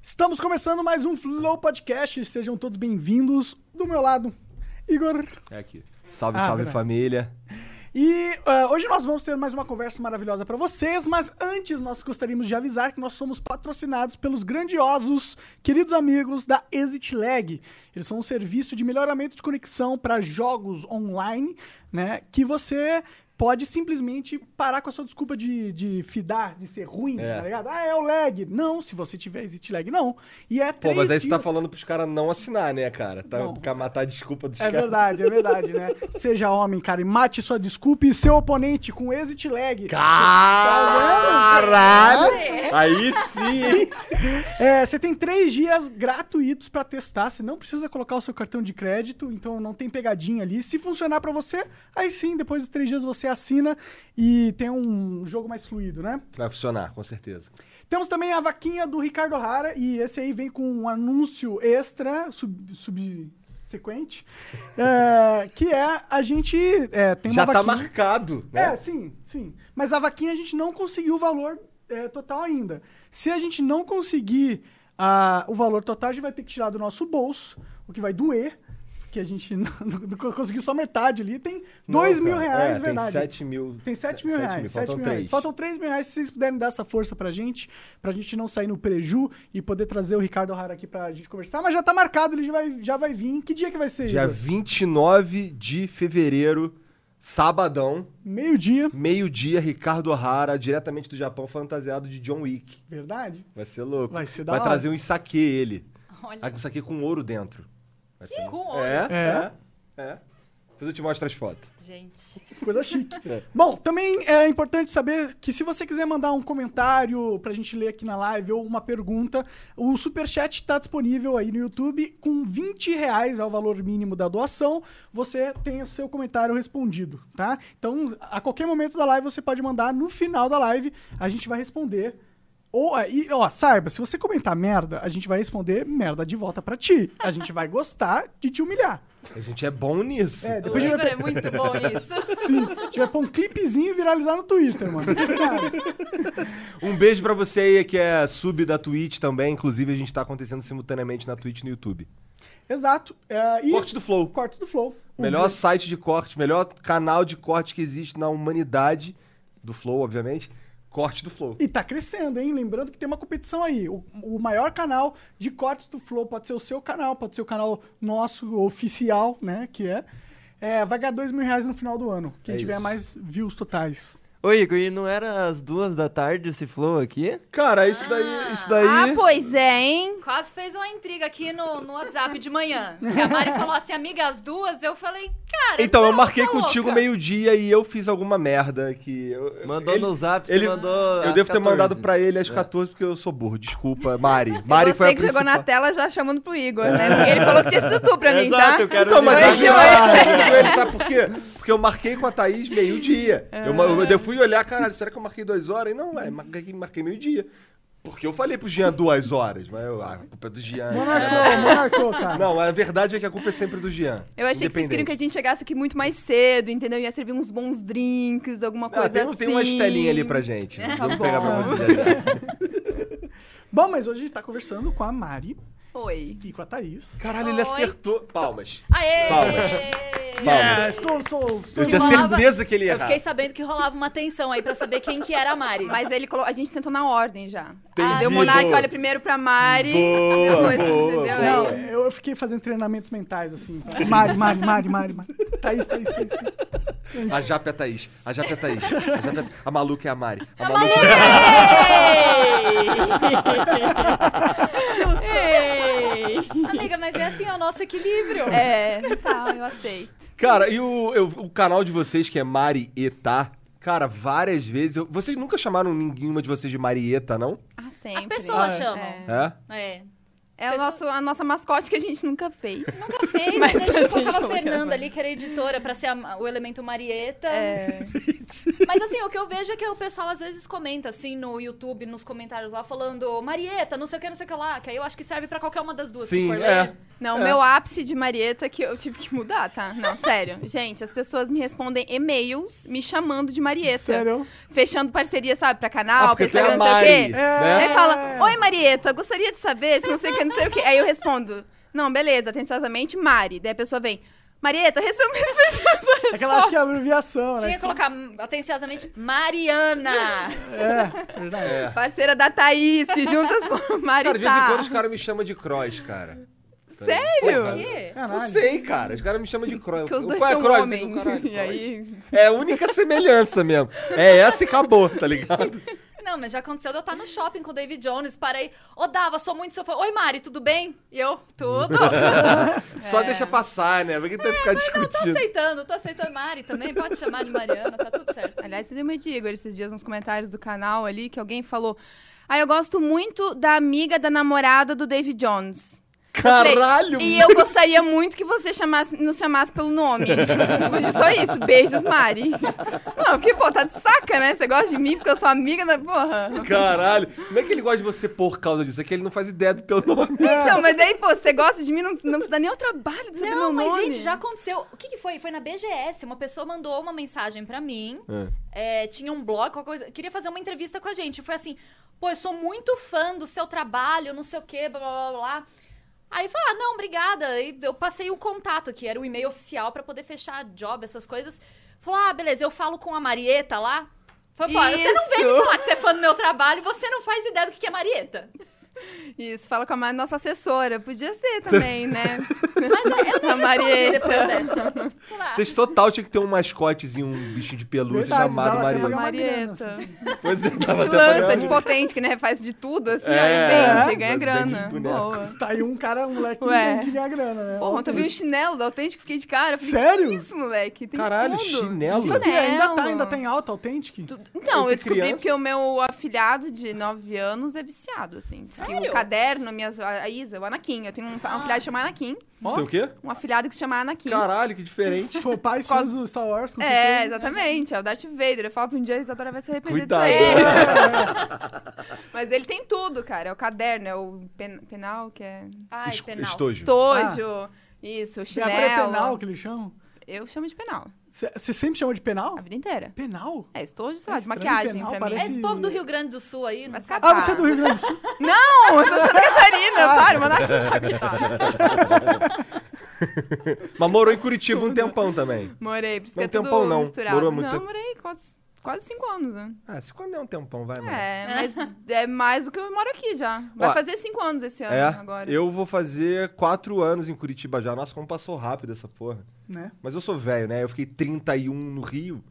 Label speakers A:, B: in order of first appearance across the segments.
A: Estamos começando mais um Flow Podcast. Sejam todos bem-vindos. Do meu lado, Igor.
B: É aqui. Salve,
A: Ah,
B: salve
A: verdade.
B: família.
A: E ah, hoje nós vamos ter mais uma conversa maravilhosa para vocês, mas antes nós gostaríamos de avisar que nós somos patrocinados pelos grandiosos, queridos amigos da Exit Lag. Eles são um serviço de melhoramento de conexão para jogos online, né? Que você pode simplesmente parar com a sua desculpa de, de fidar, de ser ruim,
B: É.
A: tá ligado? Ah, é o lag. Não, se você tiver Exit Lag, não. E é
B: Pô,
A: três
B: mas aí você tá
A: dias-
B: falando pros caras não assinar, né, cara? Tá,
A: Não.
B: pra matar a desculpa dos
A: É
B: caras.
A: verdade, é verdade, né? Seja homem, cara, e mate sua desculpa e seu oponente com exit lag.
B: Caralho! Aí sim, hein?
A: É, você tem três dias gratuitos pra testar. Você não precisa colocar o seu cartão de crédito, então não tem pegadinha ali. Se funcionar pra você, aí sim, depois dos três dias você assina e tem um jogo mais fluido, né?
B: Vai funcionar, com certeza.
A: Temos também a vaquinha do Ricardo Rara e esse aí vem com um anúncio extra sub- subsequente, é, que é a gente é, tem
B: Já
A: uma
B: tá
A: vaquinha.
B: marcado, né?
A: É, sim, sim. Mas a vaquinha a gente não conseguiu o valor é, total ainda. Se a gente não conseguir ah, o valor total, a gente vai ter que tirar do nosso bolso, o que vai doer, porque a gente não, não conseguiu só metade ali. Tem
B: Não,
A: dois mil
B: cara.
A: reais,
B: é,
A: verdade.
B: Tem 7 mil.
A: Tem 7 mil
B: sete
A: reais. sete
B: Faltam
A: mil
B: três.
A: reais. Faltam 3 mil reais se vocês puderem dar essa força pra gente, pra gente não sair no preju e poder trazer o Ricardo Rara aqui pra gente conversar. Mas já tá marcado, ele já vai, já vai vir. Que dia que vai ser?
B: Dia
A: Igor?
B: 29 de fevereiro, sabadão,
A: Meio-dia,
B: meio-dia, Ricardo O'Hara, diretamente do Japão, fantasiado de John Wick.
A: verdade?
B: Vai ser louco.
A: Vai ser da
B: Vai
A: hora.
B: trazer um saque ele.
C: Olha,
B: Aí com Ah, isso aqui é com ouro dentro. Vai ser-
C: com ouro?
B: É,
A: É.
B: é, é. Depois eu te mostro as fotos.
C: gente.
A: Coisa chique.
B: É.
A: Bom, também é importante saber que se você quiser mandar um comentário pra gente ler aqui na live ou uma pergunta, o Superchat tá disponível aí no YouTube com 20 reais ao valor mínimo da doação. Você tem o seu comentário respondido, tá? Então, a qualquer momento da live você pode mandar no final da live, a gente vai responder. Ou, ah, e, ó, saiba, se você comentar merda, a gente vai responder merda de volta pra ti. A gente vai gostar de te humilhar.
B: A gente é bom nisso.
A: É,
C: O
A: depois a gente
C: Igor
A: vai
C: é muito bom nisso.
A: Sim, a gente vai pôr um clipezinho e viralizar no Twitter, mano. É
B: Um beijo pra você aí que é sub da Twitch também. Inclusive, a gente tá acontecendo simultaneamente na Twitch e no YouTube.
A: Exato. É, e
B: Corte do Flow.
A: corte do Flow. Um
B: Melhor
A: beijo.
B: site de corte, melhor canal de corte que existe na humanidade. Do Flow, obviamente. Corte do Flow.
A: E tá crescendo, hein? Lembrando que tem uma competição aí. O, o maior canal de cortes do Flow pode ser o seu canal, pode ser o canal nosso oficial, né? Que é. é, vai ganhar dois mil reais no final do ano. Quem
B: É
A: tiver
B: isso.
A: mais views totais.
D: Ô Igor, e não era às duas da tarde esse flow aqui?
B: Cara, isso daí. Isso daí.
E: Ah, pois é, hein?
C: Quase fez uma intriga aqui no, no WhatsApp de manhã. Que a Mari falou assim, amiga, às duas. Eu falei, cara.
B: então,
C: não,
B: eu marquei
C: sou
B: contigo
C: louca.
B: meio-dia e eu fiz alguma merda que. eu- eu-
D: Mandou
B: ele-
D: no zap, você
B: ele-
D: mandou.
B: Eu
D: às
B: devo ter
D: 14.
B: mandado pra ele às 14 porque eu sou burro. Desculpa, Mari. Mari
E: É Você
B: foi a
E: que jogou na
B: principal.
E: tela já chamando pro Igor, né? Porque ele falou que tinha sido tu pra mim,
D: Exato,
E: tá?
D: eu quero
B: Então, mas
E: Dois
B: eu
E: de
B: juro,
E: manhã.
B: eu juro com ele, sabe por quê? Porque eu marquei com a Thaís meio-dia. Eu, ma- eu, eu fui olhar, caralho, será que eu marquei duas horas? E não, é, marquei, marquei meio-dia. Porque eu falei pro Jean duas horas, mas eu, ah, a culpa é do Jean. esse cara.
A: Monarcou, monarcou, cara.
B: Não, a verdade é que a culpa é sempre do Jean.
E: Eu achei que vocês queriam que a gente chegasse aqui muito mais cedo, entendeu? Ia servir uns bons drinks, alguma
B: ah,
E: coisa
B: tem,
E: assim. Tá
B: tem uma estelinha ali pra gente. Vou
E: bom.
B: pegar pra você. Daniel.
A: Bom, mas hoje a gente tá conversando com a Mari
E: Oi.
A: e com a Thaís.
B: Caralho, ele
C: Oi.
B: acertou. Palmas.
C: Aê!
B: Palmas.
A: Yeah, É, estou, sou, sou
B: Eu tinha
C: rolava-
B: certeza que ele ia
C: Eu
B: errar.
C: fiquei sabendo que rolava uma tensão aí pra saber quem que era a Mari.
E: Mas ele colocou. A gente sentou na ordem já.
B: Entendi,
E: Deu Monark,
B: boa.
E: olha primeiro pra Mari.
B: Boa,
E: depois,
B: boa,
E: entendeu?
B: boa.
E: É.
A: Eu, eu fiquei fazendo treinamentos mentais, assim. Mari, Mari, Mari, Mari, Mari. Thaís, Thaís, Thaís. Thaís.
B: A Japa é a Thaís. A Japa é a Thaís. A, Japa é... a maluca é a Mari. A maluca
C: Amiga, mas é assim, é o nosso equilíbrio.
E: É, tá, eu aceito.
B: Cara, e o, eu- o canal de vocês, que é Marieta, cara, várias vezes. eu- vocês nunca chamaram nenhuma de vocês de Marieta, não?
E: Ah, sempre.
C: As pessoas
A: Ah, é.
C: chamam.
B: É?
C: É.
E: É o nosso, a nossa mascote que a gente nunca fez.
C: Nunca fez, mas,
E: Mas
C: a gente
E: a gente
C: colocava a
E: não quer
C: Fernanda
E: mais.
C: ali, que era editora, pra ser a- o elemento Marieta.
E: É.
A: Exatamente.
C: Mas assim, o que eu vejo é que o pessoal às vezes comenta, assim, no YouTube, nos comentários lá, falando Marieta, não sei o que, não sei o que lá. Que aí eu acho que serve pra qualquer uma das duas.
B: Sim,
C: que for
B: é.
C: ler.
E: Não,
B: É.
E: meu ápice de Marieta que eu tive que mudar, tá? Não, sério. Gente, as pessoas me respondem e-mails me chamando de Marieta.
A: Sério? Sério?
E: Fechando parceria, sabe, pra
B: Ah,
E: canal, pra
B: porque tem a
E: Instagram, não sei o
B: Mari,
E: quê.
B: né?
E: Aí fala, oi Marieta, gostaria de saber se não sei o que, não sei o que. Aí eu respondo, não, beleza, atenciosamente, Mari. Daí a pessoa vem, Marieta, resume as pessoas.
A: Aquela acho que é a abreviação, né?
C: Tinha que colocar hum, atenciosamente Mariana.
A: É, verdade.
B: É.
E: Parceira da Thaís, que juntas
B: Cara, de vez em quando
E: Marita.
B: os caras me chamam de Cross, cara.
E: Sério?
B: Porra.
C: Quê?
B: Não
A: Caralho.
B: sei, cara. Os caras me chamam de Cross.
E: Porque os dois
B: Qual é
E: são
B: Cross? Eu
E: homens.
B: digo, "Caralho,
E: e
B: Cross."
E: aí...
B: É a única semelhança mesmo. É essa e acabou, tá ligado?
C: Não, mas já aconteceu de eu estar no shopping com o David Jones, parei. Ô, Dava, sou muito seu fã. Oi, Mari, tudo bem? E eu, tudo.
B: Só
E: É.
B: deixa passar, né? Porque tu vai ficar
C: Tô
B: discutindo.
C: aceitando, tô aceitando. Mari também, pode chamar de Mariana, tá tudo certo.
E: Aliás, eu dei uma de Igor esses dias nos comentários do canal ali, que alguém falou... Ah, eu gosto muito da amiga da namorada do David Jones. Falei,
B: Caralho,
E: E eu gostaria muito que você chamasse, nos chamasse pelo nome. Respondi só isso. Beijos, Mari. Não, porque, pô, tá de saca, né? Você gosta de mim porque eu sou amiga da... Porra.
B: Caralho, como é que ele gosta de você por causa disso? É que ele não faz ideia do teu nome.
E: Então, mas daí, pô, você gosta de mim, não, não se dá nem o trabalho de saber
C: Não,
E: meu
C: mas
E: nome.
C: gente, já aconteceu. O que, que foi? Foi na BGS. Uma pessoa mandou uma mensagem pra mim. É, tinha um blog, qualquer coisa. Queria fazer uma entrevista com a gente. Foi assim: pô, eu sou muito fã do seu trabalho, não sei o quê, blá blá blá. blá. Aí eu falei, ah, não, obrigada. E eu passei o contato, que era o e-mail oficial pra poder fechar job, essas coisas. Falou, ah, beleza, eu falo com a Marieta lá. Falei, pô, você não vem me
E: Isso.
C: falar que você é fã do meu trabalho, você não faz ideia do que que é Marieta.
E: Isso, fala com a Mari, nossa assessora. Podia ser também, né?
C: Mas é, eu nem
E: A
C: respondi
E: Marieta.
C: depois dessa. Sei
E: "Ah,
C: lá.
B: Vocês total tinham que ter um mascotezinho, um bichinho de pelúcia
A: Verdade,
B: chamado
A: dava até
B: Maria.
A: uma-
E: Marieta.
B: Pois é, tava
E: Te
B: até
E: lança,
B: falando.
E: de potente, que né, faz de tudo,
B: É,
E: assim, ó, e
B: é.
E: vende, ganha
B: Mas
E: grana.
B: vende boneco.
E: Boa.
A: Tá aí um cara, um moleque
E: Ué.
A: que ganha grana, né?
E: Porra, ontem eu vi um chinelo da Autêntica, fiquei de cara. eu Falei,
A: Sério?
E: Que isso, moleque? Tem
B: Caralho,
E: tudo.
B: chinelo?
A: Sabia, ainda tá,
E: Chinelo.
A: ainda tá em alta, autêntico.
E: Tu- Então,
B: Entre
E: eu descobri
B: criança.
E: que o meu afilhado de 9 anos é viciado, assim. Diz que
C: Sério?
E: o caderno, minhas, a Isa, o Anakin. Eu tenho um, um afilhado que chama Anakin.
B: Tem o quê?
E: Um afilhado que se chama Anakin.
B: Caralho, que diferente.
A: Foi pais fãs do Star Wars, com
E: É,
A: certeza.
E: exatamente. É o Darth Vader. Eu falo pra um dia a Isadora vai se arrepender
B: Cuidado.
E: disso aí. Mas ele tem tudo, cara. É o caderno, é o pen- penal, que é
C: Ai,
B: Esto-
C: penal.
B: Estojo.
E: estojo.
A: Ah.
E: Isso, o
A: É a pré-penal
E: chinelo.
A: que eles chamam.
E: Eu chamo de penal.
A: Você sempre chama de penal?
E: A vida inteira.
A: Penal?
E: É, estojo, sei
A: É
E: lá, de
A: estranho,
E: maquiagem
A: penal,
E: pra
A: parece-
E: mim.
C: É esse povo do Rio Grande do Sul aí, não
E: Mas
C: sabe?
A: Ah,
E: Tá.
A: você é do Rio Grande do Sul.
E: Não, eu sou Santa Catarina, É para, mas não sabia.
B: Mas morou em Curitiba um tempão também.
E: Morei, por isso
B: Não
E: que é
B: tem um
E: tudo
B: pão, não.
E: misturado.
B: Morou muito
E: não,
B: tempo.
E: morei quase, quase cinco anos, né?
B: Ah, se quando é um tempão, vai, mano.
E: É, mas é mais do que eu moro aqui já. Vai
B: Ó,
E: fazer cinco anos esse ano
B: É,
E: agora.
B: eu vou fazer quatro anos em Curitiba já. Nossa, como passou rápido essa porra.
A: Né?
B: Mas eu sou velho, né? Eu fiquei 31 no Rio.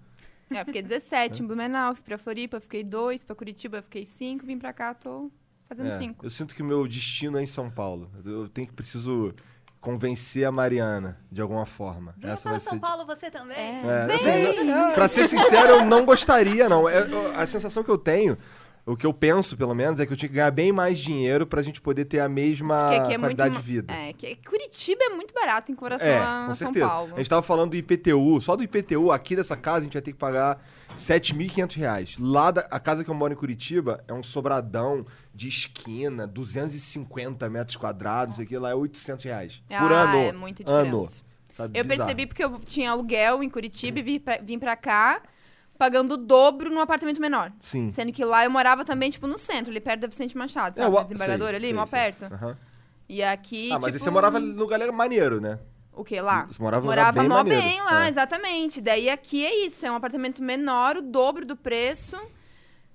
E: É, fiquei 17 em Blumenau, fui pra Floripa, fiquei dois, pra Curitiba fiquei cinco, vim pra cá, tô fazendo
B: É,
E: cinco.
B: Eu sinto que o meu destino é em São Paulo. Eu tenho que preciso convencer a Mariana de alguma forma.
C: Venha para São Paulo você também.
E: É.
B: É, assim, não- pra ser sincero, eu não gostaria, não. É, eu- a sensação que eu tenho, o que eu penso, pelo menos, é que eu tinha que ganhar bem mais dinheiro pra gente poder ter a mesma
E: Porque aqui é muito...
B: qualidade
E: ma-
B: de vida.
E: É, que Curitiba é muito barato em comparação
B: É,
E: a
B: com
E: São
B: certeza.
E: Paulo.
B: A gente tava falando do IPTU, só do IPTU aqui dessa casa a gente vai ter que pagar R$ 7.500 reais. Lá da a casa que eu moro em Curitiba é um sobradão de esquina, 250 metros quadrados, não sei o que, lá é 800 reais.
E: Ah,
B: por ano.
E: é muita
B: ano.
E: diferença.
B: Sabe,
E: Eu
B: bizarro.
E: percebi porque eu tinha aluguel em Curitiba e vim pra, vim pra cá pagando o dobro num apartamento menor.
B: Sim.
E: Sendo que lá eu morava também, tipo, no centro, ali perto da Vicente Machado, sabe?
B: o-
E: É, Desembargador
B: sei,
E: ali,
B: sei,
E: mó
B: sei.
E: perto.
B: Aham.
E: E aqui,
B: Ah, mas aí
E: tipo,
B: você morava no lugar maneiro, né?
E: O que lá?
B: Você morava num lugar
E: morava
B: bem
E: mó
B: maneiro.
E: bem lá,
B: É.
E: exatamente. Daí aqui é isso, é um apartamento menor, o dobro do preço.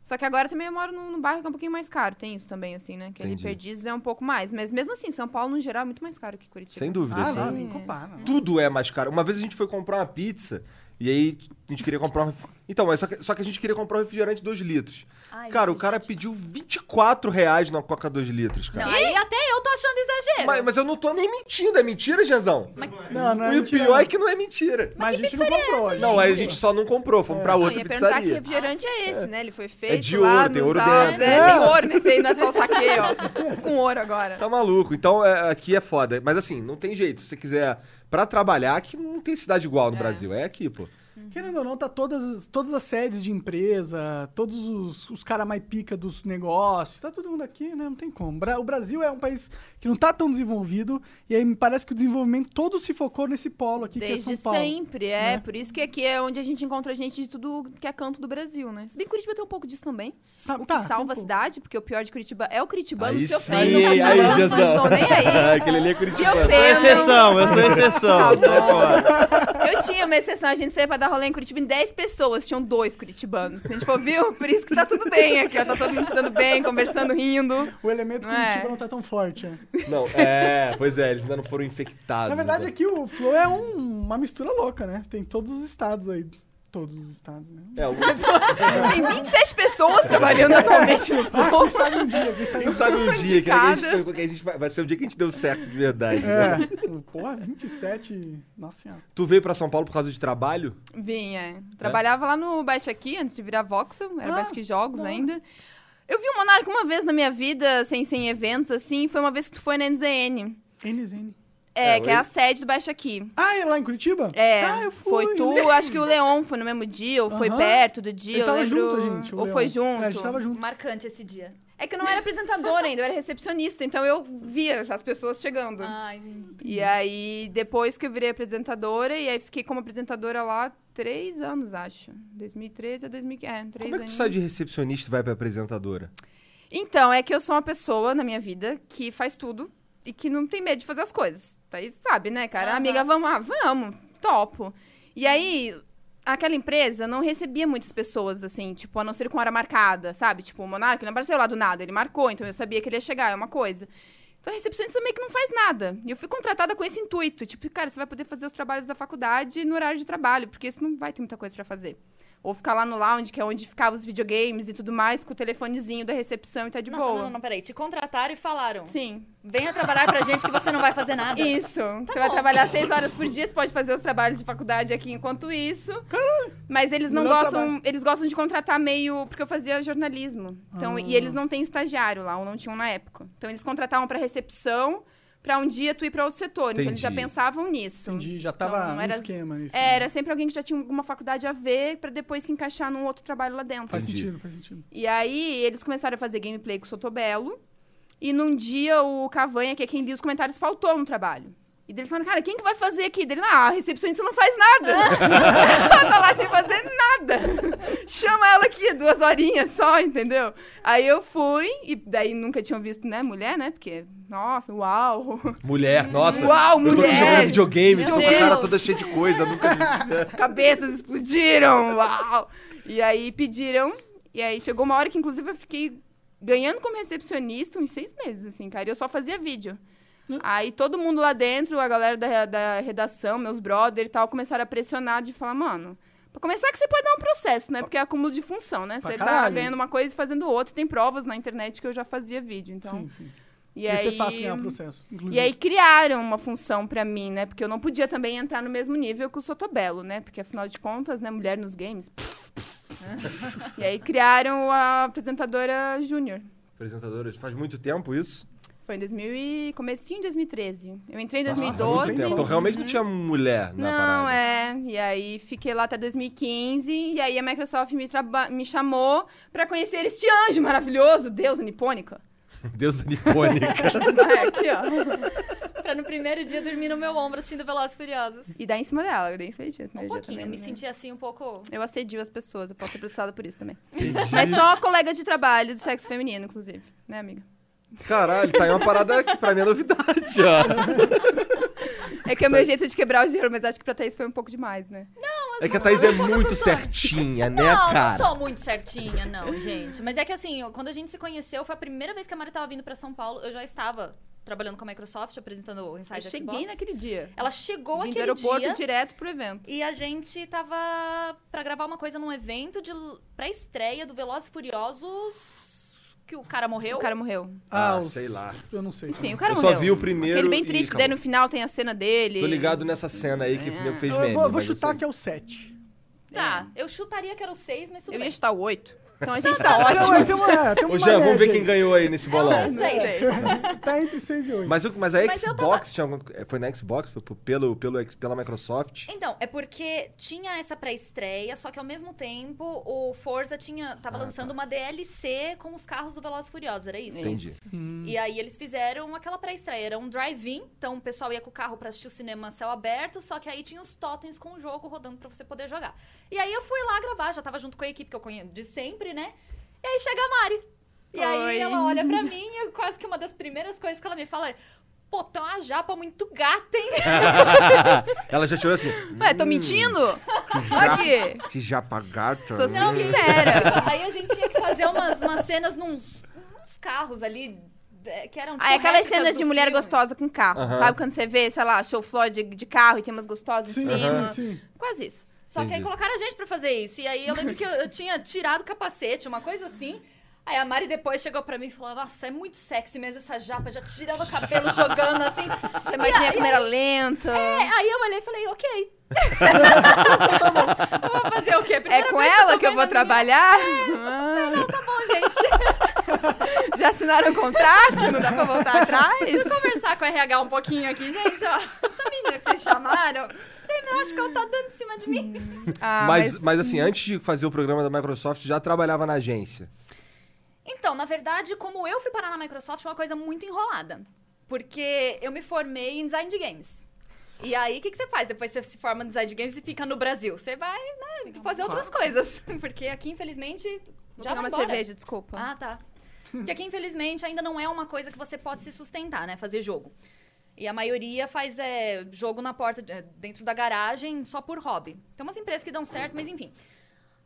E: Só que agora também eu moro num, num bairro que é um pouquinho mais caro, tem isso também, assim, né? Que ali
B: Entendi.
E: Perdizes é um pouco mais. Mas mesmo assim, São Paulo, no geral, é muito mais caro que Curitiba.
B: Sem dúvida,
A: Ah,
B: assim.
A: não, nem compara.
B: Tudo é mais caro. Uma vez a gente foi comprar uma pizza e aí a gente queria comprar um... ref- Então, mas só que, só que a gente queria comprar um refrigerante 2 litros.
C: Ai,
B: É. cara, o
C: refrigerante.
B: cara pediu 24 reais na Coca 2 litros,
C: Não,
B: cara.
C: aí até eu tô achando exagero.
B: Mas, mas eu não tô nem mentindo, é mentira, Jezão?
A: Não, não é
B: e o
A: mentira,
B: pior
A: não.
B: é que não é mentira.
A: Mas a gente não comprou. gente.
B: Não, aí a gente só não comprou, fomos pra
E: Não,
B: outra
E: É. ia perguntar que
B: pizzaria.
E: refrigerante é esse, né? Ele foi feito
B: É de
E: lá
B: ouro, tem
E: nos
B: ouro
E: Alpes.
B: dentro.
E: É,
A: Ah, É.
E: tem ouro nesse aí, não é só o saque, ó. Com ouro agora.
B: Tá maluco. Então é, aqui é foda. Mas assim, não tem jeito. Se você quiser pra trabalhar, que não tem cidade igual no Brasil. É aqui, pô.
A: Querendo ou não, tá todas, as- todas as sedes de empresa, todos os, os caras mais pica dos negócios, tá todo mundo aqui, né? Não tem como. Bra- O Brasil é um país que não tá tão desenvolvido, e aí me parece que o desenvolvimento todo se focou nesse polo aqui, que
E: Desde
A: é São Paulo.
E: sempre, é.
A: né?
E: Por isso que aqui é onde a gente encontra gente de tudo que é canto do Brasil, né? Se bem que Curitiba tem um pouco disso também.
A: Tá-
E: O que
A: tá,
E: salva a
A: tem um pouco.
E: cidade, porque o pior de Curitiba é o Curitibano.
B: Aí
E: se
B: sim,
E: ofendam,
B: aí,
E: não estou nem aí.
B: Aquele ali é
E: Se
B: Curitiba.
D: Eu sou
E: ofendam.
D: exceção, eu sou exceção.
E: Tá
B: é
D: sai
E: bom.
D: fora.
E: Eu tinha uma exceção, a gente saía pra dar rolê em Curitiba em 10 pessoas, tinham dois curitibanos. Se a gente for, viu? Por isso que tá tudo bem aqui, ó. Tá todo mundo se dando bem, conversando, rindo.
A: O elemento
E: Não é?
A: Curitiba não tá tão forte. né?
B: Não, é, pois é, eles ainda não foram infectados.
A: Na verdade,
B: né?
A: aqui o Flow é um- uma mistura louca, né? Tem todos os estados aí. Todos os estados, né?
B: É, o-
E: Tem 27 pessoas trabalhando atualmente no
A: Ah,
E: povo.
B: Quem sabe um dia que a
E: Indicada.
B: gente, que a gente vai, vai ser o dia que a gente deu certo de verdade. né?
A: É. Porra, 27. Nossa senhora.
B: Tu veio pra São Paulo por causa de trabalho?
E: Vim, é. Trabalhava lá no Baixa Aqui, antes de virar Voxel, era
A: Ah,
E: Baixa Aqui Jogos
A: da hora.
E: ainda. Eu vi o Monarca uma vez na minha vida, sem, sem eventos, assim, foi uma vez que tu foi na NZN.
A: NZN.
E: É,
B: É,
E: que é
B: oi?
E: a sede do Baixa Aqui.
A: Ah, é lá em Curitiba?
E: É,
A: Ah, eu fui.
E: foi tu, acho que o Leon foi no mesmo dia, ou foi
A: Aham.
E: perto do dia,
A: Ele
E: eu
A: tava
E: lembro.
A: junto, gente. o
E: ou
A: Leon.
E: foi junto.
A: É, a gente tava junto.
C: Marcante esse dia.
E: É que eu não era apresentadora ainda, eu era recepcionista, então eu via as pessoas chegando.
C: Ai,
E: E aí, depois que eu virei apresentadora, e aí fiquei como apresentadora lá três anos, acho. 2013 a 2015. É, três
B: Como é que tu
E: aninhos.
B: sai de recepcionista e vai pra apresentadora?
E: Então, é que eu sou uma pessoa na minha vida que faz tudo e que não tem medo de fazer as coisas. Thaís sabe, né, cara?
C: Aham.
E: Amiga, vamos lá, vamos, topo. E aí, aquela empresa não recebia muitas pessoas, assim, tipo, a não ser com hora marcada, sabe? Tipo, o Monarca ele não apareceu lá do nada, ele marcou, então eu sabia que ele ia chegar, é uma coisa. Então, a recepcionista meio que não faz nada. E eu fui contratada com esse intuito. Tipo, cara, você vai poder fazer os trabalhos da faculdade no horário de trabalho, porque você não vai ter muita coisa pra fazer. Ou ficar lá no lounge, que é onde ficavam os videogames e tudo mais, com o telefonezinho da recepção e tá de
C: Nossa,
E: boa.
C: não, não, não, peraí. Te contrataram e falaram.
E: Sim.
C: Venha trabalhar pra gente que você não vai fazer nada.
E: Isso. você vai
C: bom.
E: trabalhar seis horas por dia, você pode fazer os trabalhos de faculdade aqui enquanto isso. Mas eles não
A: Melhor
E: gostam.
A: trabalho.
E: Eles gostam de contratar meio. Porque eu fazia jornalismo. Então,
A: Ah.
E: E eles não têm estagiário lá, ou não tinham na época. Então eles contratavam pra recepção pra um dia tu ir pra outro setor. Então eles já
B: Entendi.
E: pensavam nisso.
A: Entendi, assim, já tava
E: Não,
A: no
E: Então, era-
A: esquema nisso. né?
E: É, Era sempre alguém que já tinha alguma faculdade a ver pra depois se encaixar num outro trabalho lá dentro.
A: Faz
B: Entendi.
A: sentido, faz sentido.
E: E aí eles começaram a fazer gameplay com o Sotobelo. E num dia o Cavanha, que é quem lia os comentários, faltou no trabalho. E eles falaram, cara, quem que vai fazer aqui? Dele, ah, a recepcionista não faz nada. Ela tá lá sem fazer nada. Chama ela aqui, duas horinhas só, entendeu? Aí eu fui, e daí nunca tinham visto, né, mulher, né? Porque, nossa, uau.
B: Mulher, nossa.
E: Hum. Uau,
B: eu tô aqui
E: mulher.
B: jogando videogame,
E: Meu
B: tô com a cara
E: Deus.
B: toda cheia de coisa, nunca
E: cabeças explodiram, uau! E aí pediram, e aí chegou uma hora que, inclusive, eu fiquei ganhando como recepcionista uns seis meses, assim, cara, e eu só fazia vídeo.
A: Hum.
E: Aí todo mundo lá dentro, a galera da, da redação, meus brother e tal, começaram a pressionar de falar, mano, pra começar que você pode dar um processo, né? Porque é acúmulo de função, né?
A: Pra
E: Você tá
A: caralho.
E: ganhando uma coisa e fazendo outra, tem provas na internet que eu já fazia vídeo, então...
A: sim, sim.
E: E,
A: E
E: aí...
A: você faz é ganhar processo.
B: Uhum.
A: Inclusive.
E: E aí criaram uma função pra mim, né? Porque eu não podia também entrar no mesmo nível que o Sotobelo, né? Porque afinal de contas, né, mulher nos games. e aí criaram a apresentadora júnior.
B: Apresentadora, faz muito tempo isso?
E: Foi em 2000 e comecinho de 2013. Eu entrei em
B: Nossa, faz
E: 2012.
B: muito tempo. Então realmente não tinha mulher na parada.
E: uhum. Não, é. E aí fiquei lá até 2015. E aí a Microsoft me, traba- me chamou pra conhecer este anjo maravilhoso, deusa nipônica.
B: Deus da nipônica.
E: É, aqui, ó.
C: Pra no primeiro dia dormir no meu ombro assistindo Velozes e Furiosos.
E: E daí em cima dela, eu dei em cima de
C: Um pouquinho,
E: né?
C: eu me senti assim um pouco...
E: Eu assedio as pessoas, eu posso ser processada por isso também.
B: Entendi.
E: Mas só colegas de trabalho do sexo feminino, inclusive. Né, amiga?
B: Caralho, tá aí uma parada que pra mim é novidade, ó.
E: É que é o meu jeito de quebrar o gelo, mas acho que pra Thaís foi um pouco demais, né?
B: É que a Thaís é muito certinha, né,
C: não,
B: cara?
C: não sou muito certinha, não, gente. Mas é que assim, eu- quando a gente se conheceu, foi a primeira vez que a Mari tava vindo pra São Paulo. Eu já estava trabalhando com a Microsoft, apresentando o
E: Eu
C: Inside Xbox.
E: cheguei naquele dia.
C: Ela chegou
E: Vim do
C: aquele
E: aeroporto
C: dia
E: direto pro evento.
C: e a gente tava pra gravar uma coisa num evento de l- pré-estreia do Velozes e Furiosos que o cara morreu.
E: O cara morreu.
B: Ah,
A: os-
B: sei lá.
A: Eu não sei.
E: Sim, o cara
B: Eu
E: morreu.
B: só vi o primeiro.
E: Aquele bem
B: e
E: triste, que
B: acabou.
E: daí no final tem a cena dele.
B: Tô ligado nessa cena aí que
E: É.
B: me fez
A: Eu
B: meme.
A: vou, vou
B: mas
A: chutar
B: sei.
A: que é o 7.
C: Tá, eu chutaria que era o 6, mas tudo
E: Eu
C: bem.
E: ia chutar o oito. Então a gente tá
A: Não, mas
E: ótimo.
A: tem uma, é, tem
B: Ô,
A: uma
B: Jean, vamos ver
A: média
B: quem
A: aí.
B: ganhou aí nesse bolão.
E: Não sei.
A: Tá entre 6 e 8.
B: Mas, o- mas a
C: Mas eu
B: Xbox tinha algum- eh, foi na Xbox, foi pro- pelo, pelo, ex- pela Microsoft.
C: Então, é porque tinha essa pré-estreia, só que ao mesmo tempo o Forza tinha, tava lançando uma DLC com os carros do Velozes e Furiosos, era isso?
B: Entendi.
C: E aí eles fizeram aquela pré-estreia, era um drive-in, então o pessoal ia com o carro pra assistir o cinema a céu aberto, só que aí tinha os totens com o jogo rodando pra você poder jogar. E aí eu fui lá gravar, já tava junto com a equipe que eu conheço de sempre, né? E aí chega a Mari. E aí
E: Oi.
C: ela olha pra mim e quase que uma das primeiras coisas que ela me fala é: Pô, tá uma japa muito gata, hein?
B: Ela já tirou assim.
E: Ué, tô mentindo? Aqui.
B: Que japa gata.
E: Sou
C: Não,
E: sincera.
C: Aí a gente tinha que fazer umas, umas cenas nos, nos carros ali, é, que eram tipo,
E: Ah, é aquelas
C: réplicas
E: cenas de
C: do
E: mulher
C: filme.
E: gostosa com carro.
B: Aham.
E: Sabe quando você vê, sei lá, show floor de, de carro e tem umas gostosas
A: Sim,
E: em cima?
A: sim, sim.
E: Quase isso.
C: Só que aí
B: Entendi.
C: colocaram a gente pra fazer isso. E aí eu lembro que eu, eu tinha tirado o capacete, uma coisa assim. Aí a Mari depois chegou pra mim e falou: Nossa, é muito sexy mesmo essa japa, já tirando o cabelo, jogando assim.
E: Já imaginei a
C: ah.
E: câmera lenta.
C: É, aí eu olhei e falei: Ok. tá bom. Eu vou fazer o quê?
E: É
C: Primeira
E: com
C: vez
E: ela
C: tô
E: que eu
C: vendo
E: vou
C: a menina.
E: trabalhar?
C: Tá bom, gente.
E: Ah, Já assinaram o contrato? Não dá pra voltar atrás?
C: Deixa eu conversar com o RH um pouquinho aqui, gente. Ó, essa menina que vocês chamaram, você não acha que ela tá dando em cima de mim?
E: Ah,
B: mas, mas... assim, antes de fazer o programa da Microsoft, já trabalhava na agência.
C: Então, na verdade, como eu fui parar na Microsoft, foi uma coisa muito enrolada. Porque eu me formei em design de games. E aí, o que, que você faz? Depois você se forma em design de games e fica no Brasil. Você vai, né, fazer outras coisas. Porque aqui, infelizmente,
E: Vou
C: já
E: pegar
C: vai
E: uma
C: embora.
E: cerveja, desculpa.
C: Ah, tá. Porque aqui, infelizmente, ainda não é uma coisa que você pode se sustentar, né? Fazer jogo. E a maioria faz é, jogo na porta, é, dentro da garagem, só por hobby. Tem umas empresas que dão certo, mas enfim.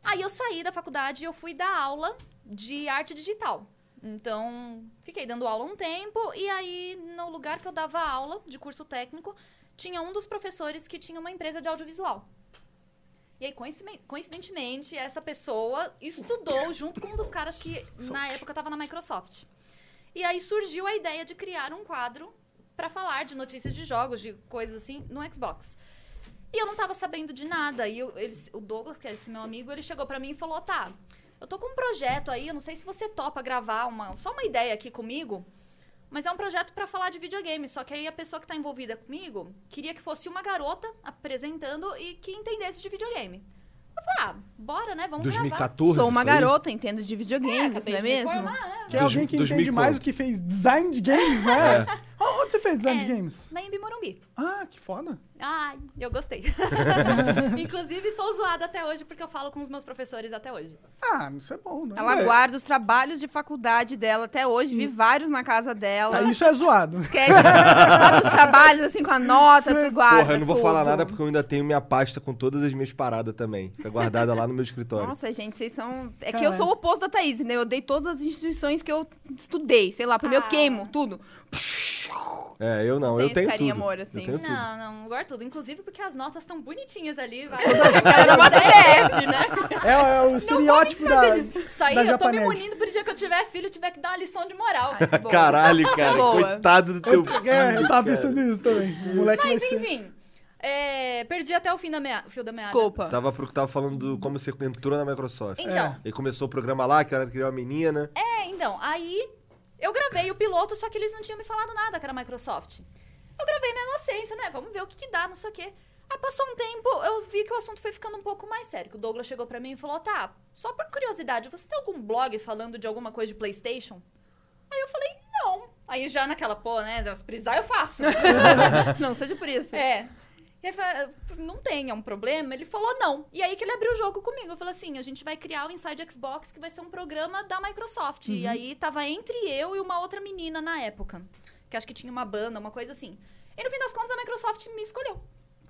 C: Aí eu saí da faculdade e eu fui dar aula de arte digital. Então, fiquei dando aula um tempo e aí no lugar que eu dava aula de curso técnico, tinha um dos professores que tinha uma empresa de audiovisual. E aí, coincime- coincidentemente, essa pessoa estudou junto com um dos caras que na época estava na Microsoft. E aí surgiu a ideia de criar um quadro para falar de notícias de jogos, de coisas assim, no Xbox. E eu não tava sabendo de nada. E eu- eles- o Douglas, que é esse meu amigo, ele chegou pra mim e falou: Tá, eu tô com um projeto aí, eu não sei se você topa gravar uma, só uma ideia aqui comigo, mas é um projeto pra falar de videogame. Só que aí a pessoa que tá envolvida comigo queria que fosse uma garota apresentando e que entendesse de videogame. Eu falei: Ah, bora, né? Vamos gravar.
B: 2014.
E: Sou uma
B: isso aí?
E: garota, entendo de
C: É,
E: videogames,
C: acabei
E: não é
C: de me
E: mesmo?
C: formar, né?
A: Que é
B: Dos-
A: alguém que
B: dos
A: entende
B: mil
A: mais
B: conto. É.
A: o que fez design de games, né? Onde você fez design
C: É.
A: de games?
C: Na Embi Morumbi.
A: Ah, que foda.
C: Ai, eu gostei. Inclusive, sou zoada até hoje porque eu falo com os meus professores até hoje.
A: Ah, isso é bom, né?
E: Ela guarda os trabalhos de faculdade dela até hoje,
C: Hum.
E: vi vários na casa dela.
A: Ah, isso é zoado.
E: Esquece, sabe os trabalhos assim com a nota, tu guarda.
B: Porra, eu não vou
E: tudo.
B: falar nada porque eu ainda tenho minha pasta com todas as minhas paradas também. Fica guardada lá no meu escritório.
E: Nossa, gente, vocês são. É que eu
A: Caralho.
E: sou o oposto da Thaís, né? Eu dei todas as instituições que eu estudei, sei lá, primeiro
C: Ah.
E: eu queimo tudo.
B: É, eu não.
E: Tem
B: eu
E: esse
B: tenho
E: carinha,
B: tudo.
E: amor, assim.
B: Eu tenho tudo.
C: Não, não, guarda tudo. Inclusive porque as notas estão bonitinhas ali. Vai.
E: Ela não gosta de CF, né?
A: É, é o
C: Não vou me
A: estereótipo da.
C: desfazer disso. Isso aí,
A: da
C: eu tô me
A: Japanese.
C: munindo pro dia que eu tiver filho, eu tiver que dar uma lição de moral.
E: Ai, que boa.
B: Caralho, cara.
E: Tá Boa. Tá
B: Coitado do teu filho.
A: É, eu tava
B: cara.
A: pensando nisso também. O moleque vai
C: Mas
A: ser.
C: enfim, é, perdi até o fim da mea, fio da meada.
E: Desculpa.
B: Tava, pro- tava falando do como você entrou na Microsoft.
A: É.
C: Então,
B: Ele começou o programa lá, que era criar uma menina.
C: É, então, aí eu gravei o piloto, só que eles não tinham me falado nada que era Microsoft. Eu gravei na inocência, né? Vamos ver o que, que dá, não sei o quê. Aí passou um tempo, eu vi que o assunto foi ficando um pouco mais sério. Que o Douglas chegou pra mim e falou: tá, só por curiosidade, você tem algum blog falando de alguma coisa de PlayStation? Aí eu falei: não. Aí já naquela, pô, né? Se precisar, eu faço.
E: Não, seja por isso.
C: É. E aí, fa- não tem, é um problema? Ele falou não. E aí que ele abriu o jogo comigo. Eu falei assim, a gente vai criar o Inside Xbox, que vai ser um programa da Microsoft. E aí tava entre eu e uma outra menina na época. Que acho que tinha uma banda, uma coisa assim. E no fim das contas, a Microsoft me escolheu.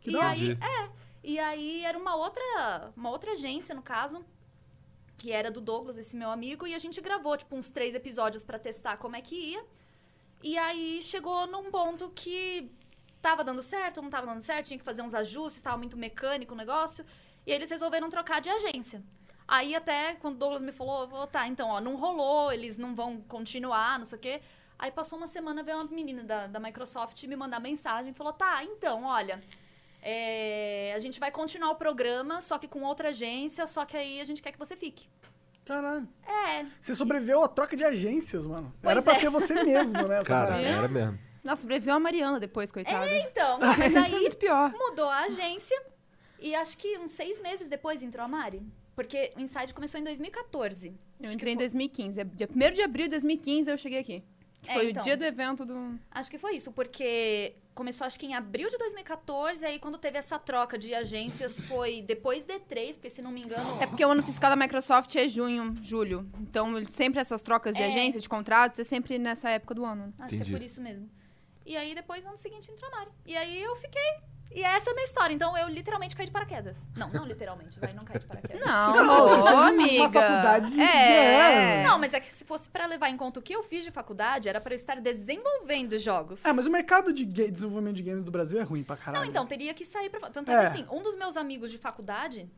A: Que
C: e
A: da hora.
C: aí, é. E aí era uma outra, uma outra agência, no caso, que era do Douglas, esse meu amigo, e a gente gravou, tipo, uns três episódios pra testar como é que ia. E aí chegou num ponto que tava dando certo, não tava dando certo, tinha que fazer uns ajustes, tava muito mecânico o negócio. E aí eles resolveram trocar de agência. Aí até quando o Douglas me falou, eu falei, tá, então, ó, não rolou, eles não vão continuar, não sei o quê. Aí passou uma semana, veio uma menina da, da Microsoft me mandar mensagem, falou, tá, então, olha, é, a gente vai continuar o programa, só que com outra agência, só que aí a gente quer que você fique.
A: Caralho.
C: É,
A: Você sobreviveu à troca de agências, mano.
C: Pois
A: Era pra
C: é.
A: ser você mesmo, né? essa
B: Cara, é.
A: parada.
B: era mesmo.
E: Nossa, sobreviveu a Mariana depois, coitada.
C: é então. Mas
E: Isso é
C: aí
E: muito pior.
C: mudou a agência e acho que uns seis meses depois entrou a Mari. Porque o Inside começou em 2014.
E: Eu
C: Acho que
E: entrei em
C: foi-
E: 2015. É Dia 1 de abril de 2015 eu cheguei aqui.
C: É,
E: Foi
C: então.
E: o dia do evento do.
C: Acho que foi isso, porque começou acho que em abril de 2014, aí quando teve essa troca de agências foi depois D3, porque se não me engano.
E: É porque o ano fiscal da Microsoft é junho, julho. Então, ele- sempre essas trocas de
C: É.
E: agência, de contratos, é sempre nessa época do ano.
C: Acho que
B: Entendi.
C: é por isso mesmo. E aí depois no ano seguinte entrou a Mari. E aí eu fiquei. E essa é a minha história. Então eu literalmente caí de paraquedas. Não, não literalmente, vai, não caí de paraquedas.
E: Não,
A: Não, você
E: ô,
A: fez uma- uma
E: amiga.
A: faculdade de-
E: é.
A: é.
C: Não, mas é que se fosse pra levar em conta o que eu fiz de faculdade, era pra eu estar desenvolvendo jogos.
A: Ah, mas o mercado de ga- desenvolvimento de games do Brasil é ruim pra caralho.
C: Não, então, teria que sair pra fora. Tanto é.
A: É.
C: que, assim, um dos meus amigos de faculdade,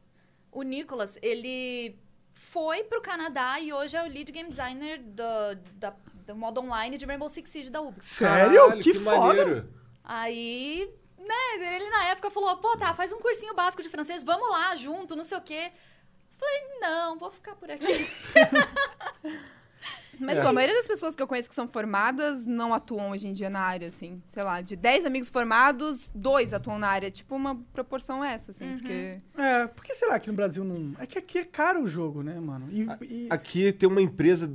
C: o Nicolas, ele foi pro Canadá e hoje é o lead game designer do, da, do modo online de Rainbow Six Siege da Ubi.
A: Sério?
B: Caralho,
A: que foda!
B: maneiro.
C: Aí, né, ele na época falou, pô, tá, faz um cursinho básico de francês, vamos lá, junto, não sei o quê. Falei, não, vou ficar por aqui.
E: Mas, pô, a maioria das pessoas que eu conheço que são formadas não atuam hoje em dia na área, assim. Sei lá, de 10 amigos formados, dois atuam na área. Tipo, uma proporção essa, assim, porque...
A: É, por que será que no Brasil não. É que aqui é caro o jogo, né, mano? E. e-
B: Aqui tem uma empresa.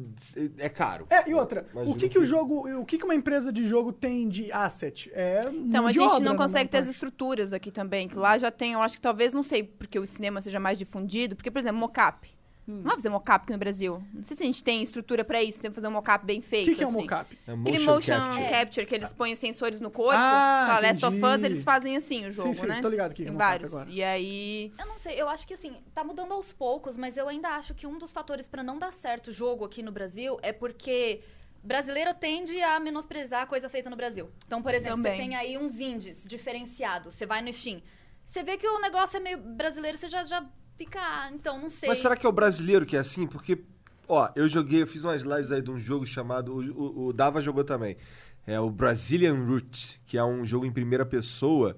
B: É caro.
A: É, e outra,
B: Imagino
A: o que, que o jogo. O que, que uma empresa de jogo tem de asset? É.
E: Então,
A: mão
E: a
A: de
E: gente
A: obra,
E: não
A: né,
E: consegue
A: maior
E: ter as
A: parte.
E: estruturas aqui também, que lá já tem, eu acho que talvez, não sei, porque o cinema seja mais difundido, porque, por exemplo, mocap.
A: Hum.
E: Não vai fazer mocap aqui no Brasil. Não sei se a gente tem estrutura pra isso, tem que fazer um mocap bem
A: O
E: feito.
A: que, que é um
E: assim.
A: mocap?
B: É
E: Aquele motion capture. Tá. que eles põem os sensores no corpo.
A: Ah,
E: sei lá, Last of Us,
A: entendi.
E: eles fazem assim o jogo,
A: sim, sim,
E: né?
A: tô ligado aqui. que é
E: Tem
A: um mocap
E: vários.
A: Agora.
E: E aí.
C: Eu não sei, eu acho que assim, tá mudando aos poucos, mas eu ainda acho que um dos fatores pra não dar certo o jogo aqui no Brasil é porque brasileiro tende a menosprezar a coisa feita no Brasil. Então, por exemplo,
E: Também.
C: você tem aí uns indies diferenciados, você vai no Steam, você vê que o negócio é meio brasileiro, você já, já fica, ah, então, não sei.
B: Mas será que é o brasileiro que é assim? Porque, ó, eu joguei, eu fiz umas lives aí de um jogo chamado. O, o- o Dava jogou também. É o Brazilian Roots, que é um jogo em primeira pessoa.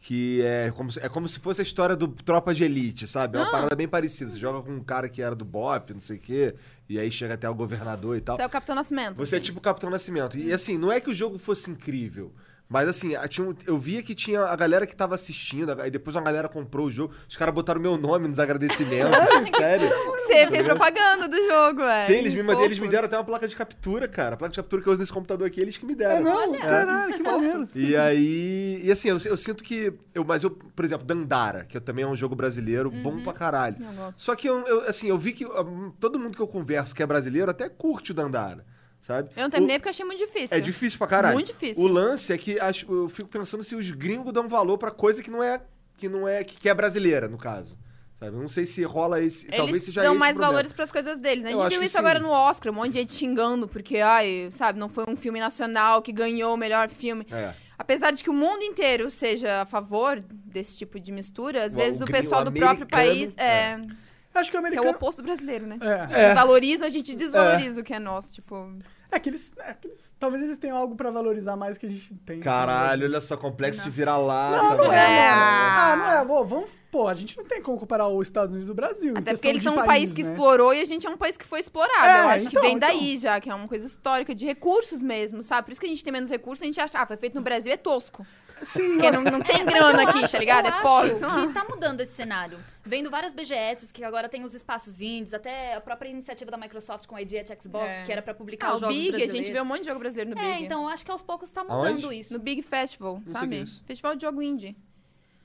B: Que é como, se, é como se fosse a história do Tropa de Elite, sabe? É
E: Ah.
B: uma parada bem parecida. Você joga com um cara que era do Bop, não sei o quê, e aí chega até o governador e tal.
E: Isso é o Capitão Nascimento.
B: Você é tipo o Capitão Nascimento. E assim, não é que o jogo fosse incrível. Mas assim, a- tinha um- eu via que tinha a galera que tava assistindo, aí depois uma galera comprou o jogo, os caras botaram meu nome nos agradecimentos. assim, sério.
E: Você fez propaganda do jogo, é.
B: Sim, eles me, mand-
E: Fofos.
B: eles me deram até uma placa de captura, cara. A placa de captura que eu uso nesse computador aqui, eles que me deram.
A: É, não, caralho, que maneiro.
B: E é aí. E assim, eu, eu sinto que. Eu, mas eu, por exemplo, Dandara, que eu- também é um jogo brasileiro bom
E: Uhum.
B: pra caralho.
E: Eu gosto.
B: Só que eu, eu, assim, eu vi que hum, todo mundo que eu converso que é brasileiro até curte o Dandara. Sabe?
E: Eu não
B: O-
E: terminei porque eu achei muito difícil.
B: é difícil pra caralho.
E: Muito difícil.
B: O lance é que acho- eu fico pensando se os gringos dão valor pra coisa que não é que não é que, que é brasileira, no caso. Sabe? Eu Não sei se rola esse,
E: Eles
B: talvez seja
E: dão
B: esse
E: mais
B: o problema.
E: valores pras coisas deles, né? A
B: Eu
E: gente
B: acho
E: viu
B: que
E: isso
B: sim.
E: agora no Oscar, um monte de gente xingando, porque, ai, sabe, não foi um filme nacional que ganhou o melhor filme.
B: É.
E: Apesar de que o mundo inteiro seja a favor desse tipo de mistura, às
B: O-
E: vezes
B: o
E: o
B: gringo-
E: pessoal
B: o
E: do próprio país é,
B: americano,
A: Acho que o
E: que é o
A: americano.
E: oposto do brasileiro, né?
A: É,
E: Eles valorizam, a gente desvaloriza o que é nosso, tipo...
A: é que eles. é que eles- talvez eles tenham algo pra valorizar mais que a gente tem.
B: Caralho, olha só complexo de virar lá. tá
A: Não, não é,
E: É.
A: mano. Ah, não é. vô, vamos, pô, a gente não tem como comparar os Estados Unidos e o Brasil. em
E: Até
A: questão
E: porque eles
A: de
E: são um país que
A: né?
E: explorou e a gente é um país que foi explorado.
A: É,
E: Eu acho
A: então,
E: que vem daí já, que é uma coisa histórica, de recursos mesmo, sabe? Por isso que a gente tem menos recursos, a gente acha, ah, foi feito no Brasil, é tosco.
A: Sim,
E: Porque não, não tem grana aqui, tá ligado?
C: Eu
E: É pobre.
C: acho
E: sei lá.
C: que tá mudando esse cenário. Vendo várias BGS que agora tem os espaços indies, até a própria iniciativa da Microsoft com a Idea de Xbox,
E: É.
C: que era pra publicar
E: Ah,
C: os
E: o
C: jogos
E: Big, a
C: brasileiros.
E: gente vê um monte de jogo brasileiro no Big.
C: É, então eu acho que aos poucos tá
B: Aonde?
C: mudando isso.
E: No Big Festival,
B: sei o que é
E: sabe?
B: isso.
E: Festival de jogo indie.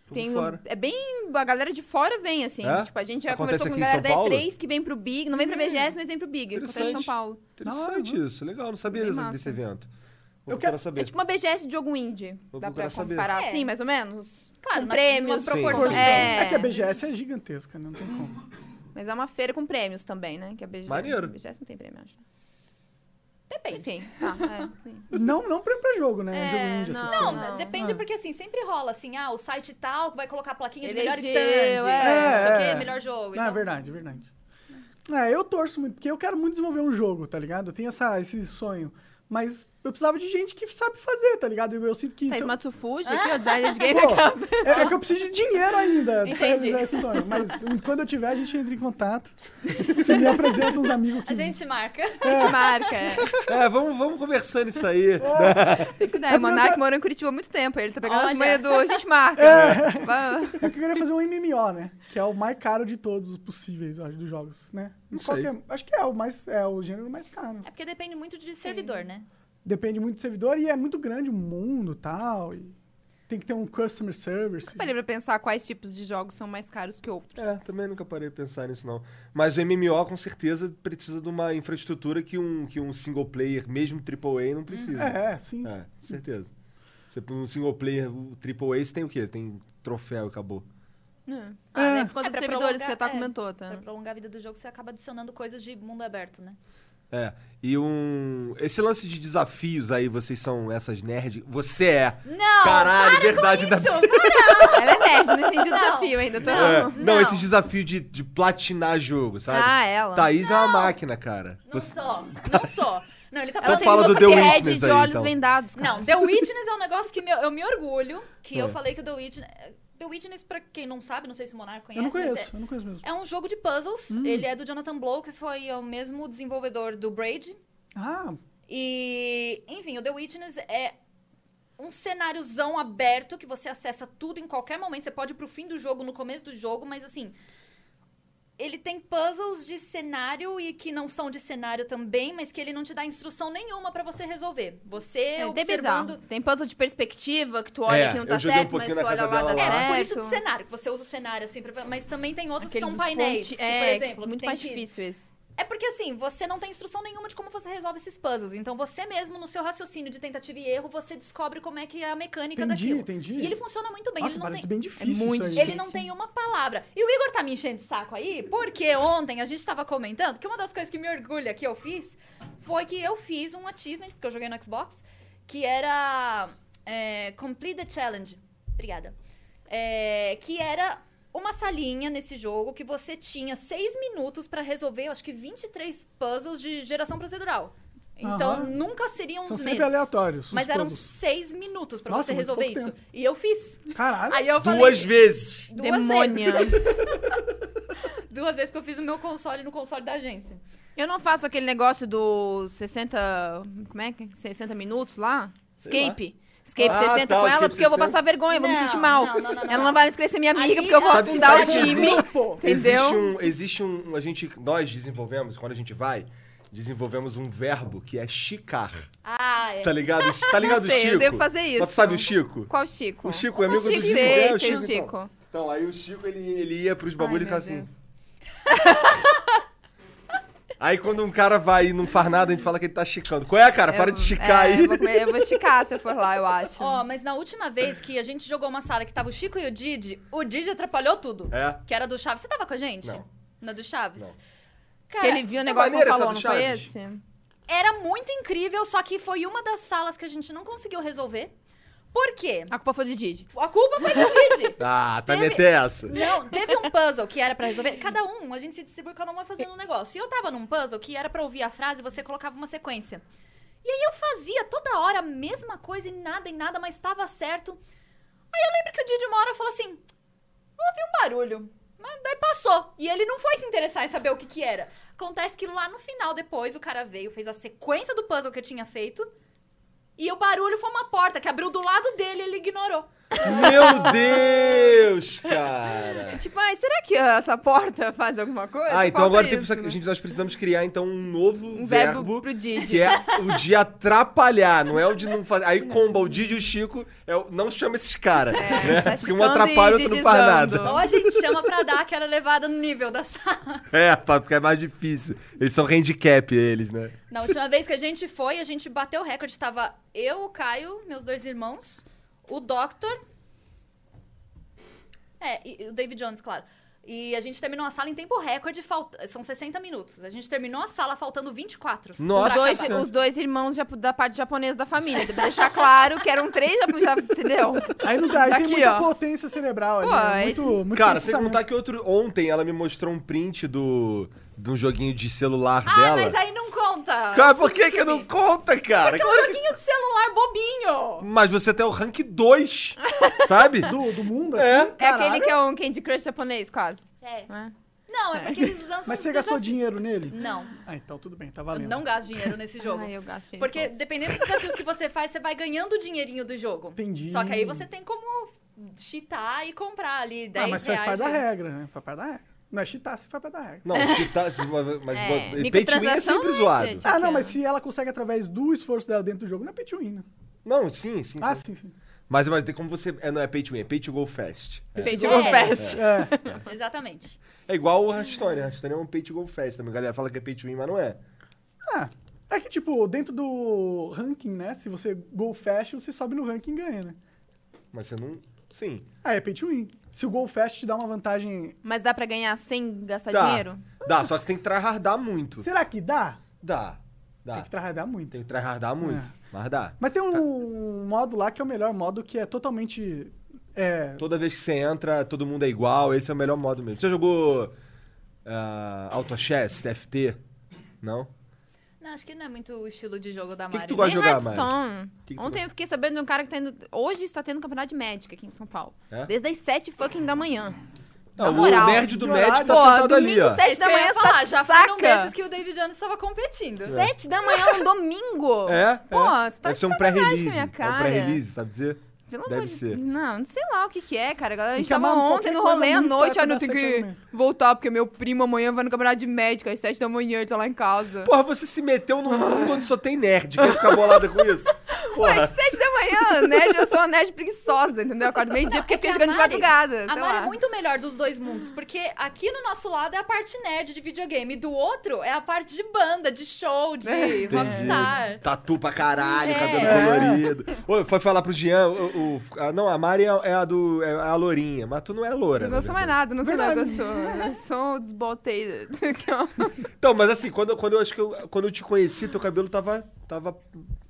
B: Tô
E: Tem,
B: fora.
E: é bem. A galera de fora vem, assim.
B: É?
E: Tipo, a gente já
B: Acontece
E: conversou com
B: aqui em
E: a galera da
B: São Paulo? Hum.
E: E3 que vem pro Big. Não vem pra BGS, mas vem pro Big. Acontece em São
B: Interessante.
E: Paulo.
B: Interessante isso, legal, não sabia
E: Ah, Bem
B: desse,
E: massa.
B: desse evento. Vou
A: Eu
B: procurar
A: quero-
B: saber.
E: É tipo uma BGS de jogo indie.
B: Vou
E: Dá pra
B: procurar saber.
E: comparar,
C: É.
E: assim, mais ou menos?
C: Claro,
E: com
C: na-
E: prêmios,
C: numa
B: Sim.
C: proporção.
E: É.
A: É que a BGS é gigantesca, né? não tem como.
E: Mas é uma feira com prêmios também, né? Que a BGS,
B: Maneiro.
E: A BGS não tem prêmio, acho.
C: Depende.
E: Enfim, tá. É, sim.
A: Não, não pra, pra jogo, né?
E: É,
A: jogo indie, essas
E: não.
C: Não,
A: coisas.
C: depende
A: Ah.
C: porque assim, sempre rola assim, ah, o site tal vai colocar a plaquinha de melhor
E: Elegeu,
C: stand, né,
E: é.
C: não sei o
A: É, é.
C: quê, melhor jogo.
A: Não, é
C: então-
A: verdade, é verdade. É, eu torço muito, porque eu quero muito desenvolver um jogo, tá ligado? Eu tenho essa, esse sonho. Mas eu precisava de gente que sabe fazer, tá ligado? Eu, eu sinto que.
E: Thaís
A: se eu-
E: Matsufuji,
C: Ah.
E: aqui, ó, designer de game.
A: Pô,
E: aquelas-
A: é, é que eu preciso de dinheiro ainda pra
C: Entendi.
A: realizar esse sonho. Mas um, quando eu tiver, a gente entra em contato. Se me apresenta uns amigos que.
C: A gente marca.
E: A gente marca. é.
B: É, vamos, vamos conversando isso aí.
C: É
E: Tem cuidado. O né, Monark morou em Curitiba há muito tempo. Ele tá pegando
C: Olha.
E: as manhas do. A gente marca. Vá-
A: É que eu queria fazer um MMO, né? Que é o mais caro de todos os possíveis, eu acho, dos jogos, né?
B: Não
A: Qual
B: sei.
A: que é? Acho que é o mais. É o gênero mais caro.
C: É porque depende muito de servidor, né?
A: Depende muito do servidor e é muito grande o mundo tal, e Tem que ter um customer service.
E: Parei pra pensar quais tipos de jogos são mais caros que outros.
B: É, também nunca parei de pensar nisso, não. Mas o MMO, com certeza, precisa de uma infraestrutura que um, que um single player, mesmo AAA, não precisa.
A: É, sim.
B: É, com certeza. Você põe um single player, o AAA, você tem o quê? Tem troféu, acabou.
E: Ah, né? Por
C: É
E: conta dos
C: pra
E: servidores que
C: prolongar-
E: eu tá
C: é,
E: comentou,
C: Pra
E: tá?
C: prolongar a vida do jogo, você acaba adicionando coisas de mundo aberto, né?
B: É, e um... Esse lance de desafios aí, vocês são essas nerds? Você é!
C: Não!
B: Caralho, verdade da...
C: Isso!
E: Ela é nerd, não entendi o
C: Não.
E: desafio ainda. tá Tô...
B: É,
C: Não,
B: Não,
C: não.
B: esse desafio de, de platinar jogo, sabe?
E: Ah, ela.
B: Thaís é uma máquina, cara.
C: Não sou, não sou. Não, ele tá
B: Ela
E: Ela
B: tem
C: falando...
E: tem
B: Então fala do The
E: Cuphead
B: Witness
E: de
B: aí,
E: olhos
B: então.
E: vendados. cara.
C: Não, The Witness é um negócio que me- eu me orgulho, que eu
B: É.
C: falei que o The Witness... The Witness, pra quem não sabe, não sei se o Monarco conhece,
A: Eu não
C: mas é-
A: conheço, Hum. eu não conheço mesmo.
C: É um jogo de puzzles. Ele é do Jonathan Blow, que foi o mesmo desenvolvedor do Braid.
A: Ah,
C: E, enfim, o The Witness é um cenáriozão aberto que você acessa tudo em qualquer momento. Você pode ir pro fim do jogo, no começo do jogo, mas assim. Ele tem puzzles de cenário e que não são de cenário também, mas que ele não te dá instrução nenhuma pra você resolver. Você
E: É, tem
C: observando.
E: bizarro. Tem puzzle de perspectiva que tu olha
B: É,
E: que não
B: eu
E: tá
B: joguei um
E: certo,
B: pouquinho na
E: mas tu olha
B: casa
E: lá, dá
B: dela
C: É,
B: lá.
E: certo.
C: por isso de cenário, que você usa o cenário assim, pra- mas também tem outros
E: Aquele
C: que são
E: dos
C: painéis.
E: ponte-
C: que,
E: é,
C: por exemplo, que
E: muito
C: tem
E: mais
C: que-
E: difícil esse.
C: É porque assim, você não tem instrução nenhuma de como você resolve esses puzzles. Então você mesmo, no seu raciocínio de tentativa e erro, você descobre como é que é a mecânica
A: Entendi,
C: daquilo.
A: entendi.
C: E ele funciona muito bem.
A: nossa,
C: ele não
A: parece
C: tem... É
A: bem difícil.
E: muito
A: isso aí.
C: Ele não tem uma palavra. E o Igor tá me enchendo o saco aí, porque ontem a gente tava comentando que uma das coisas que me orgulha que eu fiz foi que eu fiz um achievement, porque eu joguei no Xbox, que era é, Complete the Challenge. Obrigada. É, que era uma salinha nesse jogo que você tinha seis minutos pra resolver, eu acho que 23 puzzles de geração procedural. Então,
A: Aham.
C: nunca seriam
A: São
C: os
A: sempre
C: mesmos.
A: aleatórios. os
C: é Mas eram
A: puzzles.
C: seis minutos pra
A: Nossa,
C: você
A: muito
C: resolver
A: pouco
C: isso.
A: tempo.
C: E eu fiz.
A: Caralho.
C: Aí eu falei,
B: Duas vezes!
C: duas vezes.
E: Demônia.
C: Duas vezes, porque eu fiz o meu console no console da agência.
E: Eu não faço aquele negócio do 60. Como é que? é? 60 minutos lá? Escape. Escape
B: Ah,
E: 60
B: tá,
E: com
B: o
E: ela,
B: Escape
E: porque eu
B: 60.
E: vou passar vergonha, eu vou me
C: Não,
E: sentir mal.
C: não, não, não,
E: ela
C: não.
E: não, vai me escrever minha amiga,
C: Ali
E: porque eu vou
C: ela te
E: afundar o
C: faz
E: time.
B: Existe
E: Entendeu?
B: um, existe um. A gente. Nós desenvolvemos, quando a gente vai, desenvolvemos um verbo que é chicar.
C: Ah, é.
B: Tá ligado? Tá ligado,
E: sei, eu
B: Chico?
E: devo fazer isso.
B: Mas tu sabe o Chico?
E: Qual Chico?
B: O Chico é amigo do
E: Chico,
B: Chico,
E: sei,
B: né? O
E: sei o
B: Chico, então.
E: Chico.
B: Então, aí o Chico, ele, ele ia pros bagulho e ficava assim. Aí quando um cara vai e não faz nada, a gente fala que ele tá chicando. Qual é, cara? Para
E: Eu-
B: de chicar
E: é,
B: aí.
E: Eu vou, comer- eu vou esticar se eu for lá, eu acho.
C: Ó, mas na última vez que a gente jogou uma sala que tava o Chico e o Didi, o Didi atrapalhou tudo.
B: É.
C: Que era do Chaves. Você tava com a gente?
B: Não.
C: Na do Chaves?
B: Não.
C: Cara,
E: que ele viu o negócio e não
B: É maneira essa
E: falou,
B: do
E: não foi
B: Chaves.
E: esse?
C: era muito incrível, só que foi uma das salas que a gente não conseguiu resolver. Por quê?
E: A culpa foi do Didi.
C: A culpa foi do Didi.
B: Ah, tá
C: Teve-
B: metendo essa.
C: Não, teve um puzzle que era pra resolver. Cada um, a gente se distribui, cada um vai fazendo um negócio. E eu tava num puzzle que era pra ouvir a frase e você colocava uma sequência. E aí eu fazia toda hora a mesma coisa e nada em nada, mas tava certo. Aí eu lembro que o Didi uma hora falou assim: ouvi um barulho. Mas daí passou. E ele não foi se interessar em saber o que que era. Acontece que lá no final, depois, o cara veio, fez a sequência do puzzle que eu tinha feito. E o barulho foi uma porta que abriu do lado dele e ele ignorou.
B: Meu Deus, cara.
E: Tipo, ai, será que essa porta faz alguma coisa?
B: Ah, então
E: Falta
B: agora tem
E: isso,
B: precisa-
E: né?
B: gente, nós precisamos criar então um novo
E: Um verbo,
B: verbo
E: pro Didi.
B: que é o de atrapalhar, não é o de não fazer. Aí comba o Didi e o Chico, é o- não chama esses caras. né?
E: tá
B: Porque um
E: chicando
B: atrapalha,
E: e
B: outro não faz
E: didizando.
B: nada.
C: Ou Então a gente chama pra dar aquela levada no nível da sala.
B: É, pá, porque é mais difícil. Eles são handicap, eles, né?
C: Na última vez que a gente foi, a gente bateu o recorde. Tava eu, o Caio, meus dois irmãos, o Doctor. É, e, e o David Jones, claro. E a gente terminou a sala em tempo recorde, falta... são 60 minutos. A gente terminou a sala faltando 24.
E: Os
B: Nossa.
E: dois, os dois irmãos japo- da parte japonesa da família. Pra deixar claro que eram três japoneses, já- entendeu?
A: Aí não dá, aí
E: Tá
A: tem
E: aqui,
A: muita
E: ó.
A: potência cerebral ali.
E: Pô,
A: né?
E: aí-
A: Muito, muito
B: Cara, sem
A: processamento.
B: contar que outro. Ontem ela me mostrou um print do. de um joguinho de celular
C: Ah,
B: dela.
C: mas aí não conta.
B: Cara, por que, que
C: Subir.
B: não conta, cara?
C: Porque é um
B: Claro que-
C: joguinho de celular bobinho.
B: Mas você tem o rank 2, sabe?
A: Do, do mundo?
B: É.
A: assim?
E: É aquele
A: Caralho.
E: que é um Candy Crush japonês, quase.
C: É.
E: né?
C: Não, é porque eles lançam
A: Mas
C: os
A: você gastou
C: desafios.
A: dinheiro nele?
C: Não,
A: Ah, então tudo bem, tá
C: eu
A: valendo.
C: não gasto dinheiro nesse jogo.
E: Ai, eu gasto dinheiro
C: Porque
E: com isso.
C: dependendo dos desafios que você faz, você vai ganhando o dinheirinho do jogo.
A: Entendi.
C: Só que aí você tem como cheatar e comprar ali 10
A: Ah, mas faz
C: reais.
A: parte da
C: de-
A: regra, né? Faz parte da regra. Não é cheatar, se faz parte da regra.
B: Não, cheatar, mas, mas
E: É,
B: pay to win é
E: microtransação
B: sempre
E: não é,
B: zoado.
E: gente.
A: Ah, não, mas se ela consegue através do esforço dela dentro do jogo, não é pay to win, né?
B: Não, sim, sim.
A: Ah,
B: sim.
A: sim, sim.
B: Mas, mas tem como você. É, não é pay to win, é pay to go fast. É,
E: Pay to
C: É.
E: go fast.
A: É.
C: Exatamente.
B: É igual o Hearthstone. Hearthstone é um pay to go fast também. A galera fala que é pay to win, mas não é.
A: Ah, é que, tipo, dentro do ranking, né? Se você go fast, você sobe no ranking e ganha, né?
B: Mas você não. Sim.
A: Ah, é pay to win. Se o go fast te dá uma vantagem...
E: Mas dá pra ganhar sem gastar
B: Dá.
E: Tá dinheiro?
B: Dá, só que você tem que tryhardar muito.
A: Será que dá?
B: Dá. Dá.
A: Tem que trabalhar muito.
B: Tem que tryhardar muito.
E: É.
B: Mas dá.
A: Mas tem um modo lá que é o melhor modo, que é totalmente... É,
B: Toda vez que você entra, todo mundo é igual. Esse é o melhor modo mesmo. Você jogou. ah, Auto Chess, TFT? Não?
C: Não, acho que não é muito o estilo de jogo da
B: Que que
C: Mari.
B: tu
C: né?
B: gosta? Vai
E: Nem
B: jogar,
E: Hearthstone.
B: Que que tu
E: Ontem eu fiquei sabendo de um cara que tá indo... Hoje está tendo campeonato de Magic aqui em São Paulo.
B: É?
E: Desde as 7 fucking da manhã.
B: Não,
E: moral,
B: o nerd do
A: que
B: médico
A: horário?
B: tá
E: Pô,
B: sentado ali,
E: domingo,
B: ó.
C: É
E: 7
C: isso que
E: da
C: eu
E: manhã,
C: ia
E: você
C: falar,
E: tá
C: já foi um desses
E: saca?
C: que o David Jones estava
A: É.
C: competindo.
E: 7 da manhã, um domingo.
B: É?
E: Pô,
B: é.
E: você tá
B: Deve ser
E: de
B: um
E: sacanagem
B: pré-release.
E: com a minha
B: É um
E: cara.
B: pré-release, sabe dizer?
E: Pelo
B: Deve
E: amor de
B: ser.
E: Não, não sei lá o que que é, cara. A
A: Tem
E: gente
A: que
E: tava
A: amar um
E: ontem
A: qualquer
E: no
A: coisa
E: rolê à
A: muito
E: noite,
A: perto
E: aí não
A: das
E: tem
A: sete da
E: que
A: manhã.
E: voltar, porque meu primo amanhã vai no campeonato de médica às 7 da manhã, ele tá lá em casa.
B: Porra, você se meteu num mundo onde só tem nerd. Quer ficar bolada com isso?
E: Ué,
B: Porra.
E: 7 da manhã, nerd, eu sou uma nerd preguiçosa, entendeu? Eu acordo meio-dia porque
C: É que
E: fiquei
C: a
E: jogando de
C: Mari-
E: madrugada.
C: A
E: sei
C: Mari
E: lá.
C: é muito melhor dos dois mundos, porque aqui no nosso lado é a parte nerd de videogame, do outro é a parte de banda, de show, de rockstar.
B: Tatu pra caralho,
C: É.
B: cabelo colorido. Ô, foi falar pro Jean, o, o- a- não, a Mari é, é a do, é a lourinha, mas tu não é loura.
E: Eu
B: na
E: não sou mais
B: verdade.
E: nada, não sei nada que eu
A: Verdade.
E: sou. Eu sou um desboteira.
B: Então, mas assim, quando, quando eu acho que eu, quando eu te conheci, teu cabelo tava, tava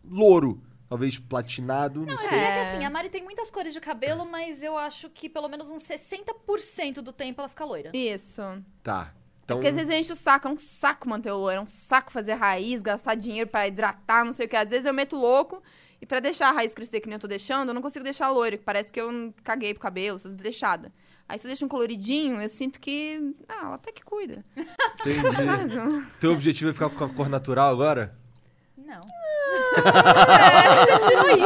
B: louro. Talvez platinado, não,
C: Não, eu
B: sei.
C: diria que assim, a Mari tem muitas cores de cabelo, mas eu acho que pelo menos uns 60% do tempo ela fica loira.
E: Isso.
B: Tá. Então,
E: Porque às vezes eu encho o saco, é um saco manter o loiro, é um saco fazer raiz, gastar dinheiro pra hidratar, não sei o que. Às vezes eu meto louco e pra deixar a raiz crescer que nem eu tô deixando, eu não consigo deixar loiro, que parece que eu não caguei pro cabelo, sou desleixada. Aí se eu deixo um coloridinho, eu sinto que. Ah, ela até que cuida.
B: entendi. Teu objetivo é ficar com a cor natural agora?
C: Não.
E: É,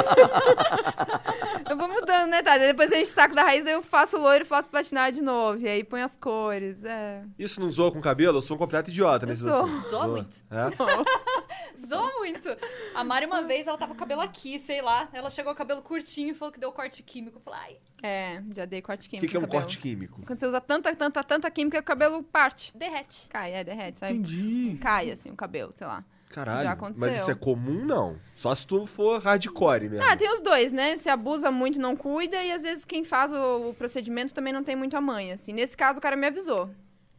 E: Eu vou mudando, né, Tati? Depois eu encho o saco da raiz, aí eu faço loiro, faço platinar de novo. E aí põe as cores. É.
B: Isso não zoa com cabelo? Eu sou um completo idiota nesses
E: sou.
B: assuntos.
C: Zoa muito.
B: É?
C: Zoa muito. A Mari, uma vez, ela tava com o cabelo aqui, sei lá. Ela chegou com o cabelo curtinho e falou que deu corte químico. Eu falei, ai,
E: É, já dei corte
B: O
E: químico.
B: que, que é um
E: no cabelo.
B: corte químico?
E: Quando você usa tanta, tanta, tanta química, o cabelo parte.
C: derrete.
E: Cai, é, derrete, sai.
A: entendi.
E: Cai, assim, o cabelo, sei lá.
B: Caralho.
E: Já aconteceu.
B: Mas isso é comum, não? Só se tu for hardcore mesmo.
E: Ah, tem os dois, né? Se abusa muito, não cuida, e às vezes quem faz o, o procedimento também não tem muito a manha, assim. Nesse caso, o cara me avisou.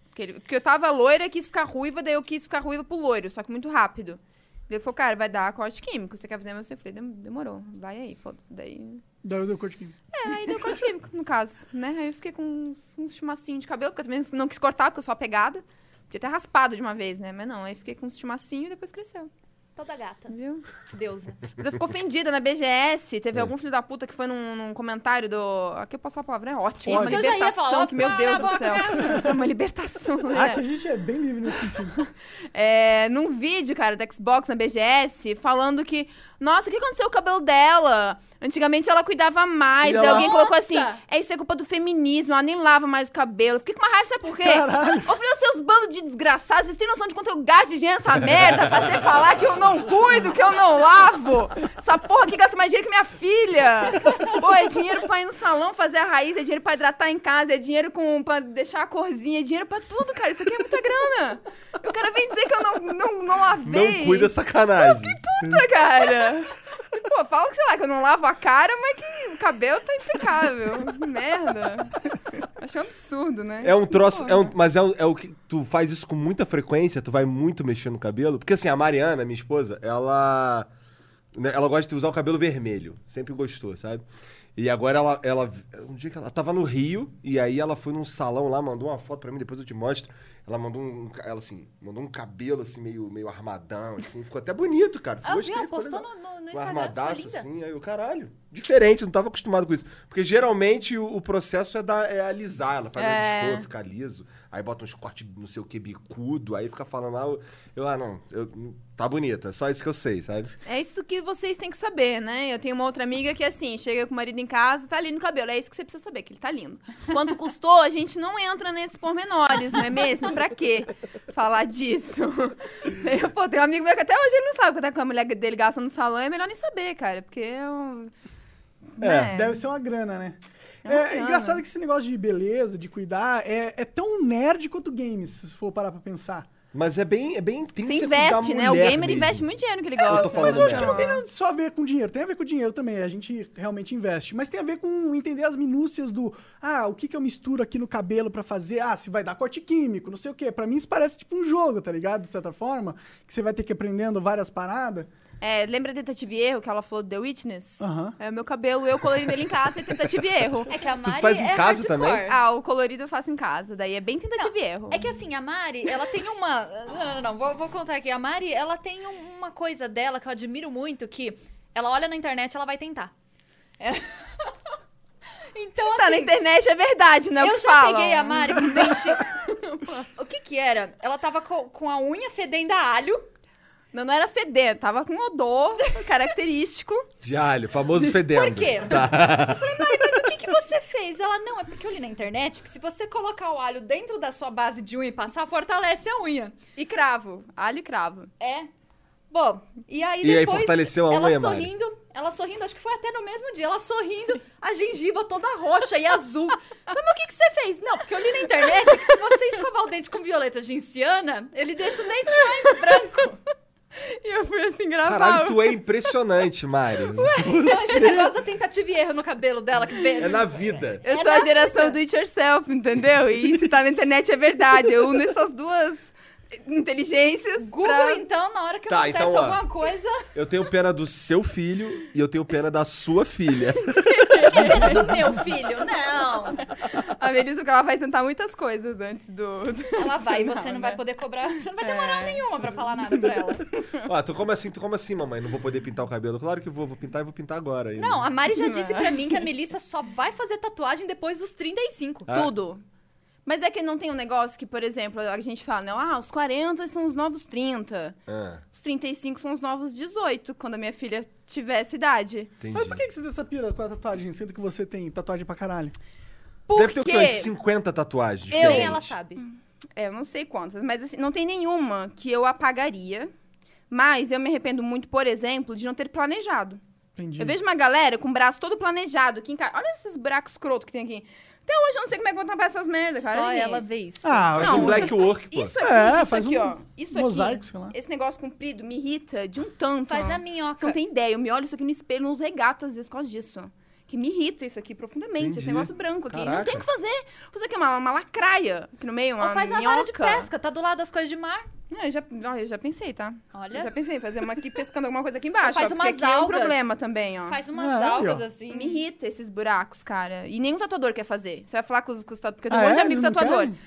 E: Porque, ele- porque eu tava loira, quis ficar ruiva, daí eu quis ficar ruiva pro loiro, só que muito rápido. Ele falou, cara, vai dar corte químico, você quer fazer? Mas eu falei, "Dem- demorou, vai aí, foda-se. Daí...
A: Daí eu dei o corte aqui.
E: É, aí deu corte químico, no caso, né? Aí eu fiquei com uns, uns chumacinhos de cabelo, porque eu também não quis cortar, porque eu sou apegada. Podia ter raspado de uma vez, né? Mas não, aí fiquei com uns chumacinhos e depois cresceu,
C: Toda gata.
E: viu?
C: Deusa.
E: Mas eu fico ofendida na BGS.
A: É.
E: Teve algum filho da puta que foi num, num comentário do. Aqui eu posso falar a palavra, é ótimo.
C: Isso
E: uma
C: que eu já ia
E: libertação,
C: falar,
E: que, meu
C: opa, na
E: Deus do céu. É uma libertação.
A: Ah, que a
E: Né?
A: gente é bem livre nesse sentido.
E: É, num vídeo, cara, da Xbox na BGS, falando que. Nossa, o que aconteceu com o cabelo dela? Antigamente ela cuidava mais.
B: E
E: Daí
B: ela-
E: alguém colocou assim:
C: Nossa!
E: é isso é culpa do feminismo, ela nem lava mais o cabelo. Fiquei com uma raiva, sabe por quê?
A: Caralho.
E: Ô, filho, seus bandos de desgraçados, vocês têm noção de quanto eu gasto de dinheiro nessa merda pra você falar que eu não cuido, que eu não lavo? Essa porra aqui gasta mais dinheiro que minha filha. Pô, é dinheiro pra ir no salão fazer a raiz, é dinheiro pra hidratar em casa, é dinheiro com, pra deixar a corzinha, é dinheiro pra tudo, cara. Isso aqui é muita grana. E o cara vem dizer que eu não, não, não
B: não
E: lavei.
B: cuida assim. sacanagem.
E: Puta, cara. E, Pô, fala que, sei lá, que eu não lavo a cara, mas que o cabelo tá impecável. Merda. Achei um absurdo, né?
B: É um troço,
E: Porra.
B: é um, mas é, um- é o que tu faz isso com muita frequência, tu vai muito mexer no cabelo, porque assim, a Mariana, minha esposa, ela né, ela gosta de usar o cabelo vermelho, sempre gostou, sabe? E agora ela, ela um dia que ela tava no Rio e aí ela foi num salão lá, mandou uma foto pra mim, depois eu te mostro. Ela mandou um. Ela assim, mandou um cabelo assim, meio, meio armadão, assim. Ficou até bonito, cara. Ficou
C: Ah,
B: gostei,
C: viu?
B: ficou
C: Postou
B: legal.
C: no, no, no
B: Um
C: Instagram. ficou
B: armadaço,
C: linda.
B: assim, aí eu, caralho. Diferente, eu não tava acostumado com isso. Porque geralmente o, o processo é, da, é alisar, ela faz
E: É.
B: uma escova, fica liso, aí bota uns cortes, não sei o que, bicudo, aí fica falando lá, eu, eu, ah, não, eu- tá bonito, é só isso que eu sei, sabe?
E: É isso que vocês têm que saber, né? Eu tenho uma outra amiga que, assim, chega com o marido em casa, tá lindo o cabelo. É isso que você precisa saber, que ele tá lindo. Quanto custou, a gente não entra nesses pormenores, não é mesmo? Pra quê falar disso? Eu, pô, tem um amigo meu que até hoje ele não sabe quanto é que a mulher dele gasta no salão. É melhor nem saber, cara, porque é um...
B: É,
E: né?
A: Deve ser uma grana, né?
E: É
A: É,
E: uma grana.
A: engraçado que esse negócio de beleza, de cuidar, é, é tão nerd quanto games, se for parar pra pensar.
B: Mas é bem, é bem
E: Você
B: intrínseco
E: investe,
B: da
E: né? O
B: mulher
E: gamer
B: mesmo. É,
E: investe muito dinheiro no que ele
B: eu
E: gosta.
B: tô falando,
E: né?
B: Mas eu acho que
A: Não tem nada É só a ver com dinheiro, tem a ver com dinheiro também, a gente realmente investe. Mas tem a ver com entender as minúcias do, ah, o que, que eu misturo aqui no cabelo pra fazer, ah, se vai dar corte químico, não sei o quê. Pra mim isso parece tipo um jogo, tá ligado? De certa forma, que você vai ter que ir aprendendo várias paradas.
E: É, lembra a tentativa e erro que ela falou do The Witness?
A: Aham.
E: É, meu cabelo, eu colorindo ele em casa, é tentativa e erro.
C: É que a Mari
B: faz em
C: é
B: casa
C: hardcore.
B: também?
E: Ah, o colorido eu faço em casa, daí é bem tentativa e erro.
C: É que assim, a Mari, ela tem uma. Não, não, não, não. Vou, vou contar aqui. A Mari, ela tem um- uma coisa dela que eu admiro muito, que ela olha na internet e ela vai tentar. É. Então,
E: Se tá na
C: assim,
E: internet, é verdade, né? o
C: eu
E: que
C: já
E: falam.
C: peguei a Mari com dente. o que que era? Ela tava co- com a unha fedendo a alho.
E: Não, não era feder, tava com odor característico.
B: De alho, famoso fedendo.
C: Por quê?
B: Tá.
C: Eu falei, Mari, mas o que, que você fez? Ela, não, é porque eu li na internet que se você colocar o alho dentro da sua base de unha e passar, fortalece a unha.
E: E cravo, alho e cravo.
C: É. Bom, e aí
B: E aí,
C: depois.
B: fortaleceu a
C: ela
B: unha, Mari?
C: sorrindo, ela sorrindo, acho que foi até no mesmo dia, ela sorrindo, a gengiva toda roxa e azul. Mas, mas o que, que você fez? Não, porque eu li na internet que se você escovar o dente com violeta ginciana, ele deixa o dente mais branco.
E: E eu fui assim gravar.
B: Caralho, tu é impressionante, Mari.
C: Esse negócio da é tentativa e erro no cabelo dela que vê.
B: É na vida.
E: Eu
C: É
E: sou a
C: da
E: geração do it yourself, entendeu? E se tá na internet é verdade. Eu uno essas duas inteligências.
C: Google,
E: pra-
C: então, na hora que
B: Tá,
C: acontece
B: então, ó.
C: alguma coisa,
B: Eu tenho pena do seu filho e eu tenho pena da sua filha.
C: que é pena do meu filho. Não.
E: A Melissa, que ela vai tentar muitas coisas antes do.
C: Ela vai e
E: Não,
C: você não
E: né? É.
C: vai poder cobrar. Você não vai ter moral nenhuma pra falar nada pra ela.
B: Ó, tu como assim, tu como assim, mamãe? Não vou poder pintar o cabelo. Claro que vou, vou pintar e vou pintar agora. ainda.
C: Não, é. a Mari já disse pra mim que a Melissa só vai fazer tatuagem depois dos 35.
B: Ah.
E: Tudo. Mas é que não tem um negócio que, por exemplo, a gente fala, né? Ah, os 40 são os novos 30.
B: Ah,
E: Os 35 são os novos 18, quando a minha filha tiver essa idade.
B: entendi.
A: Mas por que, que você tem essa pira com a tatuagem, sendo que você tem tatuagem pra caralho?
E: Por
B: Deve ter o quê? Umas
E: quê?
B: 50 tatuagens.
E: Eu-
C: Nem
B: diferentes.
C: ela sabe.
E: É, eu não sei quantas, mas assim, não tem nenhuma que eu apagaria. Mas eu me arrependo muito, por exemplo, de não ter planejado.
A: Entendi.
E: Eu vejo uma galera com o braço todo planejado aqui em casa. Olha esses buracos escroto que tem aqui. Até hoje eu não sei como é que vou tampar essas merdas, cara.
C: Só
E: Olha ali.
C: ela vê isso.
A: Ah,
B: Faz
A: não,
B: um black work, pô.
E: Isso aqui,
A: É,
E: isso
A: faz
E: aqui,
A: um
E: ó. Isso
A: mosaico,
E: aqui.
A: sei lá.
E: Esse negócio comprido me irrita de um tanto.
C: Faz a
E: Você
C: minhoca.
E: não tem ideia. Eu me olho isso aqui no espelho, não uso regata às vezes por causa disso. Que me irrita isso aqui profundamente. Esse
B: Entendi.
E: negócio branco aqui. Não
B: Caraca.
E: tem o que fazer. Vou fazer aqui uma, uma lacraia aqui no meio, uma
C: Ou faz a
E: minhoca.
C: vara de pesca, tá do lado das coisas de mar.
E: Não, eu já, ó, eu já pensei, tá?
C: Olha.
E: Eu já pensei em fazer uma aqui pescando alguma coisa aqui embaixo.
C: Faz
E: ó, porque
C: umas
E: aqui é um
C: algas.
E: problema também, ó.
C: Faz umas
A: Ah,
C: algas
A: olha.
C: assim.
E: Me irrita esses buracos, cara. E nenhum tatuador quer fazer. Você vai falar com os, com os tatuadores. Porque eu tenho
A: Ah,
E: um monte de
A: é?
E: amigo
A: Eles não
E: tatuador.
A: querem?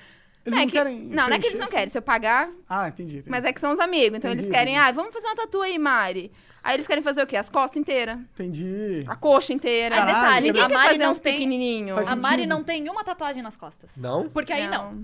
A: Eles
E: é
A: não
E: que-
A: querem
E: não, não é que
A: preencher
E: eles não
A: isso?
E: querem. Se eu pagar,
A: Ah, entendi. entendi.
E: mas é que são os amigos. Então eles
A: Entendi,
E: querem,
A: entendi.
E: ah, vamos fazer uma tatu aí, Mari. Aí eles querem fazer o quê? As costas inteiras.
A: Entendi.
E: A coxa inteira.
C: Aí, detalhe,
E: Ninguém
C: a
E: quer
C: Mari
E: fazer
C: não
E: uns
C: tem-
E: pequenininhos.
A: Faz
C: A Mari
A: sentido.
C: não tem uma tatuagem nas costas.
B: Não?
C: Porque aí não.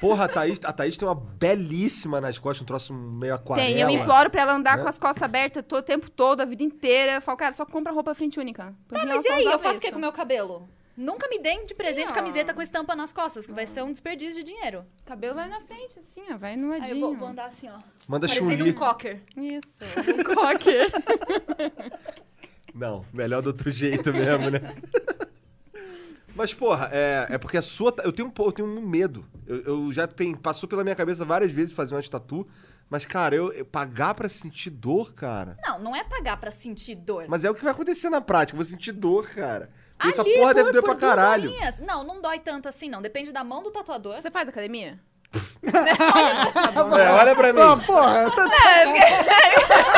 B: Porra, a Thaís, a Thaís tem uma belíssima nas costas, um troço meio aquarela.
E: Tem, eu imploro pra ela andar
B: né?
E: com as costas abertas todo, o tempo todo, a vida inteira. Eu falo, cara, só compra roupa frente única. Porque
C: Tá,
E: ela
C: mas e
E: só
C: aí? Eu
E: usava
C: faço o que
E: isso.
C: com o meu cabelo? Nunca me deem de presente
E: Não.
C: camiseta com estampa nas costas, que vai ser um desperdício de dinheiro.
E: cabelo vai na frente, assim, ó. Vai no
C: Aí
E: ladinho.
C: eu vou, vou andar assim, ó.
B: Manda
C: Parecendo
B: chun-li.
C: um cocker.
E: Isso. Um coque.
B: Não, melhor do outro jeito mesmo, né? Mas, porra, é, é porque a sua. ta- Eu tenho, um po- eu tenho um medo. Eu, eu já tem, passou pela minha cabeça várias vezes fazer uma tatu. Mas, cara, eu, eu pagar pra sentir dor, cara.
C: Não, não é pagar pra sentir dor.
B: Mas é o que vai acontecer na prática. Eu vou sentir dor, cara. E
C: Ali,
B: essa porra
C: por,
B: deve doer pra
C: por duas
B: caralho.
C: horinhas. Não, não dói tanto assim, não. Depende da mão do tatuador.
E: Você faz academia?
B: É, olha pra mim.
A: Ah, porra, tá-
E: é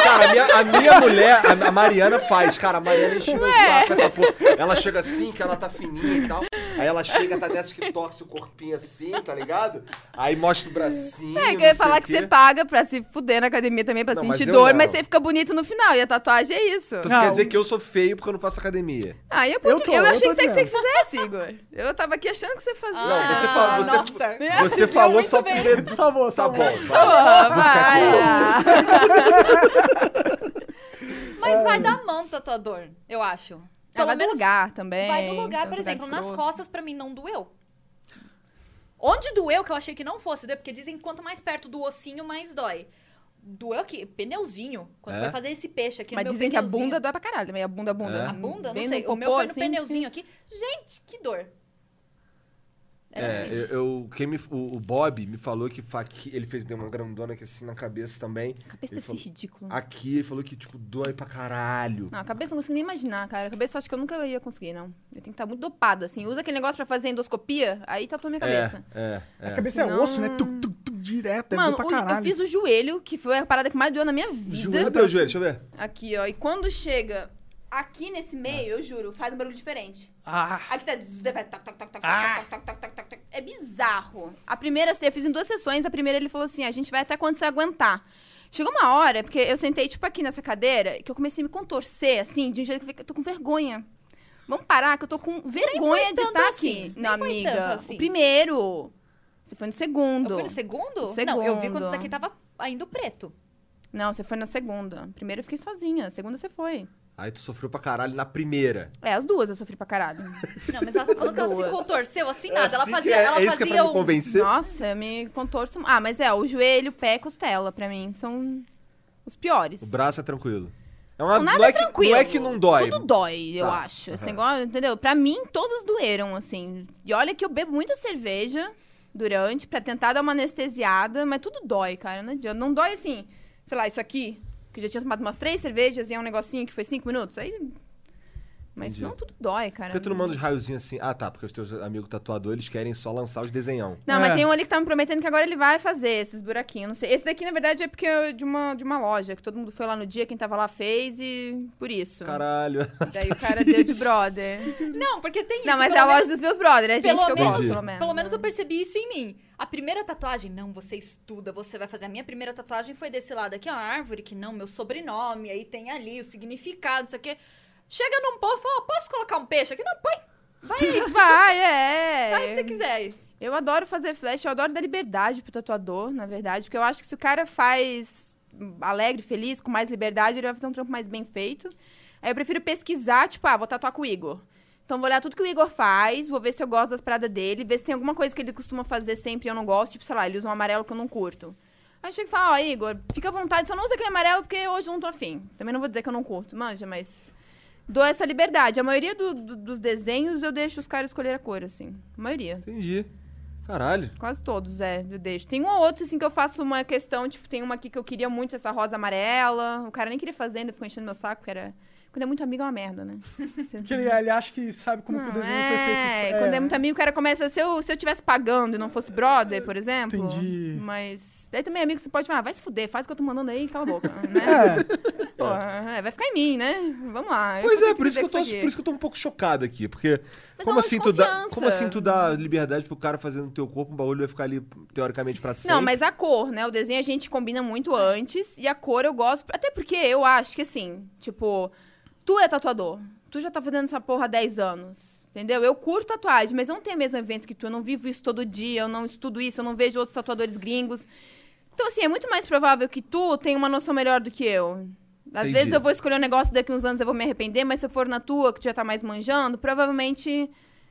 B: Cara, a minha, a minha mulher, a, a Mariana faz. Cara, a Mariana enche meu
E: É.
B: saco essa porra. Ela chega assim, que ela tá fininha e tal. Aí ela chega, tá dessas que torce o corpinho assim, tá ligado? Aí mostra o bracinho.
E: É, que
B: não
E: eu ia
B: sei
E: falar
B: o
E: que
B: quê.
E: você paga pra se fuder na academia também, pra
B: Não, mas
E: sentir
B: eu
E: dor,
B: não.
E: mas você fica bonito no final. E a tatuagem é isso.
B: Então
A: Não.
B: você quer dizer que eu sou feio porque eu não faço academia.
E: Ah, eu, podia,
A: Eu
E: eu,
A: tô, eu
E: achei
A: tô
E: que até que você
A: dizendo.
E: fizesse, Igor. Eu tava aqui achando que você fazia.
B: Não, você,
C: Ah,
B: fa você,
C: nossa.
B: você
C: Viu
B: falou
C: muito
B: só
C: bem.
B: primeiro.
A: salvou,
B: Tá
A: salvou.
B: bom,
E: Pô,
B: vai.
E: vai.
C: Mas
B: É.
C: vai da mão do tatuador, eu acho.
E: Ah,
C: Pelo
E: vai do
C: menos
E: lugar é, também.
C: Vai do lugar, por
E: Tem
C: exemplo, nas
E: escroto.
C: costas pra mim não doeu. Onde doeu que eu achei que não fosse doer, porque dizem que quanto mais perto do ossinho, mais dói. Doeu aqui, pneuzinho. Quando
B: É?
C: vai fazer esse peixe aqui no
E: Mas
C: meu
E: dizem que a
C: pneuzinho.
E: bunda dói pra caralho também. A bunda, a bunda.
B: É?
C: A bunda? Não
E: Bem
C: sei.
E: no
C: o meu
E: popô,
C: foi no
E: assim,
C: pneuzinho aqui. Gente, que dor. Era
B: É,
C: triste.
B: eu, eu- quem me, o, o Bob me falou que fa- que ele fez deu uma grandona aqui assim na cabeça também.
E: A cabeça
B: Ele
E: deve ser
B: falou-
E: ridícula.
B: Aqui ele falou que, tipo, dói pra caralho.
E: Não, a cabeça eu não consigo nem imaginar, cara. A cabeça eu acho que eu nunca ia conseguir, não. Eu tenho que estar muito dopada, assim. Usa aquele negócio pra fazer endoscopia, aí tatua minha cabeça.
B: É, é,
A: A
B: é.
A: cabeça é
E: Senão-
A: osso, né? Tuc, tuc, tuc, direto, é
E: Mano,
A: dor pra
E: o- eu
A: caralho. é
E: fiz um o joelho, que foi a parada que mais doeu na minha vida.
B: Joelho, cadê o joelho? Deixa eu ver.
E: Aqui, ó. E quando chega aqui nesse
C: Ah.
E: meio, eu juro, faz um barulho diferente.
A: Ah,
E: Aqui tá. zzz, vai toc, toc, toc, toc,
C: Ah.
E: toc, toc, toc, toc, toc, toc. É bizarro. A primeira, assim, eu fiz em duas sessões. A primeira ele falou assim: a gente vai até quando você aguentar. Chegou uma hora, porque eu sentei, tipo, aqui nessa cadeira, que eu comecei a me contorcer, assim, de um jeito que eu fiquei- eu tô com vergonha. Vamos parar, que eu tô com vergonha de
C: tanto
E: estar
C: assim,
E: aqui.
C: nem
E: Não,
C: foi
E: amiga.
C: tanto assim.
E: O primeiro. Você foi no segundo.
C: Eu fui no segundo?
E: No
C: Não, eu vi
E: segundo.
C: quando isso daqui tava ainda preto.
E: Não, você foi na segunda. Primeiro eu fiquei sozinha. Segunda você foi.
B: Aí tu sofreu pra caralho na primeira.
E: É, as duas eu sofri pra caralho.
C: Não, mas ela tá falando que ela se
E: Duas.
C: contorceu assim, nada. ela
B: assim que
C: fazia,
B: é,
C: ela
B: é isso que é
C: fazia
B: pra me
C: um...
B: convencer.
E: Nossa, eu me contorço. Ah, mas é, o joelho, pé, costela, pra mim, são os piores.
B: O braço é tranquilo. É uma,
E: Não, nada
B: não é
E: é tranquilo.
B: Que, não é que não dói.
E: Tudo dói, eu
B: Tá,
E: acho. Esse
B: aham.
E: negócio, entendeu? Pra mim, todas doeram, assim. E olha que eu bebo muita cerveja durante, pra tentar dar uma anestesiada, mas tudo dói, cara. Não adianta. Não dói assim, sei lá, isso aqui, que eu já tinha tomado umas três cervejas e é um negocinho que foi cinco minutos. Aí. Mas
B: Entendi.
E: não, tudo dói, cara.
B: Por que tu não manda os raiozinhos assim? Ah, tá, porque os teus amigos tatuadores eles querem só lançar os desenhão.
E: Não,
A: É.
E: mas tem um ali que tá me prometendo que agora ele vai fazer esses buraquinhos. Não sei. Esse daqui, na verdade, é porque é de uma, de uma loja, que todo mundo foi lá no dia, quem tava lá fez e por isso.
B: Caralho.
E: Daí o cara deu de brother.
C: Não, porque tem isso.
E: Não, mas é
C: pelo
E: a
C: menos-
E: loja dos meus brothers, é gente
C: Pelo
E: que eu
C: menos-
E: gosto, pelo
B: Entendi.
E: menos.
C: Pelo menos eu percebi isso em mim. A primeira tatuagem, não, você estuda, você vai fazer. A minha primeira tatuagem foi desse lado aqui, ó, a árvore, que não, meu sobrenome, aí tem ali o significado, isso aqui. Chega num posto e fala, ó, posso colocar um peixe aqui? Não, põe. Vai aí,
E: Vai, é.
C: vai se você quiser aí.
E: Eu adoro fazer flash, eu adoro dar liberdade pro tatuador, na verdade, porque eu acho que se o cara faz alegre, feliz, com mais liberdade, ele vai fazer um trampo mais bem feito. Aí eu prefiro pesquisar, tipo, ah, vou tatuar com o Igor. Então vou olhar tudo que o Igor faz, vou ver se eu gosto das paradas dele, ver se tem alguma coisa que ele costuma fazer sempre e eu não gosto, tipo, sei lá, ele usa um amarelo que eu não curto. Aí chega e fala, ó, Igor, fica à vontade, só não usa aquele amarelo porque hoje eu não tô afim. Também não vou dizer que eu não curto, manja, mas dou essa liberdade. A maioria do- do- dos desenhos eu deixo os caras escolher a cor, assim. A maioria.
B: Entendi. Caralho.
E: Quase todos, é, eu deixo. Tem um ou outro, assim, que eu faço uma questão, tipo, tem uma aqui que eu queria muito, essa rosa amarela. O cara nem queria fazer, ainda ficou enchendo meu saco, porque era. Quando é muito amigo é uma merda, né? Você-
A: Porque ele, ele acha que sabe como que o
E: Não,
A: desenho
E: é,
A: é perfeito.
E: Quando é muito amigo, o cara começa. Se eu, se eu tivesse pagando e não fosse brother, por exemplo.
A: Entendi.
E: Mas. Daí também, amigo, você pode falar, ah, vai se fuder, faz o que eu tô mandando aí, cala a boca. né?
A: É,
E: Porra, é, vai ficar em mim, né? Vamos lá. eu
B: Pois
E: vou
B: é,
E: ter
B: por isso, que eu
E: viver
B: tô, por
E: com
B: isso
E: aqui.
B: que eu tô um pouco chocado aqui, porque
E: Mas é
B: como
E: uma
B: assim, tu dá,
E: desconfiança.
B: como assim tu dá liberdade pro cara fazer no teu corpo, um bagulho vai ficar ali teoricamente pra sempre?
E: Não, mas a cor, né? O desenho a gente combina muito antes. E a cor eu gosto. Até porque eu acho que assim, tipo, tu é tatuador. Tu já tá fazendo essa porra há 10 anos. Entendeu? Eu curto tatuagem, mas eu não tenho a mesma vivência que tu. Eu não vivo isso todo dia, eu não estudo isso, eu não vejo outros tatuadores gringos. Então, assim, é muito mais provável que tu tenha uma noção melhor do que eu. Às
B: Entendi.
E: vezes eu vou escolher um negócio daqui uns anos eu vou me arrepender, mas se eu for na tua, que tu já tá mais manjando, provavelmente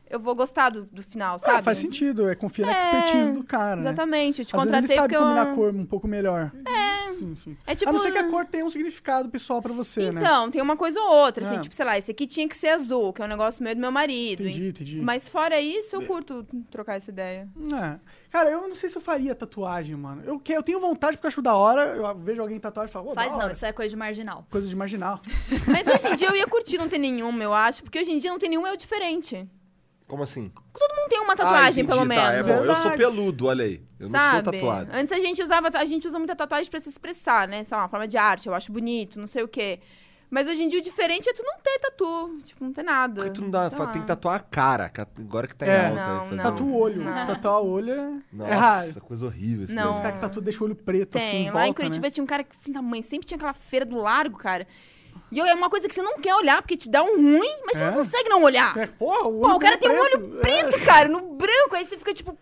E: eu vou gostar do, do final, sabe?
A: é, faz sentido, é confia na
E: É,
A: expertise do cara, né?
E: Exatamente, eu te
A: Às vezes
E: contratei
A: ele sabe
E: porque é eu.
A: combinar a cor um pouco melhor. É. Sim, sim.
E: É tipo.
A: A não ser que a cor tenha um significado pessoal pra você, né?
E: Então, tem uma coisa ou outra,
B: É.
E: assim,
A: Ah.
E: tipo, sei lá, esse aqui tinha que ser azul, que é um negócio meu e do meu marido.
A: Entendi, entendi.
E: Mas fora isso,
B: É.
E: eu curto trocar essa ideia.
A: É. Cara, eu não sei se eu faria tatuagem, mano. Eu, que, eu tenho vontade porque eu acho da hora. Eu vejo alguém tatuagem e falo, "Ô,
C: Faz
A: da hora."
C: não, isso é coisa de marginal.
A: Coisa de marginal.
E: Mas hoje em dia eu ia curtir não ter nenhuma, eu acho, porque hoje em dia não tem nenhuma eu diferente.
B: Como assim?
E: Todo mundo tem uma tatuagem,
B: Ah, entendi,
E: pelo menos.
B: tá, é bom. Eu sou
A: Verdade.
B: peludo, olha aí. Eu
E: sabe? Ah,
B: não sou tatuado.
E: Antes a gente usava, a gente usa muita tatuagem pra se expressar, né? Sei lá, uma forma de arte, eu acho bonito, não sei o quê. Mas hoje em dia o diferente é tu não ter tatu, tipo, não ter nada.
B: Por que tu não dá,
E: Sei
B: fa-
E: lá.
B: tem que tatuar a cara, ca- agora que tá em
A: É.
B: alta.
E: Não,
B: fazer
E: não.
A: Tatu o olho.
E: Não.
A: Tatuar o olho é. é raro.
B: Nossa, coisa horrível esse
E: Não.
B: desenho.
A: Cara que tatu deixa o olho preto assim.
E: Tem,
A: em
E: lá em
A: volta, né?
E: Curitiba tinha um cara que, filho da mãe, sempre tinha aquela feira do largo, cara. E eu- é uma coisa que você não quer olhar, porque te dá um ruim, mas você
A: É?
E: não consegue não olhar.
A: É, porra, o,
E: Pô,
A: olho
E: o cara tem um
A: preto. É.
E: olho preto, cara, no branco. Aí você fica tipo,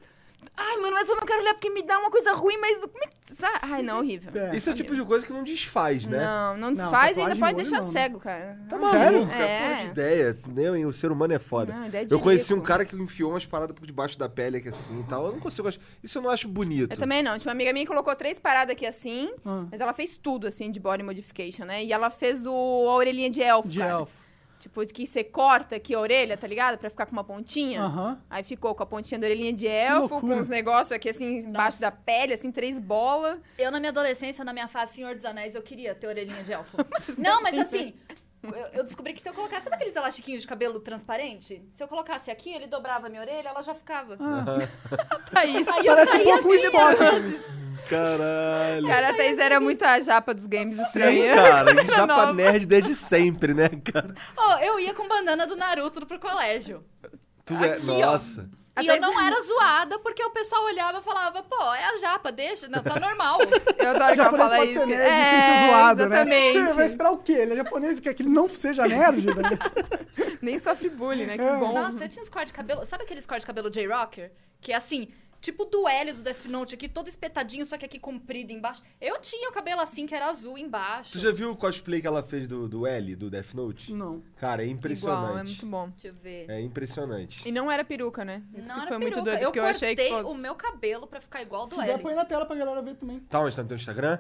E: ai, mano, mas eu não quero olhar porque me dá uma coisa ruim, mas. como é que- sabe? Ai, não, horrível.
A: É.
B: Isso é o tipo de coisa que não desfaz, né?
E: Não, não desfaz e ainda
A: tatuagem
E: pode
A: no olho
E: deixar
A: não, né?
E: cego, cara.
B: Tá
A: Sério?
B: maluco, cara.
E: É.
B: Porra de ideia. Não, hein? O ser humano é foda.
E: Não, ideia de
B: eu conheci um
E: rico.
B: cara que enfiou umas paradas por debaixo da pele aqui assim e tal. Eu não consigo achar. Isso eu não acho bonito.
E: Eu também não. Tinha uma amiga minha que colocou três paradas aqui assim,
A: Ah.
E: mas ela fez tudo assim de body modification, né? E ela fez o, a orelhinha de elfo.
A: De
E: cara.
A: elfo.
E: Tipo, de que você corta aqui a orelha, tá ligado? Pra ficar com uma pontinha.
A: Aham.
E: Aí ficou com a pontinha da orelhinha de elfo, com
A: loucura.
E: os negócios aqui assim embaixo da pele, assim, três bolas.
C: Eu, na minha adolescência, na minha fase Senhor dos Anéis, eu queria ter orelhinha de elfo. não, mas assim, eu, eu descobri que se eu colocasse... Sabe aqueles elastiquinhos de cabelo transparente? Se eu colocasse aqui, ele dobrava a minha orelha, ela já ficava.
E: Tá isso.
C: Aí eu
A: Ah. Parece um
C: saía
A: pouco um
C: assim,
A: esporte.
C: às vezes.
B: Caralho.
E: Cara, a Thaís era muito a japa dos games
B: Sim,
E: estranha.
B: cara.
E: Era
B: Japa
E: é nova.
B: nerd desde sempre, né, cara?
C: Ó, eu ia com bandana do Naruto pro colégio.
B: Tu é.
C: Aqui, ó.
B: Nossa.
E: A
C: E eu
E: Thaís-
C: não era zoada, porque o pessoal olhava e falava, pô, é a japa, deixa, não, tá normal.
E: Eu adoro que ela
A: Japonês
E: fala
A: pode
E: isso.
A: ser
E: cara.
A: nerd sem ser zoado,
E: exatamente.
A: né? Você vai esperar o quê? Ele é japonês e quer que ele não seja nerd? tá ligado?
E: Nem sofre bullying, né? Que
A: É.
E: bom.
C: Nossa, eu tinha uns cortes de cabelo... Sabe aqueles cortes de cabelo J-Rocker? Que é assim... Tipo do L do Death Note aqui, todo espetadinho, só que aqui comprido embaixo. Eu tinha o cabelo assim, que era azul embaixo.
B: Tu já viu o cosplay que ela fez do, do L, do Death Note?
A: não.
B: Cara, é
E: Hum. Igual, é
B: impressionante.
E: muito bom.
C: Deixa eu ver.
B: é impressionante.
E: E não era peruca, né? Isso
C: não
E: que
C: era
E: foi
C: peruca.
E: muito doido,
C: eu
E: porque eu achei que
C: cortei
E: fosse...
C: o meu cabelo pra ficar igual do
A: Se
E: é,
A: der,
C: L.
A: põe na tela pra galera ver também.
B: Tá onde? Tá no teu Instagram?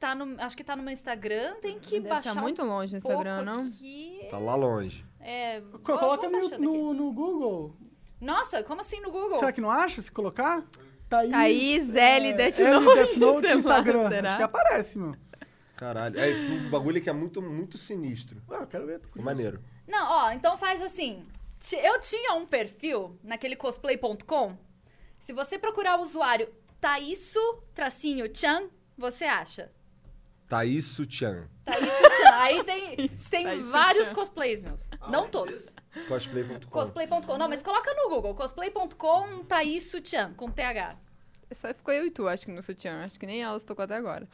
C: Tá no, acho que tá no meu Instagram, tem que
E: Deve
C: baixar
E: tá muito
C: um
E: longe no
C: pouco
E: Instagram, não?
C: aqui.
B: Tá lá longe.
C: É, vou-
A: Co- Coloca
C: vou
A: no,
C: baixando aqui.
A: no, no Google.
C: Nossa, como assim no Google?
A: Será que não acha se colocar? Tá Thaís,
E: Tá Thaís L,
C: É
E: Death
A: é. L
E: Note,
A: Death Note
E: sei lá,
A: Instagram.
E: será?
A: Acho que é aparece, meu.
B: Caralho. É, um bagulho que é muito, muito sinistro.
A: Ah, eu quero ver. tô
B: Ficou
A: curioso.
B: Maneiro.
C: Não, ó, então faz assim. Ti- Eu tinha um perfil naquele cosplay.com. Se você procurar o usuário Thaisso, tracinho, Chan, você acha.
B: Thaís Sutian.
C: Thaisso Chan. Aí tem, tem
E: Thaisso
C: vários
E: tá Chan.
C: cosplays meus. Não todos.
B: Cosplay.com.
C: Cosplay.com. Não, mas coloca no Google. Cosplay.com Thaisso tá Chan, com TH.
E: Só ficou eu e tu, acho que no sutiã. Acho que nem ela tocou até agora.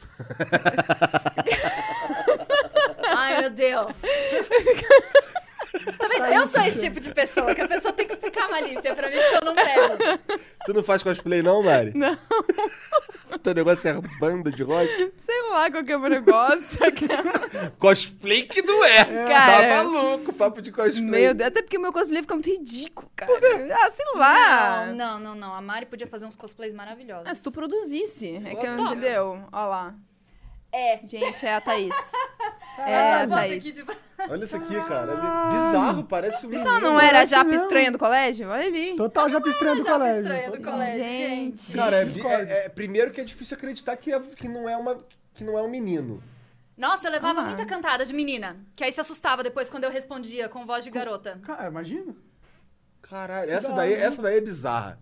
C: Ai, meu Deus. Tá vendo? Eu sou esse tipo de pessoa, que a pessoa tem que explicar a malícia pra mim, que eu não pego.
B: Tu não faz cosplay não, Mari?
E: Não.
B: Teu negócio é banda de rock?
E: Sei lá qual que é o meu negócio. cara.
B: Cosplay que não é. Tá
E: Cara.
B: maluco, papo de cosplay.
E: meu Deus, até porque o meu cosplay fica muito ridículo, cara. Ah, sei lá.
C: Não, não, não, não. A Mari podia fazer uns cosplays maravilhosos.
E: Ah, se tu produzisse. É que eu
C: Botox.
E: entendeu? Ó lá.
C: É.
E: Gente, é a Thaís.
C: Tá, Essa
E: é a
C: foto
E: Thaís.
C: aqui de-
B: Olha isso aqui, cara. Ele- Bizarro, parece um
E: Isso ela
B: menino.
E: não era a
A: Parece
E: japa
A: mesmo.
E: estranha do colégio? Olha ali.
A: Total já estranha do
C: Japa
A: colégio.
C: estranha do colégio, gente.
E: Gente.
B: Cara, é, é- é- primeiro que é difícil acreditar que, é- que não é uma... Que não é um menino.
C: Nossa, eu levava
E: Ah.
C: muita cantada de menina, que aí se assustava depois quando eu respondia com voz de garota.
A: Cara, é, imagina.
B: Caralho, essa daí, essa daí é bizarra.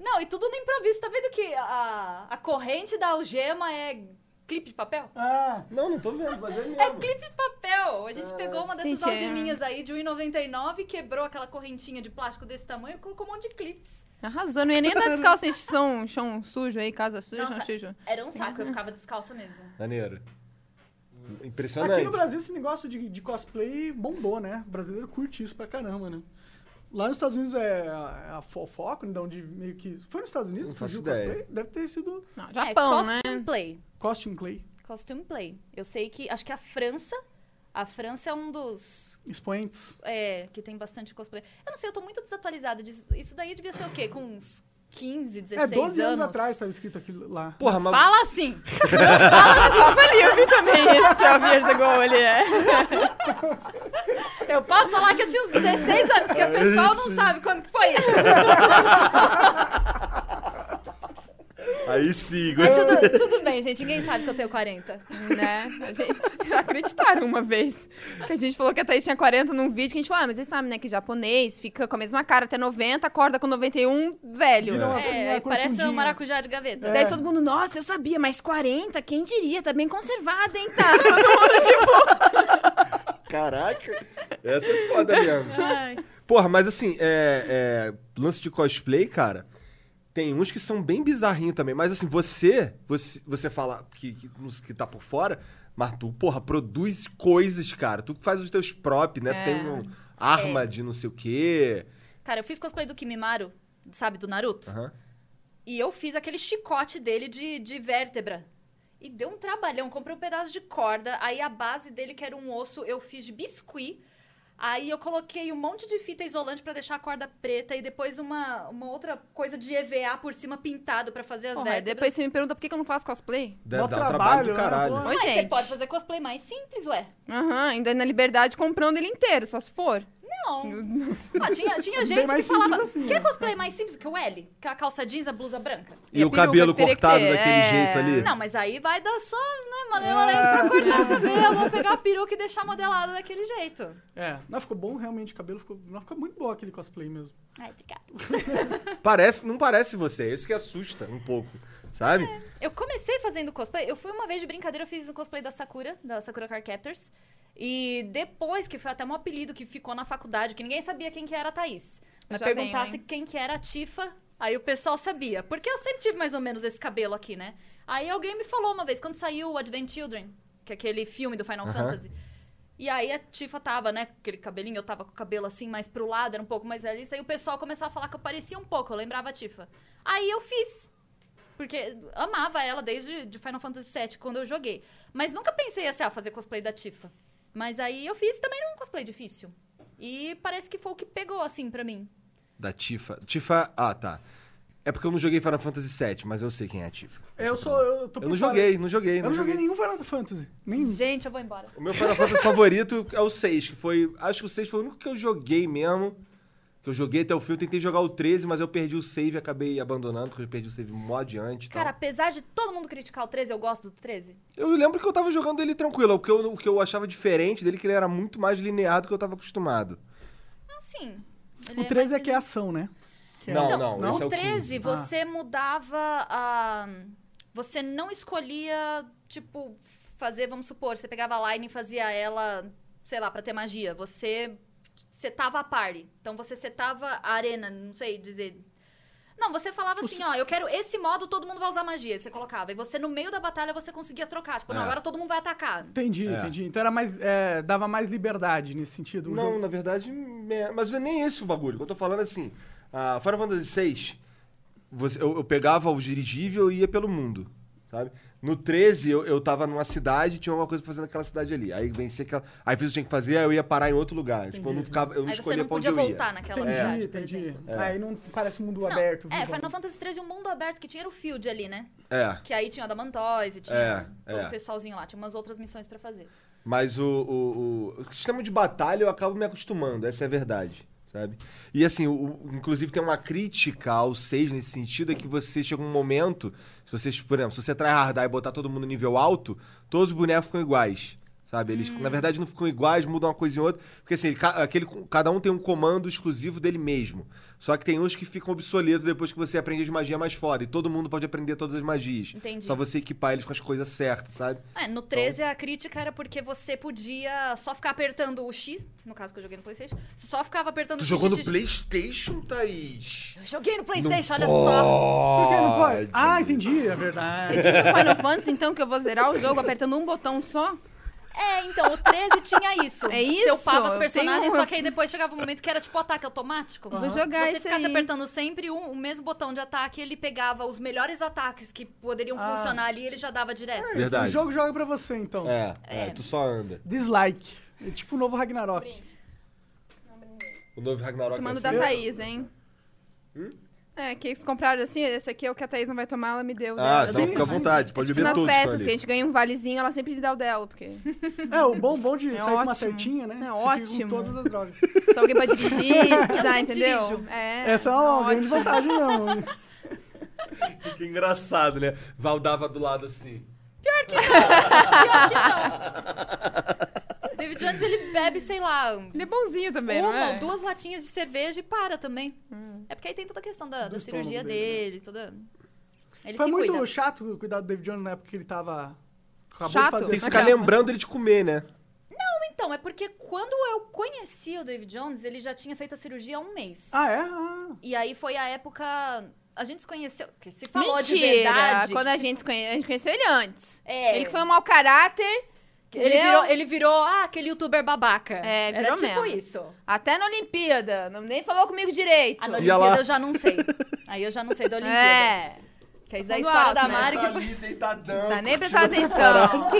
C: Não, e tudo no improviso. Tá vendo que a, a corrente da algema é clipe de papel?
A: Ah,
B: Não, não tô vendo, mas é mesmo.
C: É clipe de papel! A Ah. gente pegou uma dessas
E: Gente, é.
C: algeminhas aí de 1,99, quebrou aquela correntinha de plástico desse tamanho e colocou um monte de clipes.
E: Arrasou, não ia nem andar descalça em chão, um chão sujo aí, casa suja, chão
C: Nossa.
E: sujo.
C: Era um saco, eu ficava descalça mesmo.
B: Maneiro. Impressionante.
A: aqui no Brasil esse negócio de, de cosplay bombou, né? O brasileiro curte isso pra caramba, né? Lá nos Estados Unidos é a, a Fo- Foco, de onde meio que... Foi nos Estados Unidos?
B: Não faço
A: surgiu o
B: ideia.
A: Cosplay? Deve ter sido
E: Não, Japão,
C: é, costume
E: né?
C: play.
A: costume play,
C: Costume play. Eu sei que, acho que a França, a França é um dos
A: expoentes.
C: É, que tem bastante cosplay. Eu não sei, eu tô muito desatualizada disso. Isso daí devia ser o quê? Com uns 15, 16
A: É, 12 anos,
C: anos
A: atrás tava escrito aquilo lá.
B: Porra, mas...
C: Fala assim!
E: Ali, eu vi também esse 12 years ago ali, é.
C: Eu posso falar que eu tinha uns 16 anos, que o pessoal não sabe quando que foi isso.
B: Aí sim,
C: Mas
B: gostei.
C: tudo, tudo bem, gente. Ninguém sabe que eu tenho 40.
E: né? A gente acreditaram uma vez. Que a gente falou que a Thaís tinha 40 num vídeo, que a gente falou, ah, mas vocês sabem, né, que japonês fica com a mesma cara até 90, acorda com 91, velho.
A: Tá
B: Vira uma-
C: É, parece um maracujá de gaveta.
E: Daí todo mundo, nossa, eu sabia, mas 40, quem diria? Tá bem conservada, hein, tá? Todo mundo, tipo...
B: Caraca, essa é foda mesmo.
C: Ai.
B: Porra, mas assim, é, é, lance de cosplay, cara, tem uns que são bem bizarrinhos também. Mas assim, você, você, você fala que, que, que tá por fora, mas tu, porra, produz coisas, cara. Tu faz os teus prop, né?
E: É.
B: Tem um arma de não sei o quê.
C: Cara, eu fiz cosplay do Kimimaro, sabe, do Naruto?
B: Aham.
C: E eu fiz aquele chicote dele de, de vértebra. E deu um trabalhão. Comprei um pedaço de corda, aí a base dele, que era um osso, eu fiz de biscuit. Aí eu coloquei um monte de fita isolante pra deixar a corda preta e depois uma, uma outra coisa de EVA por cima pintado pra fazer as
E: Porra, aí
C: vértebras.
E: depois você me pergunta por que que eu não faço cosplay?
B: Dá,
A: Mó
B: dá um trabalho
A: trabalho,
B: do
A: né?
B: caralho.
A: Porra.
E: Ô,
C: Mas você
E: gente.
C: pode fazer cosplay mais simples, ué.
E: Aham, ainda é na liberdade comprando ele inteiro, só se for.
C: Não. Ah, tinha, tinha
A: Bem
C: gente que
A: mais
C: falava.
A: simples assim,
C: Quer
A: né?"
C: cosplay mais simples que o L? Com a calça jeans, a blusa branca?
B: E,
E: E a
B: o cabelo
E: peruca
B: cortado
E: perequê,
B: daquele
E: é.
B: jeito ali.
C: Ah, Não, mas aí vai dar só, né, Mané Mané, pra cortar o cabelo, ou pegar a peruca e deixar modelada daquele jeito.
A: É. Não, ficou bom realmente o cabelo. Ficou, não, ficou muito bom aquele cosplay mesmo.
C: Ai, obrigada.
B: Parece, não parece você. é Isso que assusta um pouco, sabe?
C: Eu comecei fazendo cosplay, eu fui uma vez de brincadeira, eu fiz um cosplay da Sakura, da Sakura Car Captors. E depois, que foi até um apelido que ficou na faculdade, que ninguém sabia quem que era a Thaís. Mas
E: já venho,
C: perguntasse
E: hein?
C: quem que era a Tifa, aí o pessoal sabia. Porque eu sempre tive mais ou menos esse cabelo aqui, né? Aí alguém me falou uma vez, quando saiu o Advent Children, que é aquele filme do Final
B: Aham.
C: Fantasy. E aí a Tifa tava, né, com aquele cabelinho, eu tava com o cabelo assim mais pro lado, era um pouco mais realista. E o pessoal começou a falar que eu parecia um pouco, eu lembrava a Tifa. Aí eu fiz. Porque amava ela desde de Final Fantasy VII, quando eu joguei. Mas nunca pensei assim, ah, fazer cosplay da Tifa. Mas aí eu fiz, também era um cosplay difícil. E parece que foi o que pegou, assim, pra mim.
B: Da Tifa. Tifa. Ah, tá. É porque eu não joguei Final Fantasy VII, mas eu sei quem é a Tifa.
A: É, eu sou. Eu, tô por
B: Eu
A: fora.
B: não joguei, não joguei,
A: Eu
B: não
A: não joguei
B: joguei.
A: nenhum Final Fantasy. Nem.
C: Gente, eu vou embora.
A: Então.
B: O meu Final Fantasy favorito é o 6, que foi. Acho que o 6 foi o único que eu joguei mesmo. Que eu joguei até o fim. Eu tentei jogar o 13, mas eu perdi o save e acabei abandonando, porque eu perdi o save mó adiante. e tal.
C: Cara, apesar de todo mundo criticar o 13, eu gosto do 13.
B: Eu lembro que eu tava jogando ele tranquilo. O que, eu, o que eu achava diferente dele é que ele era muito mais linear do que eu tava acostumado.
C: Assim. ele
A: O 13 é
C: mais-
A: que é ação, né? Que é-
B: Não,
C: Então,
B: não,
A: não,
B: esse é
C: O
B: o
C: 13,
A: Ah.
B: 13.
C: você mudava a. Você não escolhia, tipo, fazer, vamos supor, você pegava a line e fazia ela, sei lá, pra ter magia. Você setava a party. Então você setava a arena, não sei dizer. Não, você falava assim, ó, eu quero esse modo, todo mundo vai usar magia. Você colocava. E você, no meio da batalha, você conseguia trocar. Tipo, não,
B: É.
C: agora todo mundo vai atacar.
A: Entendi,
B: É.
A: entendi. Então era mais. é, dava mais liberdade nesse sentido. O
B: Não,
A: jogo-
B: na verdade, me- mas não é nem esse o bagulho. O que Eu tô falando assim, a Final Fantasy VI, você- eu, eu pegava o dirigível e ia pelo mundo, sabe? No 13, eu, eu tava numa cidade, tinha uma coisa pra fazer naquela cidade ali. Aí vencia aquela... Aí fiz o que tinha que fazer, aí eu ia parar em outro lugar. Tipo, eu não, ficava, eu não
C: Aí você
B: escolhia
C: não
B: pra onde
C: podia
B: eu
C: voltar
B: ia.
C: naquela
A: Entendi,
C: cidade, por
A: entendi.
C: exemplo.
B: É.
A: Aí não parece um mundo
C: Não,
A: aberto.
C: é,
A: vivo.
C: Final Fantasy XIII, um mundo aberto que tinha era o Field ali, né?
B: É,
C: Que aí tinha o da Mantoise, tinha
B: É,
C: todo
B: é.
C: o pessoalzinho lá, tinha umas outras missões pra fazer.
B: mas o, o, o- o sistema de batalha eu acabo me acostumando, essa é a verdade. Sabe? E assim, o- o- inclusive tem uma crítica ao 6 nesse sentido, é que você chega um momento, se você, por exemplo, se você tryhardar e botar todo mundo nível alto, todos os bonecos ficam iguais. Sabe? Eles, na verdade, não ficam iguais, mudam uma coisa em outra. Porque assim, ca- aquele, cada um tem um comando exclusivo dele mesmo. Só que tem uns que ficam obsoletos depois que você aprende as magias mais foda. E todo mundo pode aprender todas as magias.
C: Entendi.
B: Só você equipar eles com as coisas certas, sabe?
C: É, no 13 a crítica era porque você podia só ficar apertando o X, no caso que eu joguei no Playstation, você só ficava apertando
B: Tu
C: o X.
B: jogou
C: X,
B: no
C: X,
B: Playstation, Thaís?
C: Eu joguei no Playstation, olha só.
A: Por que não pode? Ah, entendi, é verdade.
E: Existe o Final Fantasy, então, que eu vou zerar o jogo apertando um botão só?
C: É, então, o 13 tinha isso.
E: É
C: Você
E: isso?
C: upava os
E: Eu
C: personagens,
E: tenho-
C: só que aí depois chegava um momento que era tipo ataque automático.
E: Vou jogar
C: Se você
E: esse
C: ficasse
E: aí.
C: apertando sempre um- o mesmo botão de ataque, ele pegava os melhores ataques que poderiam
A: Ah.
C: funcionar ali e ele já dava direto.
A: O
B: Verdade.
A: jogo joga pra você, então.
B: É, é, tu só anda.
A: Dislike. É tipo o novo Ragnarok.
B: O novo Ragnarok é assim.
E: Tomando
B: vai
E: da
B: ser- Hum?
E: Thaís, hein? É, que eles compraram assim, esse aqui é o que a Thaís não vai tomar, ela me deu.
B: Ah,
E: dela.
B: então
A: Sim,
B: fica à
A: sim,
B: vontade, pode
E: né? Tipo,
B: beber
E: nas
B: todos.
E: festas
B: Tony.
E: que a gente ganha um valezinho, ela sempre dá o dela, porque
A: É, o bom bom de
E: É
A: sair com uma
E: ótimo.
A: certinha, né?
E: É
A: Você fica
E: ótimo.
A: Com todas as drogas.
E: só alguém pra dirigir, se dá,
C: sempre
E: entendeu?
C: dirijo.
E: É,
A: Essa é uma
E: ótimo.
A: grande vantagem, não.
B: Que engraçado, né? Valdava do lado assim.
C: David Jones, ele bebe, sei lá, um
F: Ele é bonzinho também,
C: uma
F: não é?
C: ou duas latinhas de cerveja e para também.
E: Hum.
C: É porque aí tem toda a questão da, da
A: estômago
C: cirurgia
A: dele, né?
C: dele, toda... Ele
A: Foi
C: se
A: muito
C: cuida.
A: chato cuidar do David Jones na época que ele tava. Acabou
F: Chato.
A: de fazer.
B: Tem que
F: Mas
B: ficar
F: calma.
B: lembrando ele de comer, né?
C: Então, é porque quando eu conheci o David Jones, ele já tinha feito a cirurgia há um mês.
A: Ah, é? Ah.
C: E aí foi a época... A gente se conheceu... que se falou
E: Mentira!
C: de verdade...
E: Quando
C: que
E: a
C: se-
E: gente, se conhe- a gente conheceu ele antes.
C: É.
E: Ele que foi um mau caráter.
C: Ele
E: entendeu?
C: virou, ele virou, ah, aquele youtuber babaca.
E: É, virou
C: Era tipo
E: mesmo.
C: isso.
E: Até na Olimpíada. Não, nem falou comigo direito.
C: A da
B: E ela-
C: Olimpíada eu já não sei. Aí eu já não sei da Olimpíada.
E: É.
C: Que é isso da
E: Fundo
C: história
E: alto,
C: da
E: né?
C: Mari que
B: Tá ali deitadão.
E: Tá nem prestando atenção.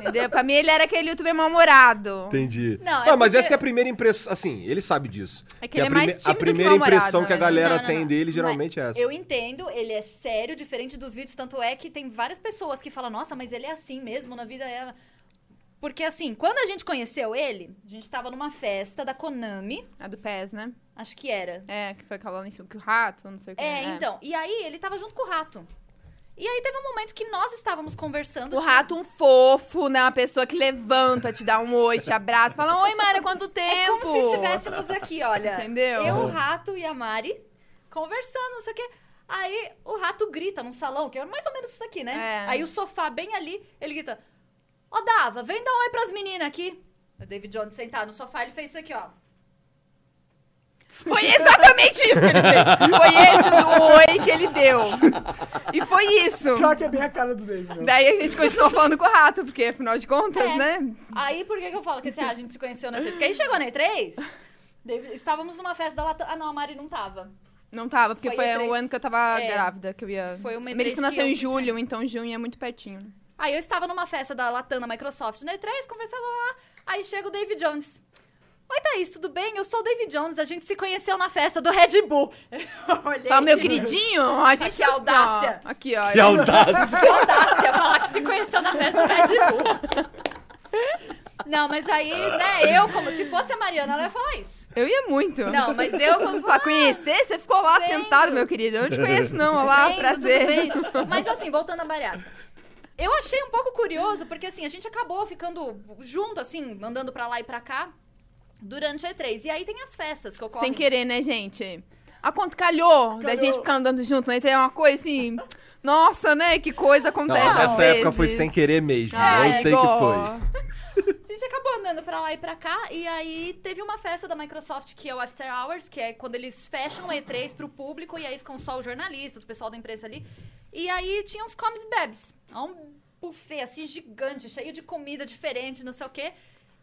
E: Entendeu? Pra mim ele era aquele youtuber mal-humorado.
B: Entendi.
C: Não, é
B: Ah, mas
C: porque-
B: essa é a primeira impressão. Assim, ele sabe disso.
E: É que
B: a
E: ele é mais
B: prime- A
E: tímido que
B: primeira
E: mal-humorado,
B: impressão que a
E: né?
B: galera
C: Não, não,
B: tem
C: não.
B: dele
C: Mas
B: geralmente é essa.
C: Eu entendo, ele é sério, diferente dos vídeos, tanto é que tem várias pessoas que falam, nossa, mas ele é assim mesmo, na vida é. Porque assim, quando a gente conheceu ele, a gente tava numa festa da Konami,
E: A do PES, né?
C: acho que era.
E: É, que foi calando em cima que o rato, não sei o né? que.
C: É, então. E aí ele tava junto com o rato. E aí teve um momento que nós estávamos conversando.
E: O
C: tinha-
E: rato, um fofo, né? Uma pessoa que levanta, te dá um oi, te abraça, fala: Oi, Mara, quanto
C: É
E: tempo?
C: como se estivéssemos aqui, olha.
E: Entendeu?
C: Eu, o rato e a Mari conversando, não sei o quê. Aí o rato grita num salão, que é mais ou menos isso aqui, né?
E: É.
C: Aí o sofá bem ali, ele grita: Ó, Dava, vem dar um oi pras meninas aqui. O David Jones sentado no sofá, ele fez isso aqui, ó.
E: Foi exatamente isso que ele fez. Foi esse o oi que ele deu. E foi isso.
A: Pior que é bem a cara do David Jones.
E: Daí a gente continuou falando com o rato, porque afinal de contas,
C: É.
E: né?
C: Aí por que, que eu falo que assim, ah, a gente se conheceu na E3? Porque aí chegou na E3. David- Estávamos numa festa da Latam. Ah, não, a Mari não tava.
E: Não tava, porque
C: Foi
E: foi,
C: E3.
E: o ano que eu tava
C: É.
E: grávida, que eu ia.
C: Foi uma né? E3
E: Melissa nasceu
C: que eu-
E: em julho, então junho é muito pertinho.
C: Aí eu estava numa festa da Latam na Microsoft na E3, conversava lá, aí chega o David Jones. Oi, Thaís, tudo bem? Eu sou o David Jones, a gente se conheceu na festa do Red Bull. Eu olhei.
E: Fala, meu queridinho, a gente
C: que é audácia.
E: Ó, Aqui, ó.
B: Que audácia!
C: Que audácia falar que se conheceu na festa do Red Bull. Não, mas aí, né, eu, como se fosse a Mariana, ela ia falar isso.
E: Eu ia muito.
C: Não, mas eu, como
E: Pra conhecer, você ficou lá
C: Vendo.
E: sentado, meu querido. Eu não te conheço, não. Olá,
C: Bem,
E: prazer.
C: tudo bem. Mas assim, voltando a Mariana. Eu achei um pouco curioso, porque assim, a gente acabou ficando junto, assim, andando pra lá e pra cá durante a E3. E aí tem as festas que ocorrem.
E: Sem querer, né, gente? A conta calhou, da
A: Calhou.
E: gente ficar andando junto, né? Então é uma coisa assim. Nossa, né? Que coisa
B: Não,
E: acontece. às
B: essa época foi
E: vezes.
B: sem querer mesmo.
E: É,
B: eu sei
E: igual.
B: que
C: A gente acabou andando pra lá e pra cá, e aí teve uma festa da Microsoft que é o After Hours, que é quando eles fecham o E3 pro público, e aí ficam só os jornalistas, o pessoal da imprensa ali. E aí tinha uns comes e bebes. É um buffet, assim, gigante, cheio de comida diferente, não sei o quê.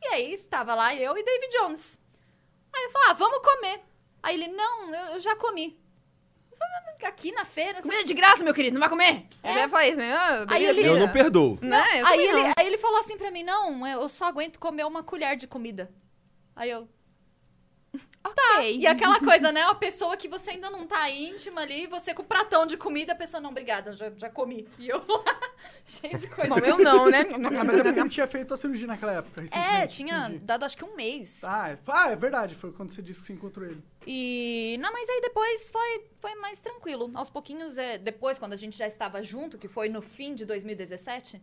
C: E aí estava lá eu e David Jones. Aí eu falei, ah, vamos comer. Aí ele, não, eu, eu já comi. Eu falei, "Ah, aqui na feira, não sei o
E: Comida de graça, meu querido, não vai comer?
C: É.
E: Eu já ia falar isso, né? Ah,
C: Aí ele-
B: foi. Eu não perdoo.
E: Né? Eu
C: aí,
E: também
C: ele,
E: não.
C: aí ele falou assim pra mim: Não, eu só aguento comer uma colher de comida. Aí eu. Tá.
E: Ok.
C: E aquela coisa, né? Uma pessoa que você ainda não tá íntima ali, você com o pratão de comida, a pessoa, não, obrigada, já, já comi. E eu lá, cheio de coisa.
E: Bom, eu não, né?
A: Mas é porque ele tinha feito a cirurgia naquela época, recentemente.
C: É, tinha
A: entendi.
C: dado acho que um mês.
A: Ah, é- ah, é verdade. Foi quando você disse que você encontrou ele.
C: E. Não, mas aí depois foi, foi mais tranquilo. Aos pouquinhos, é, depois, quando a gente já estava junto, que foi no fim de 2017.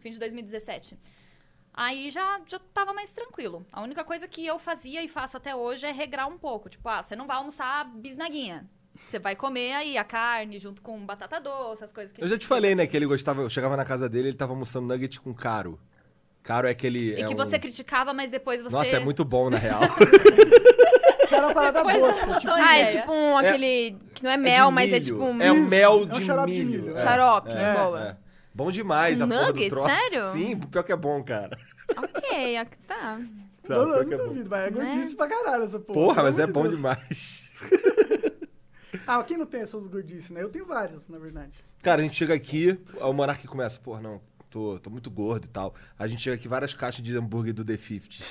C: Fim de 2017. Aí já, já tava mais tranquilo. A única coisa que eu fazia e faço até hoje é regrar um pouco. Tipo, ah, você não vai almoçar bisnaguinha. Você vai comer aí a carne junto com batata doce, as coisas que.
B: Eu já te falei, né, que ele gostava. Eu chegava na casa dele, ele tava almoçando nugget com caro. Caro é aquele.
C: E
B: é
C: que
B: um-
C: você criticava, mas depois você.
B: Nossa, é muito bom, na real.
A: Que era uma parada
C: Pois é,
A: doce.
C: botou
A: Tipo,
E: Ah, é
C: ideia.
E: tipo um, aquele. Que não é mel,
B: de
E: mas é
B: milho.
E: tipo um.
B: É um mel
A: É um
B: de
A: xarope de
B: milho.
A: milho.
B: é.
E: Xarope,
B: É,
E: boa.
B: é. Bom demais a porra do
E: Nugget,
B: troço.
E: sério?
B: Sim, pior que é bom, cara.
E: Ok, ó, que tá.
B: Tá,
A: eu, eu
B: pior que é
A: não
B: bom.
A: duvido,
C: Né?
A: vai. É gordice pra caralho essa porra.
B: Porra, mas
A: Pelo
B: é
A: amor de
B: bom
A: Deus.
B: demais.
A: Ah, quem não tem as suas gordices, né? Eu tenho várias, na verdade.
B: Cara, a gente chega aqui, o Monark começa, porra, não, tô, tô muito gordo e tal. A gente chega aqui várias caixas de hambúrguer do The 50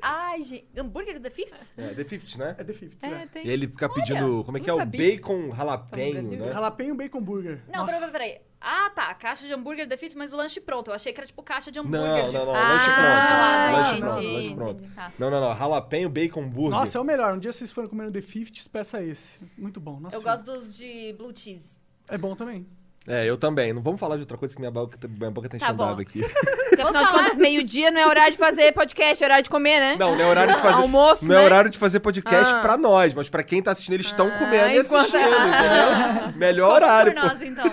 C: Ai, gente. Hambúrguer da Fifths?
B: É, The 50 né?
A: É The 50,
F: É,
A: né?
F: tem.
B: E ele fica pedindo, como é que é?
F: não
B: O
F: sabia.
B: bacon jalapenho, né?
A: Jalapeno Bacon Burger.
C: Não,
A: Nossa.
C: peraí, peraí. Ah, tá. Caixa de hambúrguer da Fifths, mas o lanche pronto. Eu achei que era tipo caixa de hambúrguer.
B: Não,
C: de-
B: não, não,
E: Ah,
B: lanche
E: gelado.
B: pronto. Lanche
E: entendi,
B: pronto, lanche pronto.
C: Tá.
B: Não, não, não, jalapenho, bacon burger.
A: Nossa, é o melhor. Um dia vocês forem comer no The 50, peça esse. Muito bom. Nossa,
C: Eu gosto dos de blue cheese.
A: É bom também.
B: É, eu também. Não vamos falar de outra coisa que minha boca, minha boca tá
C: Tá
B: enchendo
C: bom.
B: d'água aqui.
E: Porque afinal de
C: falar?
E: contas, meio-dia não é horário de fazer podcast, é horário de comer, né?
B: Não, não é horário de fazer.
E: Almoço,
B: não é
E: né?
B: horário de fazer podcast
E: Ah.
B: pra nós, mas pra quem tá assistindo, eles estão comendo e
E: enquanto-
B: assistindo, entendeu? Melhor
C: Conta
B: horário,
C: por
B: pô.
C: nós, então.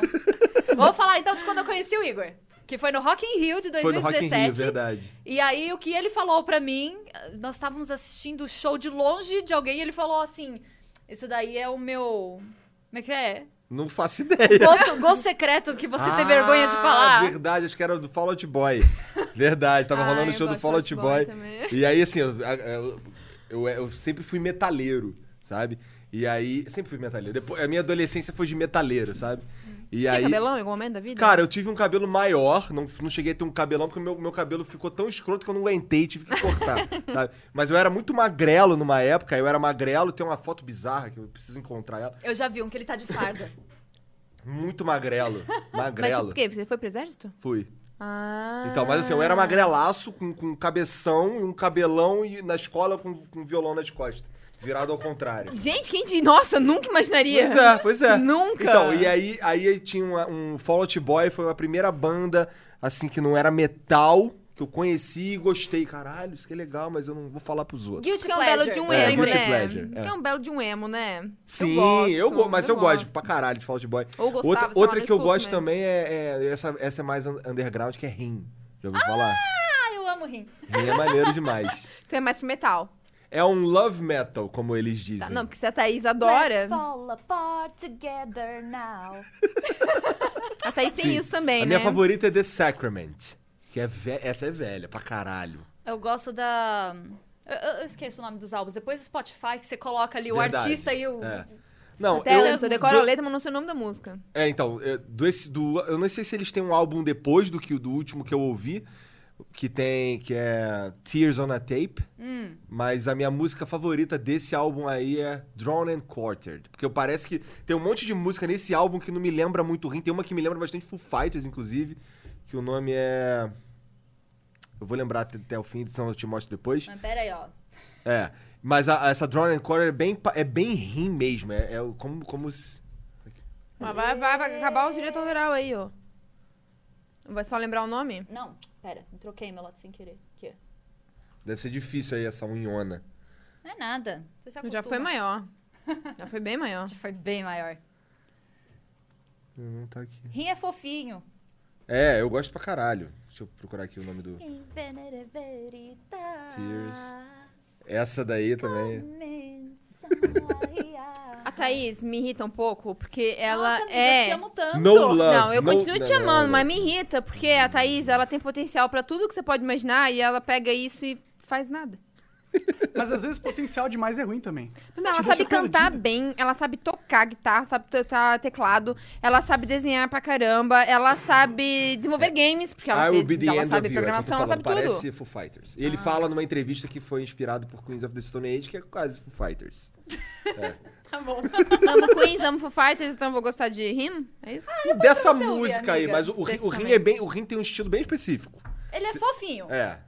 C: Vamos falar então de quando eu conheci o Igor. Que foi no Rock in Rio de
B: Foi no Rock in
C: 2017.
B: Rio, é verdade.
C: E aí, o que ele falou pra mim, nós estávamos assistindo o show de longe de alguém e ele falou assim: Isso daí é o meu. Como é que é?
B: Não faço ideia.
C: Gosto, gosto secreto que você tem vergonha de falar.
B: Ah, Verdade, acho que era do Fall Out Boy. Verdade, tava
E: Ah,
B: rolando o
E: eu
B: show do
E: gosto
B: Fall Out
E: de
B: Boy.
E: também.
B: E aí, assim, eu, eu- eu- eu sempre fui metaleiro, sabe? E aí, sempre fui metaleiro. Depois, a minha adolescência foi de metaleiro, sabe? E
E: Tinha
B: aí,
E: é cabelão em algum momento da vida?
B: Cara, eu tive um cabelo maior, não, não cheguei a ter um cabelão, porque meu, meu cabelo ficou tão escroto que eu não aguentei, tive que cortar. sabe? Mas eu era muito magrelo numa época, eu era magrelo, tem uma foto bizarra que eu preciso encontrar ela.
C: Eu já vi um que ele tá de farda.
B: Muito magrelo.
E: Mas
B: Magrelo.
E: por quê? Você foi pro exército?
B: Fui.
E: Ah.
B: Então, mas assim, eu era magrelaço, com, com cabeção e um cabelão e na escola com, com violão nas costas. Virado ao contrário.
E: Gente, quem diz? Nossa, nunca imaginaria.
B: é. Pois é, pois é.
E: Nunca.
B: Então, e aí, aí tinha uma- um Fall Out Boy, foi a primeira banda, assim, que não era metal, que eu conheci e gostei. Caralho, isso que é legal, mas eu não vou falar pros outros.
C: Guilty
E: Que é um belo
C: Pleasure.
E: de um
B: É,
E: emo,
B: guilty
E: né?
B: pleasure, é.
E: Que é um belo de um emo, né?
B: Sim,
E: gosto,
B: eu go- mas eu, gosto pra caralho de Fall Out Boy.
E: Ou gostava,
B: outra
E: sei lá,
B: outra
E: não
B: que eu
E: escuto
B: gosto
E: mais.
B: também é, é- essa, essa é mais un- underground, que é Rim. Já ouviu falar?
C: Ah, eu amo rim.
B: Rim é maneiro demais.
E: Então é mais pro metal.
B: É um love metal, como eles dizem.
E: Tá, não, porque se a Thaís adora.
C: Let's fall apart together now.
E: A Thaís tem
B: Sim.
E: isso também,
B: a
E: né?
B: minha favorita é The Sacrament, que é ve- essa é velha pra caralho.
C: Eu gosto da. Eu, eu- eu esqueço o nome dos álbuns. Depois do Spotify, que você coloca ali o
B: Verdade,
C: artista e o.
B: é. Não,
E: Até
B: eu,
E: eu, eu decoro
B: do-
E: a letra, mas não sei o nome da música.
B: É, então, é, do, esse- do- eu não sei se eles têm um álbum depois do que o do último que eu ouvi, que tem que é Tears on a Tape,
C: Hum.
B: mas a minha música favorita desse álbum aí é Drawn and Quartered, porque eu- parece que tem um monte de música nesse álbum que não me lembra muito Rim, tem uma que me lembra bastante Foo Fighters inclusive, que o nome é eu vou lembrar até, até o fim, senão eu te mostro depois.
C: Mas pera aí, ó.
B: É, mas a- essa Drawn and Quartered é bem pa- é bem Rim mesmo, é, é como como se-
E: Mas vai, vai, vai acabar os direitos autorais aí, ó. Vai só lembrar o nome?
C: Não, pera. eu Troquei meu lote sem querer. Aqui. ó.
B: deve ser difícil aí essa unhona.
C: Não é nada. Você se
E: Já
C: acostuma.
E: foi maior. Já foi bem maior.
C: Já foi bem maior.
B: Não tá aqui.
C: Rim é fofinho.
B: É, eu gosto pra caralho. Deixa eu procurar aqui o nome do.
C: Invenere verita.
B: Tears. Essa daí também.
E: A Thaís me irrita um pouco, porque ela
C: Nossa, amiga,
E: é.
C: Eu te amo tanto.
B: No love.
E: Não, eu
B: no-
E: continuo te
B: não, não,
E: amando,
B: não.
E: mas me irrita, porque a Thaís, ela tem potencial pra tudo que você pode imaginar e ela pega isso e faz nada.
A: Mas às vezes potencial demais é ruim também.
E: Mas tá ela
A: Te
E: sabe
A: deixa
E: cantar
A: perdida.
E: bem, ela sabe tocar guitarra, sabe tocar teclado, ela sabe desenhar pra caramba, ela sabe desenvolver games, porque ela
B: I Will Ah, Be
E: fez,
B: the
E: ela
B: End of
E: sabe
B: You, é o que eu tô
E: programação, ela sabe
B: falando,
E: tudo. Ah.
B: Parece Foo Fighters. E ele fala numa entrevista que foi inspirado por Queens of the Stone Age, que é quase Foo Fighters.
C: Tá bom.
E: Amo Queens, amo Foo Fighters, então vou gostar de Him? É isso?
B: Dessa
C: você ouvir,
B: música aí,
C: amiga,
B: mas o, o, o Rim é
E: especificamente.
B: bem. O Rim tem um estilo bem específico.
C: Ele é
B: Se-
C: fofinho.
B: É.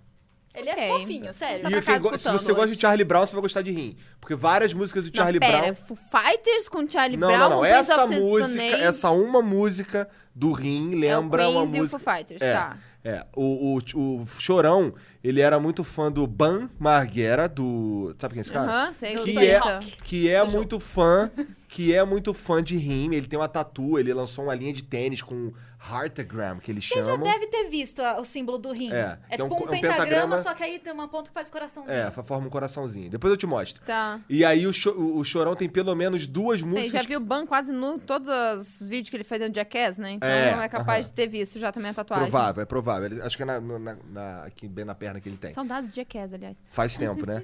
C: Ele é
E: Ok.
C: fofinho, sério.
E: Tá
B: E
E: pra
B: quem
E: casa
B: go- se você
E: escutando
B: gosta
E: hoje.
B: de Charlie Brown, você vai gostar de Rim. Porque várias músicas do Charlie
E: não, pera,
B: Brown.
E: Foo Fighters com Charlie
B: Não,
E: Brown,
B: não, não.
E: Queens of
B: Essa
E: the Stone
B: música,
E: Age,
B: essa uma música do Rim
E: é o
B: lembra
E: Queens
B: uma
E: e o
B: música.
E: Foo Fighters,
B: É.
E: tá.
B: É, o, o, o Chorão, ele era muito fã do Ban Marguera, do. Sabe quem é esse cara?
E: Aham, sei.
C: do
E: o
B: que
C: Tony
B: é,
C: Hawk.
B: que é
C: Do jogo.
B: muito fã, que é muito fã de rim. Ele tem uma tatu, ele lançou uma linha de tênis com heartagram, que eles
C: Você já
B: chamam.
C: deve ter visto a- o símbolo do rim.
B: É, que é
C: tipo
B: um co-
C: um,
B: é um
C: pentagrama,
B: pentagrama.
C: só que aí tem uma ponta que faz coraçãozinho.
B: É, fa- forma um coraçãozinho. Depois eu te mostro.
E: Tá.
B: E aí o, Cho- o- o Chorão tem pelo menos duas
E: Você já
B: músicas.
E: viu o Ban quase nu, todos os vídeos que ele fez dentro de Jackass, né? Então
B: É,
E: não é capaz
B: aham.
E: de ter visto já também a tatuagem.
B: Provável, é provável. Ele- Acho que é na, no- na- na- aqui bem na perna que ele tem.
E: Saudades de Jackass, aliás.
B: Faz tempo, né?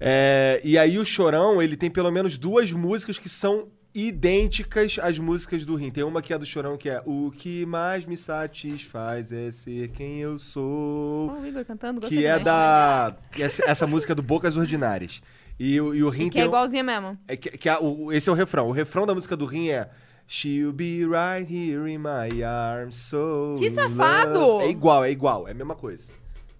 B: É, e aí o Chorão, ele tem pelo menos duas músicas que são idênticas às músicas do Rim. Tem uma que é do Chorão, que é O que mais me satisfaz é ser quem eu sou.
E: Ó, o Igor cantando, Hum, gostei
B: Que é
E: também.
B: da... Essa, essa música é do Bocas Ordinárias. E, o- e o Rim
E: E que
B: tem...
E: é
B: um-
E: igualzinha mesmo.
B: é que- que a- o- esse é o refrão. O refrão da música do Rim é... She'll be right here in my arms, so
E: Que
B: in love."
E: safado!
B: É igual, é igual. É a mesma coisa.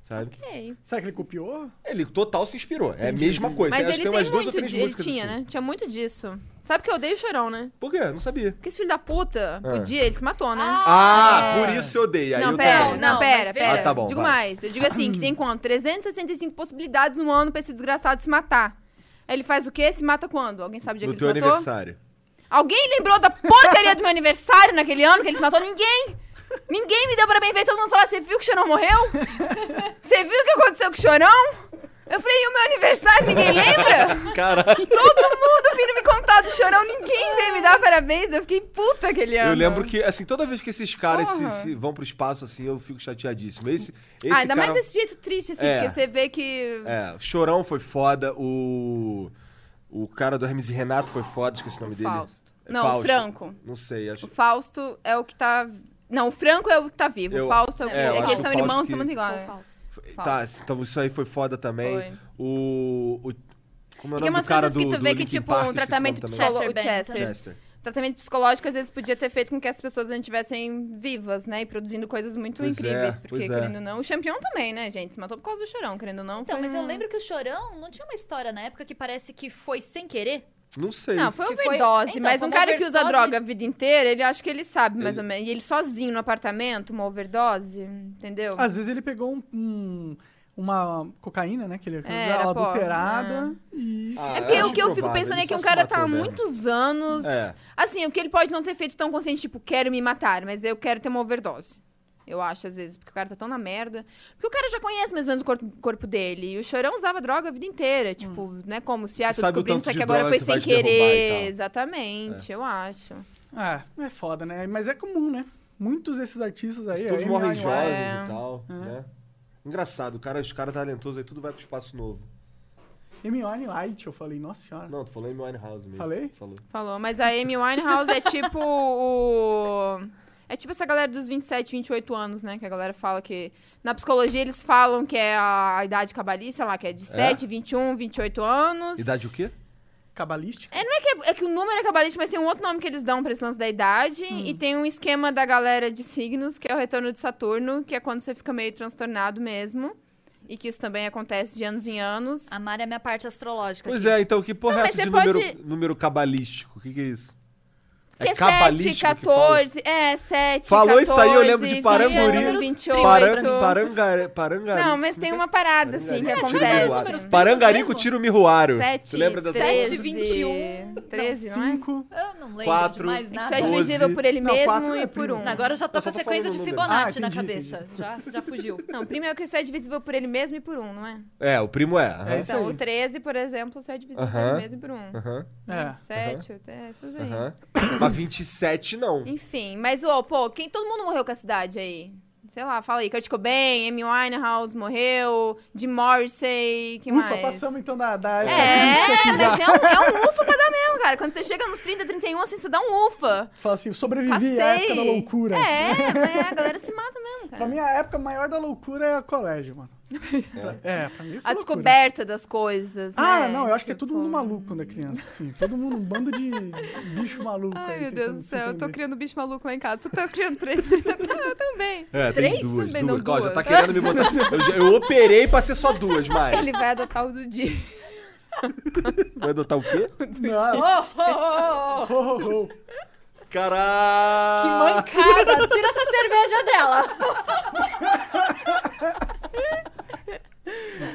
B: sabe?
E: Ok.
A: Será que ele copiou?
B: Ele total se inspirou. É a mesma coisa.
E: Mas
B: Acho
E: ele
B: que
E: tem
B: tem umas duas
E: muito
B: ou três
E: di- Ele
B: músicas
E: tinha,
B: assim.
E: né? Tinha muito disso. Sabe que eu odeio o Chorão, né?
B: Por quê? Não sabia.
E: Porque esse filho da puta,
B: É.
E: o dia ele se matou, né?
C: é.
B: Ah, por isso eu odeio. Aí
E: não,
B: eu
E: pera,
B: também.
E: não,
C: Não,
E: pera,
C: mas
E: pera.
C: veja.
B: Ah, tá bom,
E: digo
B: vai.
E: mais. Eu digo assim, que tem quanto? 365 possibilidades no ano pra esse desgraçado se matar. Aí ele faz o quê? Se mata quando? Alguém sabe o dia
B: No
E: é que
B: teu
E: ele se matou?
B: aniversário.
E: Alguém lembrou da porcaria do meu aniversário naquele ano que ele se matou? Ninguém! Ninguém me deu parabéns. Veio todo mundo falar, você viu que o Chorão morreu? Você viu o que aconteceu com o Chorão? Eu falei, e o meu aniversário, ninguém lembra?
D: Caralho.
E: Todo mundo vindo me contar do Chorão, ninguém veio me dar parabéns. Eu fiquei puta aquele ano.
B: Eu lembro que, assim, toda vez que esses caras se,
E: Porra.
B: se vão pro espaço, assim, eu fico chateadíssimo. Esse, esse
E: Ah, ainda
B: cara...
E: mais desse jeito triste, assim,
B: É.
E: porque você vê que...
B: É, o Chorão foi foda, o... O cara do Hermes e Renato foi foda, esqueci o nome dele.
E: Fausto.
B: É
E: Não,
B: Fausto.
E: o Franco.
B: Não sei,
E: O
B: acho...
E: Fausto é o que tá... Não, o Franco é o que tá vivo.
B: Eu-
E: o Fausto é o que...
B: é, eu
E: É, que
B: acho
E: eles
B: que
E: são
B: o Fausto
E: irmãos,
B: que-
E: são muito iguais. né?
C: Fausto.
B: Tá, então isso aí foi foda também.
E: Foi.
B: O... o... Como é o
E: E
B: nome
E: tem umas
B: do cara
E: coisas
B: do,
E: que tu
B: do
E: vê que,
B: Linkin
E: tipo,
B: Park,
E: um
B: esqueci o
E: tratamento
B: nome também.
E: psicológico... O
C: Chester Bennington.
E: Chester.
B: Chester.
E: Tratamento psicológico, às vezes, podia ter feito com que as pessoas não estivessem vivas, né? E produzindo coisas muito
B: Pois
E: incríveis.
B: é,
E: porque,
B: pois é.
E: querendo ou não... O campeão também, né, gente? Se matou por causa do Chorão, querendo ou não.
C: Então,
E: foi
C: mas eu
E: um-
C: lembro que o Chorão não tinha uma história na época que parece que foi sem querer?
B: Não sei.
E: Não, foi
C: Que foi-
E: overdose,
C: Então,
E: mas
C: foi
E: um
C: uma
E: cara que usa
C: overdose,
E: droga a vida inteira, ele acha que ele sabe, mais ou menos. E ele sozinho no apartamento, uma overdose, entendeu?
B: Ah,
A: Às vezes ele pegou um- um- uma cocaína, né? Que ele
E: É, era
A: ela
E: pó,
A: adulterada. E...
B: Ah,
E: É porque
B: acho
E: o que eu fico
B: improvável,
E: pensando
B: ele
E: é
B: só
E: que um
B: se
E: cara
B: matou
E: tá há
B: mesmo.
E: muitos anos.
B: É.
E: Assim, o que ele pode não ter feito tão consciente, tipo, quero me matar, mas eu quero ter uma overdose. Eu acho, às vezes, porque o cara tá tão na merda. Porque o cara já conhece mais ou menos o corpo, corpo dele. E o chorão usava droga a vida inteira. Tipo, né? Como se, ah,
B: Hum. Você
E: tô
B: sabe o
E: descobrindo
B: tanto
E: isso aqui
B: de
E: agora
B: droga
E: foi
B: que
E: sem
B: vai te derrubar e
E: querer.
B: tal. É.
E: Exatamente, eu acho.
A: Ah, é foda, né? Mas é comum, né? Muitos desses artistas aí.
B: todos
A: aí,
B: morrem
A: Amy
B: jovens
A: Winehouse,
E: É.
B: e tal, né? Engraçado, o cara, os caras talentosos aí, tudo vai pro espaço novo.
A: Amy Winehouse, eu falei, nossa senhora.
B: Não, tu falou em Winehouse mesmo.
A: Falei?
B: Falou.
E: Falou. Mas a Amy Winehouse é tipo o. É tipo essa galera dos 27, 28 anos, né? Que a galera fala que. Na psicologia eles falam que é a idade cabalista, lá, que é de 7, 21, 28 anos.
B: Idade o
E: Tá
B: quê?
A: Cabalística.
E: É que, é que o número é cabalístico, mas tem um outro nome que eles dão pra esse lance da idade.
A: Hum.
E: E tem um esquema da galera de signos, que é o retorno de Saturno, que é quando você fica meio transtornado mesmo. E que isso também acontece de anos em anos.
A: Ah.
C: A Mari é minha parte astrológica.
B: Pois é, então que porra
E: Não,
B: é
E: mas
B: essa de
E: você
B: número,
E: pode-
B: número cabalístico? O que, que é isso?
E: Que é 7,
B: cabalístico que fala?
E: 14. É, 7,
B: Falou
E: 14.
B: isso aí, eu lembro de Paranguri.
E: número 28.
B: Paran, parangare, parangare,
E: Não, mas tem uma parada, assim, que
B: Parangari-
C: acontece.
B: Tiro
C: Números
B: Mihuara.
E: acontece.
C: bem
B: Parangarico
C: mesmo?
B: tiro miruaro.
E: Sete,
B: Tu lembra dessa música?
C: treze.
E: 7, 21. 13, não é?
A: Cinco.
C: Eu não lembro
B: Quatro,
C: de mais
E: É que
C: nada.
E: 7
B: Doze.
E: divisível por ele
A: Não,
E: mesmo
A: quatro é
E: e por
A: primo.
E: 1.
C: Agora eu já tô
B: Eu
C: com
B: só
C: a
B: tô
C: sequência de
B: falando o número.
C: Fibonacci
A: Ah,
C: na
A: entendi,
C: cabeça. Já, já fugiu.
E: Não, o primo é o que o 7 divisível por ele mesmo e por 1, não é?
B: É, o primo é. aham,
A: É isso
E: Então,
A: aí.
E: o 13, por exemplo, 7 divisível por
B: Aham.
E: ele mesmo e por 1.
B: Aham,
A: é.
E: 7, até essas aí.
B: aham. Mas 27 não.
E: Enfim, mas, ô, pô, quem, todo mundo morreu com a cidade aí? Sei lá, fala aí. Kurt Cobain, Amy Winehouse morreu, Jim Morrissey, quem
A: Ufa,
E: mais?
A: passamos então da, da
E: É, mas é um, é um ufa pra dar mesmo, cara. Quando você chega nos 30, 31, assim, você dá um ufa.
A: Fala assim, eu sobrevivi
E: Passei.
A: à época da loucura.
E: É, mas é, a galera se mata mesmo,
A: Pra
E: cara.
A: mim, a época maior da loucura é o colégio, mano. É, pra mim isso
E: A
A: é loucura.
E: descoberta das coisas,
A: Ah,
E: né?
A: não, eu acho que é
E: Tipo-
A: todo mundo maluco quando é criança, assim. Todo mundo um bando de bicho maluco.
E: Ai,
A: aí,
E: meu Deus
A: tentando
E: do
A: se
E: céu, eu tô
A: entender.
E: criando bicho maluco lá em casa. Tu tá criando três Eu também.
B: É, tem
E: Três
B: duas,
E: também,
B: duas.
E: não
B: Ó, já tá
E: duas.
B: querendo me botar. Eu, já- eu operei pra ser só duas, Mari.
E: Ele vai adotar o do dia.
B: Vai adotar o quê?
A: Não,
C: Oh, oh, oh, oh.
A: ho, ho, ho.
C: Que
B: Caraca!
C: mancada! Tira essa cerveja dela!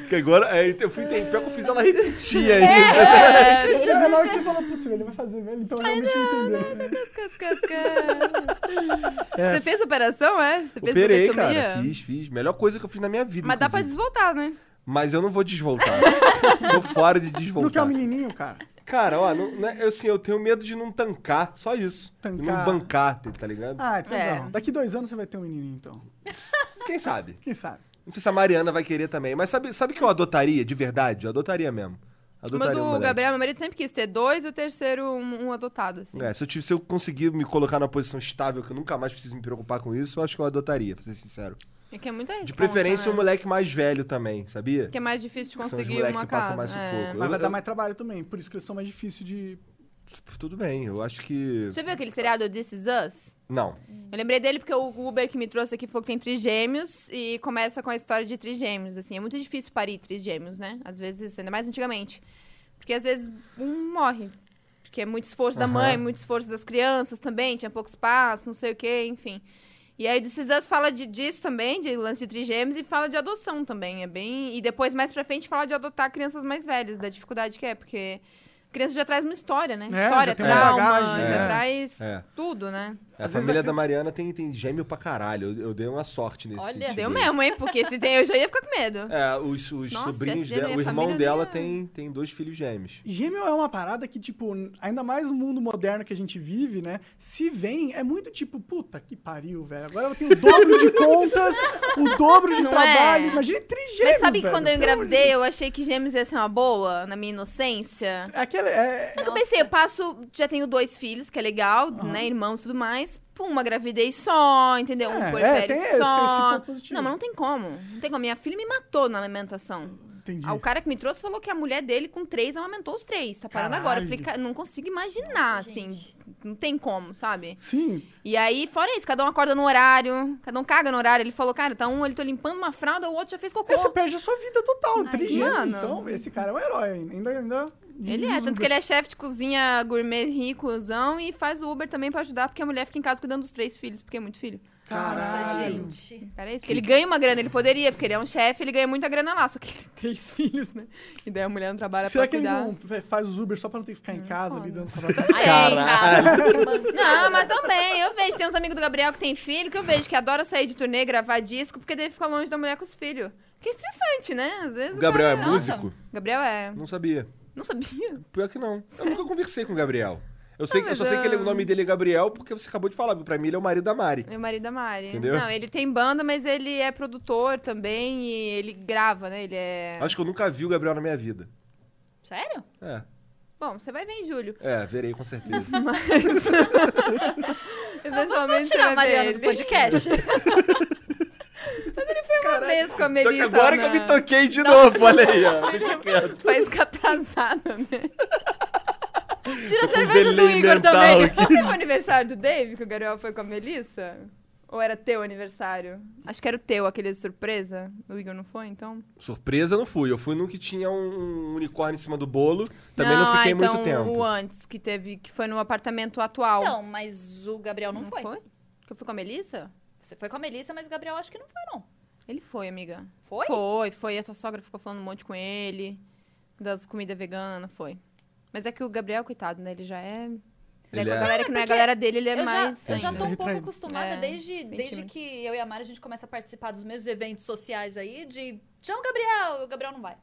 B: Que, agora. é, eu fui tem pior que eu fiz ela repetir ainda.
A: É, na hora que você fala, putz, velho, ele vai fazer, velho, então eu realmente não entendeu.
E: Cas, cas, cas. Você fez operação, é? Você fez
B: Operei,
E: vasectomia?
B: cara. Fiz, fiz. Melhor coisa que eu fiz na minha vida.
E: Mas dá pra
B: inclusive.
E: desvoltar, né?
B: Mas eu não vou desvoltar. Tô fora de
A: Não que é
B: desvoltar.
A: um menininho, cara.
B: Cara, ó, não, não é- eu, assim, eu tenho medo de não tancar, só isso. De
A: Tancar.
B: não bancar, tá- tá ligado?
A: Ah, então
E: É.
A: não. Daqui dois anos você vai ter um menininho, então.
B: Quem sabe?
A: Quem sabe?
B: Não sei se a Mariana vai querer também, mas sabe, sabe que eu adotaria, de verdade? Eu adotaria mesmo. Adotaria
E: Mas
B: um
E: o
B: moleque.
E: Gabriel, meu marido, sempre quis ter dois e o terceiro um, um adotado, assim.
B: É, se, eu, tive- se eu conseguir me colocar numa posição estável que eu nunca mais preciso me preocupar com isso, eu acho que eu adotaria, pra ser sincero.
E: É que é muita
B: De
E: responsa,
B: preferência,
E: né?
B: um moleque mais velho também, sabia?
E: Que é mais difícil de
B: São os
E: conseguir
B: moleques
E: uma
B: que passam
E: casa.
B: mais
E: é.
B: sufoco. Eu-
A: Mas vai
B: eu-
A: dar mais trabalho também, por isso que eles são mais difíceis de
B: Tudo bem, eu acho que.
E: Você viu aquele seriado This Is Us?
B: Não.
E: Eu lembrei dele porque o Uber que me trouxe aqui falou que tem trigêmeos e começa com a história de trigêmeos, assim. É muito difícil parir trigêmeos, né? Às vezes, ainda mais antigamente. Porque às vezes um morre. Porque é muito esforço da
B: Aham.
E: mãe, muito esforço das crianças também, tinha pouco espaço, não sei o quê, enfim. E aí This Is Us fala de, disso também, de lance de trigêmeos, e fala de adoção também. É bem. E depois, mais pra frente, fala de adotar crianças mais velhas, da dificuldade que é, porque. Criança já traz uma história, né?
A: É,
E: história,
A: já tem
B: uma
E: trauma,
A: bagagem,
E: já
B: é.
E: traz
B: É.
E: tudo, né?
B: A
A: Às vezes
B: família
A: a
B: da
A: criança-
B: Mariana tem, tem gêmeo pra caralho. Eu, eu dei uma sorte nesse
C: Olha,
B: sentido.
E: Deu
A: Tipo,
E: mesmo, hein? Porque se tem, eu já ia ficar com medo.
B: É, os, os
E: Nossa,
B: sobrinhos
E: tivesse gêmeo,
B: dela, o
E: minha
B: irmão
E: família é
B: dela
E: não ia-
B: tem, tem dois filhos gêmeos.
A: Gêmeo é uma parada que, tipo, ainda mais no mundo moderno que a gente vive, né? Se vem, é muito tipo, puta que pariu, velho. Agora eu tenho o dobro de contas, o dobro de
E: Não
A: trabalho.
E: é?
A: Imagina trigêmeos,
E: Mas sabe que
A: velho.
E: quando eu
A: Pelo amor de
E: engravidei, eu achei que gêmeos ia ser uma boa, na minha inocência?
A: Deus. Aquela, é,
E: Eu pensei, eu passo, já tenho dois filhos, que é legal,
A: Aham.
E: né? Irmãos e tudo mais. Pum, uma gravidez só, entendeu? Um
A: É,
E: puerpério
A: é, tem esse- tem esse
E: só.
A: ponto positivo.
E: não, mas não tem como. Não tem como. Minha filha me matou na alimentação.
A: entendi.
E: Ah, o cara que me trouxe falou que a mulher dele com três amamentou os três. Tá parando
A: Caralho.
E: agora. Eu falei, "Ca- não consigo imaginar,
C: Nossa,
E: assim.
C: gente.
E: Não tem como, sabe?
A: Sim,
E: E aí, fora isso, cada um acorda no horário, cada um caga no horário. Ele falou, cara, tá um, ele tô limpando uma fralda, o outro já fez cocô.
A: você perde a sua vida total,
C: Ai,
A: trigêmeos.
E: mano.
A: Então, esse cara é um herói. Ainda, ainda...
E: Ele é, tanto que ele é chefe de cozinha gourmet ricozão e faz o Uber também pra ajudar, porque a mulher fica em casa cuidando dos três filhos, porque é muito filho.
C: Nossa,
A: Caralho.
C: gente.
E: Era isso. Porque ele ganha uma grana, ele poderia, porque ele é um chefe, ele ganha muita grana lá, só que ele tem três filhos, né? E daí a mulher não trabalha
A: Será
E: pra
A: que ele
E: cuidar.
A: não faz os Uber só pra não ter que ficar em casa
E: foda.
A: lidando com a
C: Aí, cara, que man-
E: Não,
C: tá-
E: mas também, eu vejo, tem uns amigos do Gabriel que tem filho, que eu vejo que adora sair de turnê, gravar disco, porque daí fica longe da mulher com os filhos. Que é estressante, né? Às vezes
B: O
E: o
B: Gabriel é
E: cara-
B: músico?
E: Gabriel é.
B: Não sabia.
E: Não sabia.
B: Pior que não. Eu nunca conversei com o Gabriel. Eu, sei,
E: Ah,
B: que- eu só
E: mas,
B: sei que ele-
E: ah,
B: o nome dele é Gabriel porque você acabou de falar. Pra mim, ele é o marido da Mari.
E: Meu marido da Mari.
B: Entendeu?
E: Não, ele tem banda, mas ele é produtor também e ele grava, né? Ele é.
B: Acho que eu nunca vi o Gabriel na minha vida.
C: Sério?
B: É,
E: Bom, você vai ver em julho.
B: é verei com certeza.
E: Eventualmente
C: Vamos
E: você
C: tirar
E: vai
C: a Mariana
E: ver
C: do
E: ele.
C: podcast.
E: Uma vez com a
B: Só que
E: Melissa.
B: agora que eu me toquei de novo, olha aí, ó. Deixa quieto.
E: Faz que atrasada, né?
C: Tira a cerveja do
B: Um delay
C: Igor
B: mental
C: também.
B: aqui.
E: Foi o aniversário do Dave que o Gabriel foi com a Melissa? Ou era teu aniversário? Acho que era o teu, aquele de surpresa. O Igor não foi, então?
B: Surpresa eu não fui. Eu fui num que tinha um unicórnio em cima do bolo. Também não,
E: ah,
B: fiquei
E: então,
B: muito tempo.
E: o antes, que teve, que foi no apartamento atual.
C: Então, mas o Gabriel não, foi.
E: Que eu fui com a Melissa?
C: Você foi com a Melissa, mas o Gabriel acho que não foi, não.
E: Ele foi, amiga.
C: Foi?
E: Foi, foi. A tua sogra ficou falando um monte com ele, das comidas veganas, foi. Mas é que o Gabriel, coitado, né? Ele já é. Né,
B: Ele
E: com a
B: é-
E: galera que não é a
C: porque
E: galera dele, ele é
C: eu,
E: mais.
C: já, eu já
E: ainda.
C: tô um pouco
A: Retraído.
C: acostumada
E: É,
C: desde,
E: bem
C: desde
E: tímido.
C: que eu e a Mara a gente começa a participar dos mesmos eventos sociais aí de chama o Gabriel, e o Gabriel não vai.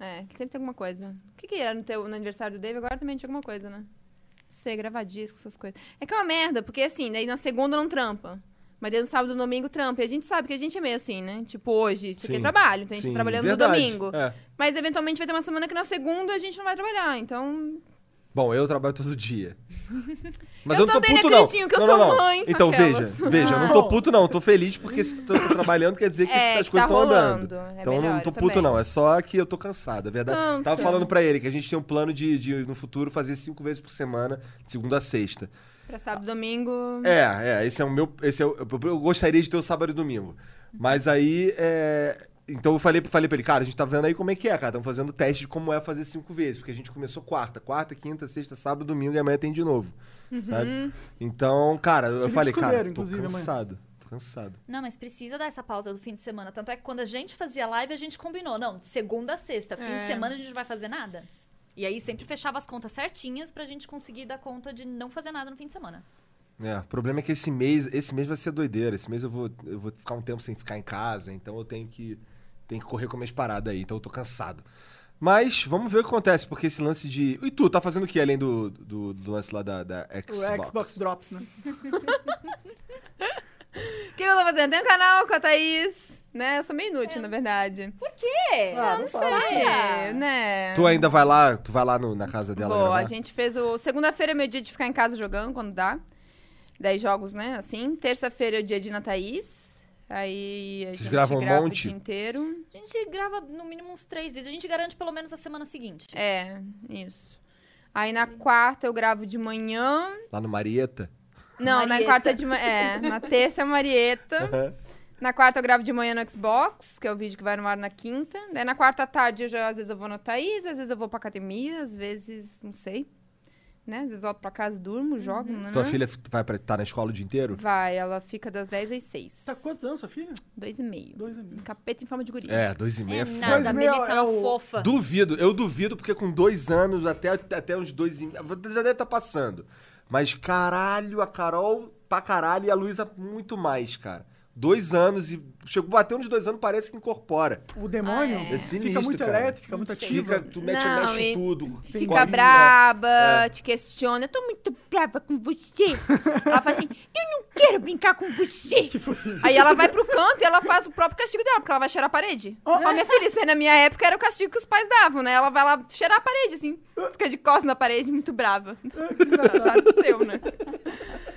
E: É, sempre tem alguma coisa. O que, que era no, teu, no aniversário do Dave? Agora também tinha alguma coisa, né? Não sei, gravar disco, essas coisas. É que é uma merda, porque assim, daí na segunda não trampa. Mas daí no sábado e no domingo trampa. E a gente sabe que a gente é meio assim, né? Tipo, hoje, isso aqui é
B: Sim.
E: trabalho, então a gente
B: Sim,
E: tá trabalhando
B: verdade.
E: no domingo.
B: É.
E: Mas eventualmente vai ter uma semana que na segunda a gente não vai trabalhar. Então,
B: Bom, eu trabalho todo dia. Mas
E: Eu
B: eu, não tô
E: também
B: puto,
E: não
B: não.
E: acredito que eu
B: não,
E: sou
B: não, não.
E: mãe,
B: Então,
E: aquelas.
B: veja, veja, eu não tô puto, não. Tô feliz porque se tô tô trabalhando quer dizer que
E: É,
B: as
E: que
B: coisas
E: tá
B: estão andando.
E: rolando. É
B: então, eu não
E: melhor,
B: tô
E: eu
B: puto,
E: também.
B: não. É só que eu tô cansado, é verdade.
E: Cansa.
B: Tava falando pra ele que a gente tem um plano de, de, no futuro, fazer cinco vezes por semana, de segunda a sexta.
E: pra sábado e domingo.
B: É, é, esse é o meu. Esse é o, eu, eu gostaria de ter o sábado e domingo. Mas aí. é, então eu falei, falei pra ele, cara, a gente tá vendo aí como é que é, cara. Estamos fazendo teste de como é fazer cinco vezes, porque a gente começou quarta, quarta, quinta, sexta, sábado, domingo e amanhã tem de novo. Sabe? Então, cara, eu
A: Eles
B: falei,
A: escolheram,
B: cara, tô
A: inclusive, amanhã.
B: cansado. Tô cansado.
C: Não, mas precisa dar essa pausa do fim de semana. Tanto é que quando a gente fazia live, a gente combinou. Não, de segunda a sexta. Fim de semana a gente não vai fazer nada. E aí sempre fechava as contas certinhas pra gente conseguir dar conta de não fazer nada no fim de semana.
B: É, o problema é que esse mês, esse mês vai ser doideira. Esse mês eu vou, eu vou ficar um tempo sem ficar em casa, então eu tenho que, tenho que correr com minhas paradas aí, então eu tô cansado. Mas vamos ver o que acontece, porque esse lance de. E tu, tá fazendo o que além do, do, do lance lá da, da
A: O
B: Xbox?
A: Xbox. Drops, né?
E: O que eu tô fazendo? Eu tenho um canal com a Thaís, né? Eu sou meio inútil, na verdade.
C: É.
A: Ah, não fala.
E: É, né?
B: Tu ainda vai lá, tu vai lá no- na casa dela né?
E: Boa,
B: gravar?
E: a gente fez o. Segunda-feira é meu dia de ficar em casa jogando quando dá. 10 jogos, né? Assim. Terça-feira é o dia de ir na Thaís. Aí a
B: Vocês
E: gente
B: gravam um
E: grava
B: monte?
E: o dia inteiro.
C: A gente grava no mínimo uns três vídeos. A gente garante pelo menos a semana seguinte.
E: É, isso. Aí na quarta eu gravo de manhã.
B: Lá no Marieta.
E: Não, na
C: Marieta.
E: quarta de manhã. É, na terça é Marieta. Na quarta eu gravo de manhã no Xbox, que é o vídeo que vai no ar na quinta. Daí na quarta à tarde eu já, às vezes eu vou no Thaís, às vezes eu vou pra academia, às vezes, não sei. Né? Às vezes eu volto pra casa,
A: Uhum.
E: durmo, jogo. nananã.
B: Tua filha f- vai pra, tá na escola o dia inteiro?
E: Vai, ela fica das 10 às 6.
A: Tá quantos anos, sua filha?
E: Dois e meio.
A: Dois anos.
E: Um capeta em forma de guria.
B: É, dois e meio
C: É
B: é foda.
C: nada,
A: Mas,
C: a
A: meu,
C: Melissa é
A: é
C: uma
A: o-
C: fofa.
B: Duvido, eu duvido, porque com dois anos, até, até uns dois e meio. Já deve estar passando. Mas caralho, a Carol pra caralho e a Luísa muito mais, cara. Dois anos e. Chegou, bateu uns dois anos, parece que incorpora.
A: O demônio
B: É sinistro,
A: fica muito
B: cara.
A: elétrica, muito ativa.
B: Fica, tu mete,
E: Não,
B: mexe
E: e
B: tudo.
E: Fica
B: Corre,
E: braba, te questiona. Eu tô muito brava com você. Ela fala assim, eu não quero brincar com você. Aí ela vai pro canto e ela faz o próprio castigo dela, porque ela vai cheirar a parede. Ela fala, minha filha, isso aí na minha época era o castigo que os pais davam, né? Ela vai lá cheirar a parede, assim. Fica de costas na parede, muito brava. Sabe, seu, né?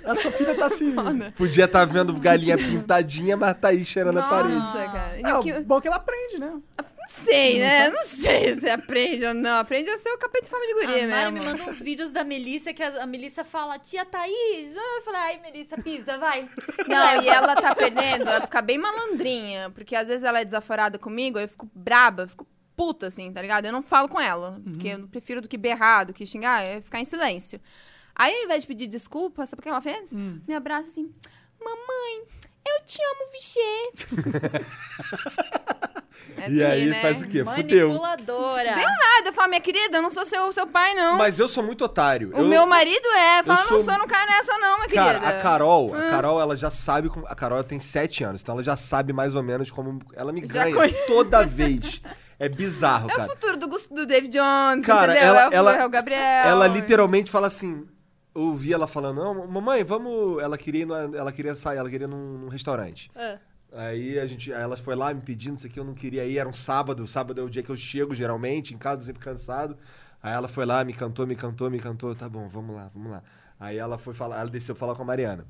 A: A sua filha tá assim.
B: é. Podia estar vendo galinha pintadinha, mas tá aí cheirando a parede.
E: Nossa, cara. E
A: É,
E: o que-
A: o bom é que ela aprende, né?
E: Não sei, né? Não sei se aprende ou não. Aprende a ser o capeta de forma de
C: A
E: guria
C: Mari me
E: mesmo.
C: manda uns vídeos da Melissa que a, a Melissa fala, tia Thaís. Ah, Eu falei, ai, Melissa, pisa, vai.
E: Não, e ela tá perdendo, ela fica bem malandrinha, porque às vezes ela é desaforada comigo, eu fico braba, eu fico puta, assim, tá ligado? Eu não falo com ela,
B: Uhum.
E: porque eu prefiro do que berrar, do que xingar, é ficar em silêncio. Aí, ao invés de pedir desculpa, sabe o que ela fez?
B: Hum.
E: Me abraça assim, mamãe, eu te amo, Vichê. é
B: e aí
E: né?
B: faz o quê? Fudeu.
C: Manipuladora.
E: Nada, eu falo, minha querida, eu não sou seu, seu pai, não.
B: Mas eu sou muito otário.
E: o
B: eu...
E: meu marido é, fala,
B: sou-
E: não sou, não cai nessa não, minha
B: Cara,
E: querida. Hum.
B: a Carol, a Carol, ela já sabe como. A Carol tem 7 anos, então ela já sabe mais ou menos como. Ela me
E: Já
B: ganha
E: conhe-
B: toda vez. É bizarro,
E: É o
B: cara.
E: futuro do, Gus- do David Jones,
B: Cara,
E: entendeu?
B: ela-
E: é o futuro,
B: ela-
E: é o Gabriel.
B: Ela literalmente fala assim. Eu ouvi ela falando, não, mamãe, vamos. Ela queria ir numa- ela queria sair, ela queria ir num, num restaurante.
A: É.
C: Ah.
B: Aí a gente. Aí ela foi lá me pedindo isso aqui, eu não queria ir, era um sábado, sábado é o dia que eu chego, geralmente, em casa, sempre cansado. Aí ela foi lá, me cantou, me cantou, me cantou, tá bom, vamos lá, vamos lá. Aí ela foi falar, ela desceu falar com a Mariana.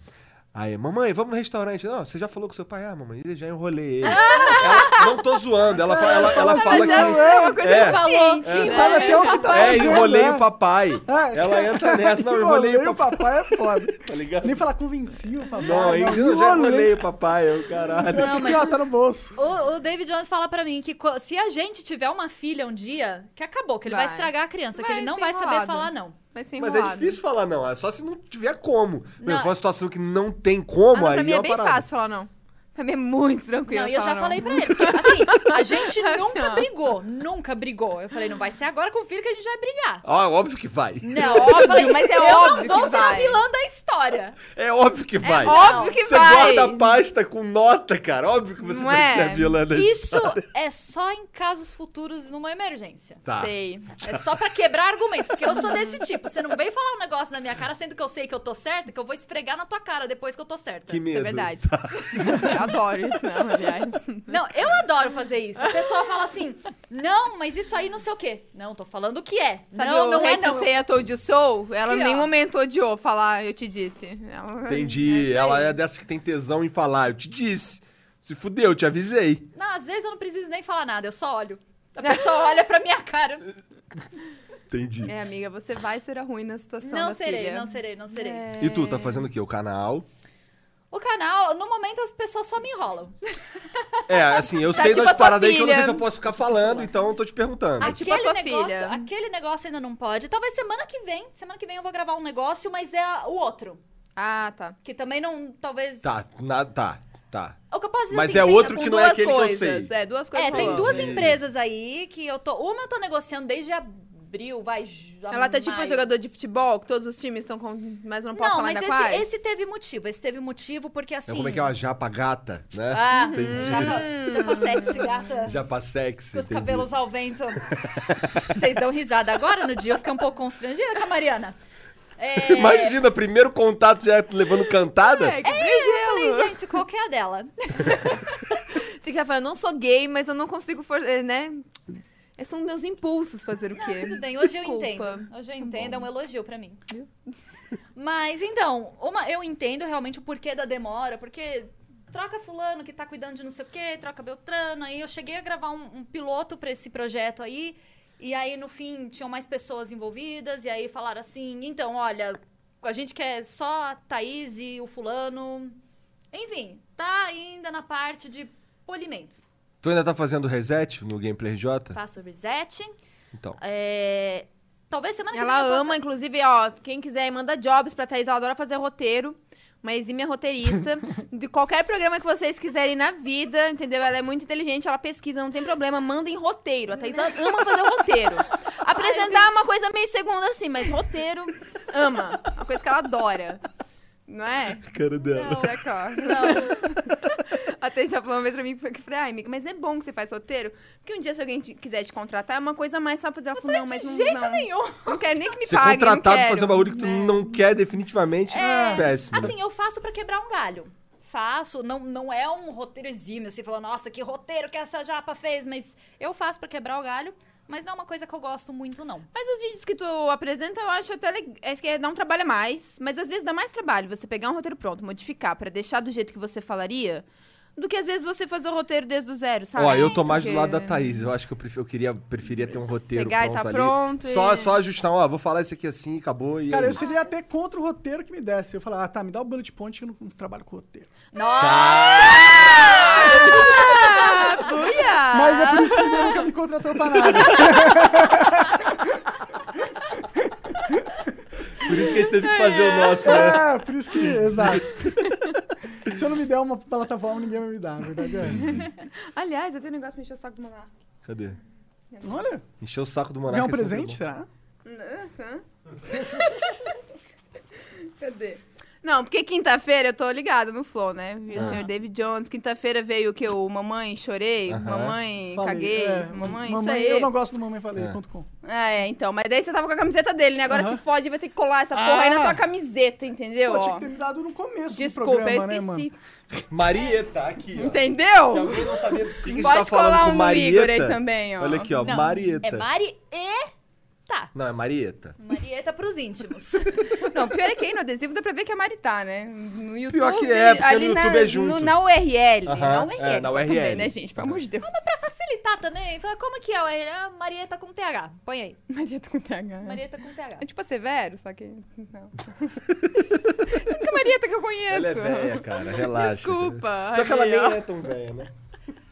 B: Aí, mamãe, vamos no restaurante. Não, você já falou com seu pai? Ah, mamãe, eu já enrolei ele. Ela- não tô zoando, ela, fa- ela, ela fala
A: já
B: que.
A: é uma
B: é,
C: Falou.
A: Sabe até o que tá
B: é,
A: fazendo,
B: enrolei
A: né?
B: o papai.
A: Ah,
B: Ela entra nessa, não, enrolei o papai,
A: papai é foda.
B: tá ligado?
A: Nem falar convenci o papai.
B: Não, hein, eu já enrolei o papai, eu, caralho.
A: Não, mas... Ela tá no bolso.
C: O, o David Jones fala pra mim que co- se a gente tiver uma filha um dia, que acabou, que ele vai,
E: Vai.
C: estragar a criança, que
E: Vai
C: ele não
E: ser
C: vai saber
E: enrolado.
C: falar não.
E: Vai ser
B: Mas
E: enrolado.
B: é difícil falar não, é só se não tiver como. Meu,
C: Não.
B: foi uma situação que não tem
E: Ah,
B: como,
E: não,
B: aí
E: pra mim
B: é
E: é
B: uma
E: bem
B: parada.
E: fácil falar não. Pra mim é muito tranquilo
C: Não, e eu já
E: falar
C: falei pra ele. Porque, assim, a gente
E: Assim,
C: nunca
E: ó.
C: brigou. Nunca brigou. Eu falei, não vai ser agora com o filho que a gente vai brigar.
B: Ó, Ah, óbvio que vai.
C: Não,
E: óbvio,
C: eu falei,
E: mas é
C: eu
E: óbvio
C: não vou
E: que
C: ser a
E: vai.
C: vilã da história.
B: É óbvio que vai.
E: Óbvio que
B: você
E: vai.
B: guarda a pasta com nota, cara. Óbvio que você
E: Não
B: vai
E: é?
B: ser a vilã da
C: Isso
B: história.
C: é só em casos futuros numa emergência.
B: Tá.
E: Sei.
C: É só pra quebrar argumentos, porque eu sou desse tipo. Você não vem falar um negócio na minha cara, sendo que eu sei que eu tô certa, que eu vou esfregar na tua cara depois que eu tô certa.
B: Que medo.
E: Isso é verdade. Eu Adoro isso, não, aliás.
C: Não, eu adoro fazer isso. A pessoa fala assim, não, mas isso aí não sei o quê. Não, tô falando o que é.
E: Sabe
C: não,
E: o
C: não é
E: Hate
C: não.
E: Say I Told You So? Ela
C: Aqui,
E: em nenhum
C: ó.
E: momento odiou falar, eu te disse. Ela-
B: Entendi. Ela é dessas que tem tesão em falar. Eu te disse. Se fudeu, eu te avisei.
C: Não, às vezes eu não preciso nem falar nada, eu só olho. A pessoa olha pra minha cara.
B: Entendi.
E: É, amiga, você vai ser a ruim na situação
C: Não
E: da
C: serei,
E: filha.
C: não serei, não serei.
E: É.
B: E tu, tá fazendo o quê? O canal?
C: O canal, no momento as pessoas só me enrolam.
B: É, assim, eu
E: Tá
B: sei
E: tipo
B: das
E: a tua
B: paradas aí que eu não sei
E: filha.
B: se eu posso ficar falando, então eu tô te perguntando.
E: É tipo a tua
C: negócio,
E: filha.
C: Aquele negócio ainda não pode. Talvez semana que vem. Semana que vem eu vou gravar um negócio, mas é a- o outro.
E: Ah, tá.
C: Que também não, talvez...
B: Tá, na, tá, tá.
C: O que eu posso dizer
B: Mas
C: assim,
B: é
C: tem-
B: outro
E: Com
B: que não é
E: duas
B: aquele que eu
E: coisas.
B: sei.
E: É, duas coisas.
C: É, tem
E: rolando.
C: duas
B: Entendi.
C: empresas aí que eu tô... Uma eu tô negociando desde abril, vai... ju-
E: Ela tá tipo
C: maio.
E: jogador de futebol, que todos os times estão com. Mas eu não posso
C: Não,
E: falar
C: mas
E: ainda
C: esse,
E: quais.
C: esse teve motivo. Esse teve motivo porque assim...
B: Então, como é que é uma japa gata, né?
C: Ah,
B: Entendi.
C: já tá sexy,
E: Ah.
C: gata.
B: Japa sexy,
C: Seus
B: entendi.
C: cabelos ao vento. Vocês dão risada agora no dia. Eu fiquei um pouco constrangida com a Mariana. É...
B: Imagina, primeiro contato já é levando cantada.
E: É, que
C: Eu
E: brilho.
C: falei, gente, qual que é a dela?
E: Fica falando, eu não sou gay, mas eu não consigo fazer, né? Esses são meus impulsos fazer o quê?
C: Tudo bem, hoje
E: Desculpa. Tá
C: eu entendo. Hoje eu entendo, é um elogio pra mim. Mas então, uma, eu entendo realmente o porquê da demora, porque troca fulano que tá cuidando de não sei o quê, troca Beltrano, aí eu cheguei a gravar um, um piloto pra esse projeto aí. E aí, no fim, tinham mais pessoas envolvidas, e aí falaram assim: então, olha, a gente quer só a Thaís e o fulano. Enfim, tá ainda na parte de polimento.
B: Tu ainda tá fazendo reset no Gameplay
E: Tá.
B: J?
C: Faço o reset.
B: Então.
C: é, Talvez semana que
E: Ela
C: vem. eu
E: ama, inclusive, ó, quem quiser, manda jobs pra Thaís. Ela adora fazer roteiro. Uma exímia roteirista. de qualquer programa que vocês quiserem na vida, entendeu? Ela é muito inteligente, ela pesquisa, não tem problema. Manda em roteiro. A Thaís ama fazer roteiro. Apresentar é uma coisa meio segunda assim, mas roteiro ama. Uma coisa que ela adora. Não é?
B: Cara dela.
E: Não, Até já falou uma vez pra mim, que eu falei, ai, amiga, mas é bom que você faz roteiro, porque um dia se alguém te- quiser te contratar, é uma coisa a mais, sabe, fazer. Ela falou, não, mas
C: de
E: não,
C: jeito
E: não.
C: nenhum.
E: Não quero nem que me
B: Ser
E: pague, não
B: contratado pra
E: quero. né?
B: fazer um bagulho que tu não quer definitivamente, é péssimo.
C: Assim, eu faço pra quebrar um galho. Faço, não, não é um roteiro exímio, assim, falando, nossa, que roteiro que essa japa fez, mas eu faço pra quebrar o galho, mas não é uma coisa que eu gosto muito, não.
E: Mas os vídeos que tu apresenta, eu acho até legal. Acho que é, não trabalha mais, mas às vezes dá mais trabalho você pegar um roteiro pronto, modificar pra deixar do jeito que você falaria, do que às vezes você fazer o roteiro desde o zero, sabe?
B: Ó, eu tô mais do
E: Porque-
B: lado da Thaís. Eu acho que eu, prefiro, eu queria, preferia ter um roteiro
E: Chegar e
B: pronto
E: tá
B: ali.
E: pronto e-
B: Só, só ajustar, ó, vou falar isso aqui assim, acabou e...
A: Cara,
B: é
A: eu
B: isso.
A: seria até contra o roteiro que me desse. Eu falava, ah, tá, me dá o bullet point que eu não não trabalho com roteiro.
E: Buia!
A: Mas é por isso que o meu nunca me contratou pra nada.
B: É. Por isso que a gente teve que fazer o nosso, né?
A: É, por isso que. Exato. Se eu não me der uma plataforma, ninguém vai me dar, a verdade é essa.
E: Aliás, eu tenho um negócio pra encher o saco do monarca.
B: Cadê?
A: Olha,
B: Encheu o saco do
A: ganhar um
B: Monarca. é sempre
A: presente,
B: bom.
A: será?
E: Cadê? Não, porque quinta-feira eu tô ligada no flow, né? Vi
B: Ah.
E: o senhor David Jones. Quinta-feira veio o que? O mamãe chorei,
B: Aham.
E: mamãe
A: Falei,
E: caguei,
A: é,
E: mamãe,
A: mamãe
E: isso aí.
A: Eu não gosto do mamãe falei,
B: É.
A: ponto com.
E: É, então, mas daí você tava com a camiseta dele, né? Agora
A: Aham.
E: se fode, vai ter que colar essa porra aí na
A: Ah.
E: tua camiseta, entendeu?
A: Pô,
E: Ó.
A: tinha que ter me dado no começo
E: Desculpa,
A: do programa,
E: eu esqueci.
A: né, mano?
B: Marieta, aqui, ó.
E: Entendeu?
B: Se alguém não sabia do que, que a gente
E: Pode
B: tá falando
E: colar
B: com
E: um no
B: Marieta...
E: Igor aí também, ó.
B: Olha aqui, ó,
C: Não,
B: Marieta.
C: É Mari e. Tá.
B: Não, é Marieta.
C: Marieta pros íntimos.
E: Não, pior é que aí no adesivo dá pra ver que é Maritá, né? No YouTube,
B: Pior que é, porque
E: ali
B: no
E: na,
B: YouTube é junto.
E: no- na URL.
B: Aham,
E: Na URL,
B: é, na
E: só
B: URL.
E: também, né, gente? Pelo amor de Deus.
C: pra facilitar também, fala, como que é? Aí, ah, Marieta com TH. Põe aí.
E: Marieta tá com TH.
C: Marieta com TH.
E: É tipo a Severo, só que... Não. É que Marieta que eu conheço.
B: Ela é velha, cara, relaxa.
E: Desculpa.
B: Pior que ela
E: ali,
B: nem
E: ó.
B: é tão velha, né?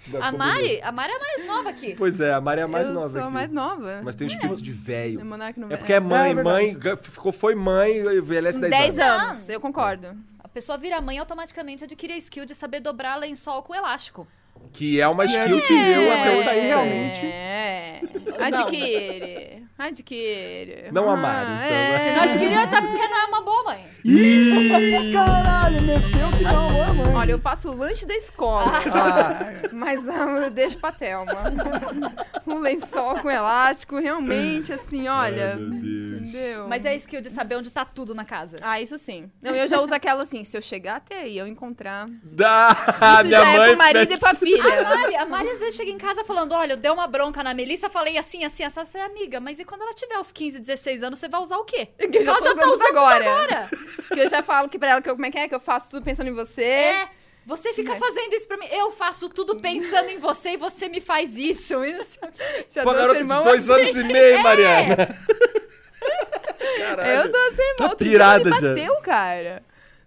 B: Não,
C: A
B: como
C: Mari?
B: eu.
C: A Mari é a mais nova aqui.
B: Pois é, a Mari é a mais
E: eu
B: nova
E: sou a
B: aqui.
E: mais nova.
B: Mas tem um espírito de velho.
E: É monarca não
B: É
E: vai-
B: porque é mãe,
A: É
B: mãe, ficou, foi mãe e envelhece 10,
E: 10
B: anos.
E: anos, eu concordo.
C: A pessoa vira mãe automaticamente adquire a skill de saber dobrar lençol com elástico.
B: Que é uma skill que eu
A: É,
B: até
A: isso aí
B: hoje
A: realmente.
E: É. Adquire. Adquire.
B: Não
E: Ah,
B: amar, então,
E: é.
B: né?
C: Não adquiriu até porque não é uma boa mãe.
A: Ih, caralho, meteu que não, mano, mãe.
E: Olha, eu faço o lanche da escola,
A: Ah,
E: mas ah, eu deixo pra Thelma. Um lençol com elástico, realmente, assim, olha. Entendeu?
C: Mas é a skill de saber onde tá tudo na casa.
E: Ah, isso sim. Não, eu já uso aquela assim, se eu chegar até aí, eu encontrar.
B: Da,
E: isso já é pro marido e pra
C: A
E: filha.
C: Mari, a Mari às vezes chega em casa falando: olha, eu dei uma bronca na Melissa, falei assim, assim, essa. Eu falei, amiga, mas e quando ela tiver os 15, 16 anos, você vai usar o quê?
E: Que eu já
C: ela
E: tô
C: já tá
E: usando
C: usando
E: agora.
C: agora.
E: Que eu já falo que pra ela, que eu, como é que é? Que eu faço tudo pensando em você.
C: É. Você fica fazendo isso pra mim. Eu faço tudo pensando em você e você me faz isso. Isso. é
E: Já
B: Uma
E: dou
B: garota de
E: sermão
B: dois
E: assim.
B: anos e meio, Mariana. Caralho.
E: Eu dou sermão.
B: Tá
E: Outro dia ela
B: pirada já.
E: Me bateu, cara.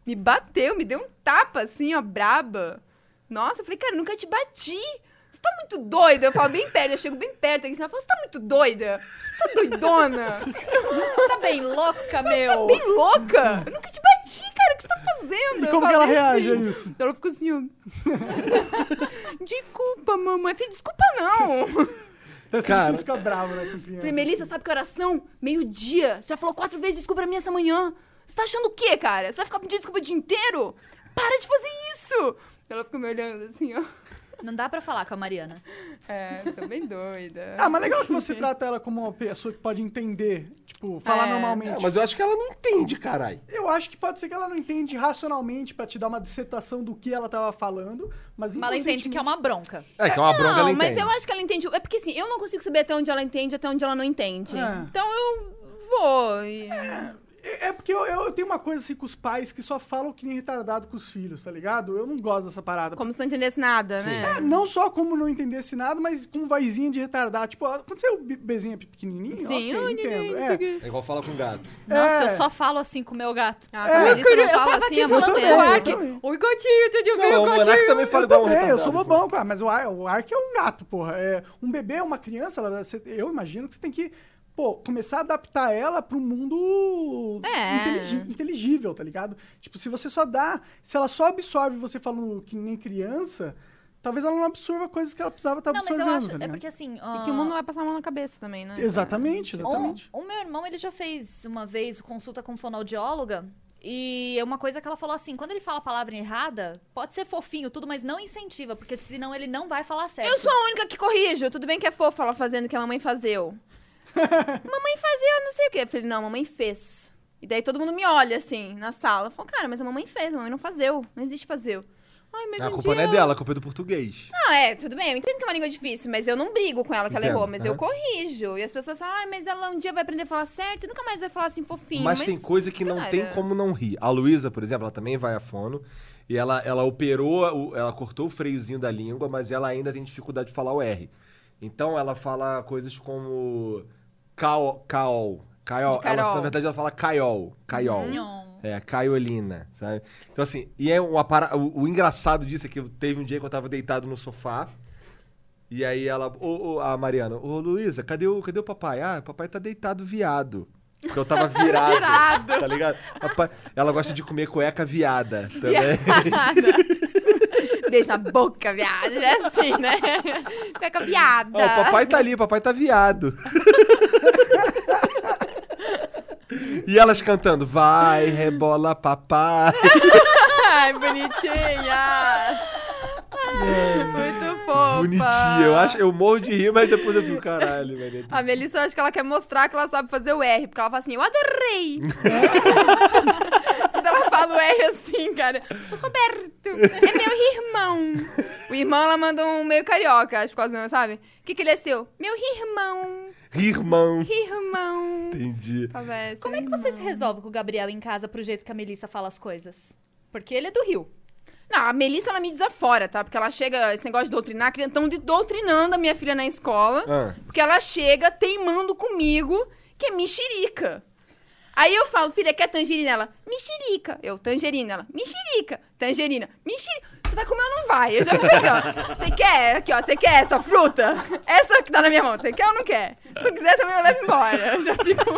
E: Me bateu, me deu um tapa assim, ó, braba. Nossa, eu falei, cara, nunca te bati. Você tá muito doida. Eu falo bem perto, eu chego bem perto aqui. Ela fala, você tá muito doida. Você tá doidona. Tá
C: Você tá bem louca,
A: É
C: meu.
E: bem louca. Eu nunca te bati, cara. O que você tá fazendo?
A: e
E: Eu
A: como que
E: falo
A: ela
E: bem
A: reage a
E: assim.
A: isso?
E: Ela ficou assim, ó. desculpa, mamãe. Eu falei, desculpa não.
A: Você
B: Cara.
A: fica bravo, né, com criança.
E: Falei, Melissa, sabe que oração? Meio-dia. Você já falou quatro vezes desculpa pra mim essa manhã. Você tá achando o quê, cara? Você vai ficar pedindo desculpa o dia inteiro? Para de fazer isso! Ela fica me olhando assim, ó.
C: Não dá pra falar com a Mariana.
E: É, tô bem doida.
A: Ah, mas legal que você trata ela como uma pessoa que pode entender, tipo, falar
E: É.
A: normalmente.
B: É, mas eu acho que ela não entende, caralho.
A: Eu acho que pode ser que ela não entende racionalmente pra te dar uma dissertação do que ela tava falando, mas
C: Mas ela entende que é uma bronca.
B: É, que é uma bronca, ela
E: Não,
B: entende.
E: mas eu acho que ela entende. É porque assim, eu não consigo saber até onde ela entende até onde ela não entende.
A: É.
E: Então eu vou. e-
A: inconscientemente- É é porque eu, eu- eu tenho uma coisa assim com os pais que só falam que nem retardado com os filhos, tá ligado? Eu não gosto dessa parada.
G: Como se não entendesse nada, né?
A: É, não só como não entendesse nada, mas com vozinha de retardado. Tipo, ó, quando você é o bebezinho pequenininho, ok,
E: Sim, eu
A: entendo.
E: entendo.
A: É.
B: É igual fala com gato.
A: É.
C: Nossa, eu só falo assim com o meu gato.
E: Ah, a Melissa
C: queria-
E: não
C: eu
E: fala
C: tava
E: assim,
C: aqui
E: é muito
C: falando
A: também,
C: com
A: eu
C: o
E: tempo.
C: Ark.
A: também.
C: Oi, gatinho, Dudu, vem
B: Não,
C: o
B: o Monark
C: gatinho.
B: também fala
A: eu
B: igual um
A: também, eu
B: retardado.
A: sou
B: pô.
A: bobão, cara, mas o ar, o ar que é um gato, porra. É, um bebê, uma criança, ela- você- eu imagino que você tem que, pô, começar a adaptar ela pro mundo
E: É.
A: intelig- inteligível, tá ligado? Tipo, se você só dá, se ela só absorve você falando que nem criança, talvez ela não absorva coisas que ela precisava estar
C: Não, mas
A: absorvendo,
C: eu acho...
A: tá
C: É
A: ligado?
C: porque assim...
E: E que o mundo vai passar a mão na cabeça também, né?
A: Exatamente, exatamente.
C: O, o Um, meu irmão, ele já fez uma vez consulta com fonoaudióloga. E é uma coisa que ela falou assim: quando ele fala a palavra errada, pode ser fofinho, tudo, mas não incentiva, porque senão ele não vai falar certo.
E: Eu sou a única que corrijo. Tudo bem que é fofa ela fazendo o que a mamãe fazeu. mamãe fazia, não sei o quê. Eu falei, não, a mamãe fez. E daí todo mundo me olha, assim, na sala. Eu falo, cara, mas a mamãe fez, a mamãe não fazeu. Não existe fazeu. Ai, mas
B: A
E: um
B: culpa
E: dia
B: não é dela, a culpa é do português.
E: Não, é, tudo bem, eu entendo que é uma língua difícil, mas eu não brigo com ela que ela
B: Entendo,
E: errou, mas eu
B: aham.
E: corrijo. E as pessoas falam, ai, mas ela um dia vai aprender a falar certo e nunca mais vai falar assim fofinho.
B: mas, tem coisa que não
E: cara.
B: tem como não rir. A Luísa, por exemplo, ela também vai a fono. E ela, ela operou, o- ela cortou o freiozinho da língua, mas ela ainda tem dificuldade de falar o R. Então ela fala coisas como. Cao. Caol. Caiol.
E: De
B: Ela,
E: Carol.
B: na verdade, ela fala caiol. Caiol.
C: Nhon.
B: É, caiolina, sabe? Então, assim, e é uma para... o, o engraçado disso é que eu- teve um dia que eu tava deitado no sofá. E aí ela, ô, ô, a Mariana, ô Luísa, cadê o, cadê o papai? Ah, o papai tá deitado viado. Porque eu tava virado. virado. Tá ligado? Papai- Ela gosta de comer cueca viada também.
E: Beijo na boca, viado. É assim, né? Pega
B: Ó,
E: piada.
B: o papai tá ali, papai tá viado. e elas cantando, vai, rebola, papai.
E: Ai, bonitinha. Muito fofa.
B: Bonitinha. Eu, acho, eu morro de rir, mas depois eu fico, caralho, velho. é
E: A Melissa, eu acho que ela quer mostrar que ela sabe fazer o R, porque ela fala assim, eu adorei! Quando ela fala o R assim, cara, "O Roberto, é meu irmão! O irmão, ela manda um meio carioca, acho que quase não, sabe? O que que ele é seu? Meu irmão,
B: Irmão.
E: irmão!
B: Entendi.
E: Talvez,
C: Como é que você se resolve com o Gabriel em casa pro jeito que a Melissa fala as coisas? Porque ele é do Rio.
E: Não, a Melissa, ela me desafora, tá? Porque ela chega, esse negócio de doutrinar, estão doutrinando a minha filha na escola.
B: Ah,
E: Porque ela chega teimando comigo que é mexerica. Aí eu falo, filha, quer tangerina? Ela, mexerica. Eu, tangerina. Ela, mexerica. Tangerina, mexerica. Você vai comer ou não vai? Eu já falei assim, ó. Você quer? Aqui, ó. Você quer essa fruta? Essa que tá na minha mão. Você quer ou não quer? Se não quiser, também eu levo embora. Eu já fico...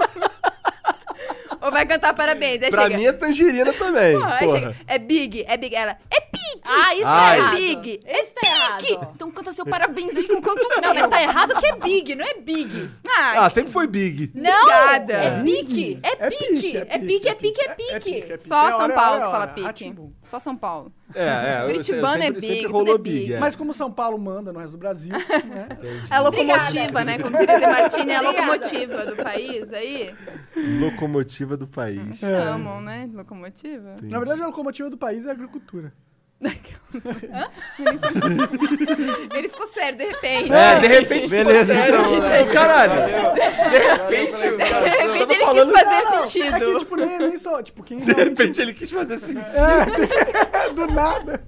E: ou vai cantar parabéns. Aí
B: pra
E: chega...
B: mim é tangerina também.
E: Pô, aí
B: porra.
E: chega, é big, é big. Ela, é pique.
C: Ah, isso
B: Ah,
C: tá
B: é
C: errado.
E: big, é
C: Isso tá errado.
E: Então canta seu parabéns aí, não canto
C: Não,
E: meu.
C: mas tá errado que é big, não é big.
E: Ai,
B: Ah, sempre foi Big.
C: Não!
E: Obrigada.
C: É pique, é pique, é pique, é pique, é
A: é
C: pique.
E: Só
A: É
E: São
A: hora,
E: Paulo
A: é
E: que
A: hora,
E: fala
A: é hora.
E: pique.
A: Rá-tim-bum.
E: Só São Paulo.
B: É, é. eu-
E: Curitibano
B: sempre,
E: é Big,
B: Sempre
E: tudo
B: rolou
E: é Big.
B: Big. é.
A: Mas como São Paulo manda no resto do Brasil, né?
E: É a locomotiva,
C: Obrigada.
E: né? Como diria o De Martini, é a
C: Obrigada.
E: locomotiva do país aí.
B: Locomotiva do país.
E: Chamam, né? de Locomotiva.
A: Na verdade, a locomotiva do país é a agricultura.
E: Ele ficou sério, de repente.
B: É, de repente.
D: Beleza, então.
B: Ô, caralho.
E: De
D: Valeu,
E: repente ele
B: falando-
E: quis fazer
A: É que,
E: sentido.
A: tipo, nem, nem só. Tipo, quem
B: De
A: realmente
B: repente assim. ele quis fazer assim.
A: tipo, do nada.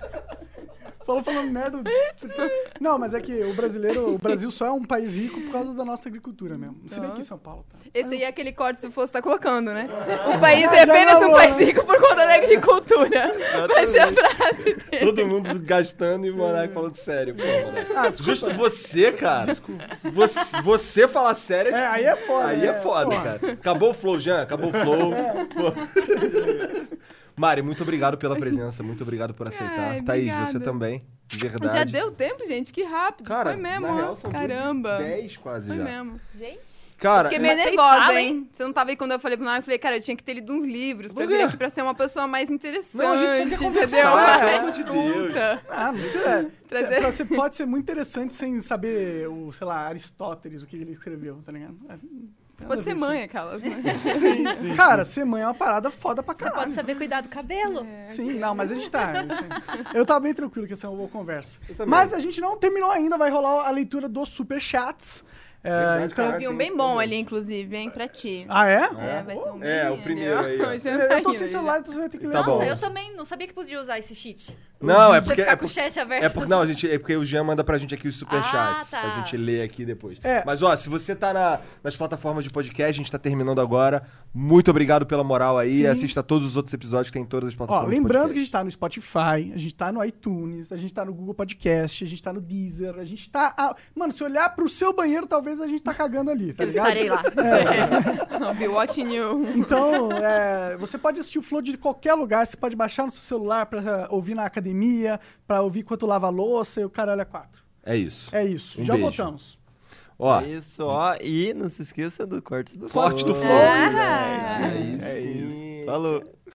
A: Falou falando merda. Não, mas é que o brasileiro, o Brasil só é um país rico por causa da nossa agricultura mesmo. Se bem que em São Paulo. Tá.
E: Esse aí é aquele corte que o Fosso tá colocando, né? O país é
A: Já
E: apenas um
A: rolou,
E: país
A: né?
E: rico por conta da agricultura.
B: é.
E: Vai ser a frase dele.
B: Todo mundo gastando e o Monark falando sério. Pô, Monark.
A: Ah, desculpa.
B: Justo você, cara. Você, você falar
A: É,
B: sério tipo,
A: aí é foda.
B: Aí é foda,
A: porra.
B: cara. Acabou o flow, Jean. Acabou o flow.
E: É.
B: Pô. Mari, muito obrigado pela presença. Muito obrigado por aceitar.
E: Ai,
B: Thaís,
E: obrigada.
B: você também. De verdade.
E: Já deu tempo, gente? Que rápido.
B: Cara,
E: Foi mesmo.
B: na
E: ó.
B: real, são
E: Caramba.
B: 10 quase
E: Foi
B: já.
E: mesmo.
C: Gente.
B: Cara,
E: Fiquei meio
C: Mas vocês
E: nervosa,
C: falam,
E: hein? Você não tava aí quando eu falei pro Mário, eu falei, cara, eu tinha que ter lido uns livros pra
B: Por quê?
E: vir aqui pra ser uma pessoa mais interessante.
B: não, a gente só quer
E: entendeu?
B: conversar, pelo
E: Mais
B: amor de Deus. é
E: culta.
A: Ah, não precisa.
E: Trazer-
A: Você pode ser muito interessante sem saber o, sei lá, Aristóteles, o que ele escreveu, tá ligado? É,
E: Você pode ser mãe, aquelas. né?
A: Cara, ser mãe é uma parada foda pra
C: Você pode
A: caralho.
C: saber cuidar do cabelo.
A: Sim, não, mas a gente tá. assim, Eu tava bem tranquilo que essa é uma boa conversa.
B: Eu também.
A: Mas a gente não terminou ainda, vai rolar a leitura dos superchats. É,
B: Verdade,
A: então...
B: cara.
E: Eu vi um bem bom ali, inclusive, hein, pra ti.
A: Ah, é?
E: É, vai ter um
B: É,
E: bem
B: o
E: ali,
B: primeiro
E: ó.
B: aí, ó.
E: Já tá
A: Eu tô
E: indo
A: sem
E: aí,
A: celular, então você vai ter que ler.
B: Tá
C: Nossa,
B: bom.
C: eu também não sabia que podia usar esse cheat.
B: Não, é
C: Você
B: porque.
C: ficar
B: é
C: com o
B: por-
C: chat aberto.
B: É porque, não, a gente, é porque o Jean manda pra gente aqui os superchats,
C: Ah, tá.
B: pra gente ler aqui depois.
A: É.
B: Mas, ó, se você tá na- nas plataformas de podcast, a gente tá terminando agora. Muito obrigado pela moral aí. Assista todos os outros episódios que tem em todas as
A: Ó,
B: plataformas
A: lembrando que a
B: de podcast.
A: gente tá no Spotify, a gente tá no iTunes, a gente tá no Google Podcast, a gente tá no Deezer, a gente tá. ah, Mano, se olhar pro seu banheiro, talvez a gente tá cagando ali, tá
C: Eu
A: ligado?
C: estarei lá.
E: I'll be watching you.
A: Então, é, você pode assistir o Flow de qualquer lugar, você pode baixar no seu celular pra eh, ouvir na academia, pra ouvir enquanto lava a louça e o caralho é quatro.
B: É isso.
A: É isso,
B: Um
A: já
B: beijo.
A: voltamos.
B: Ó,
D: Isso, ó. E não se esqueça do corte do
E: É.
B: Corte do
D: Flow.
E: Ah.
B: Flow.
D: É,
B: É
D: isso.
B: isso.
D: Falou.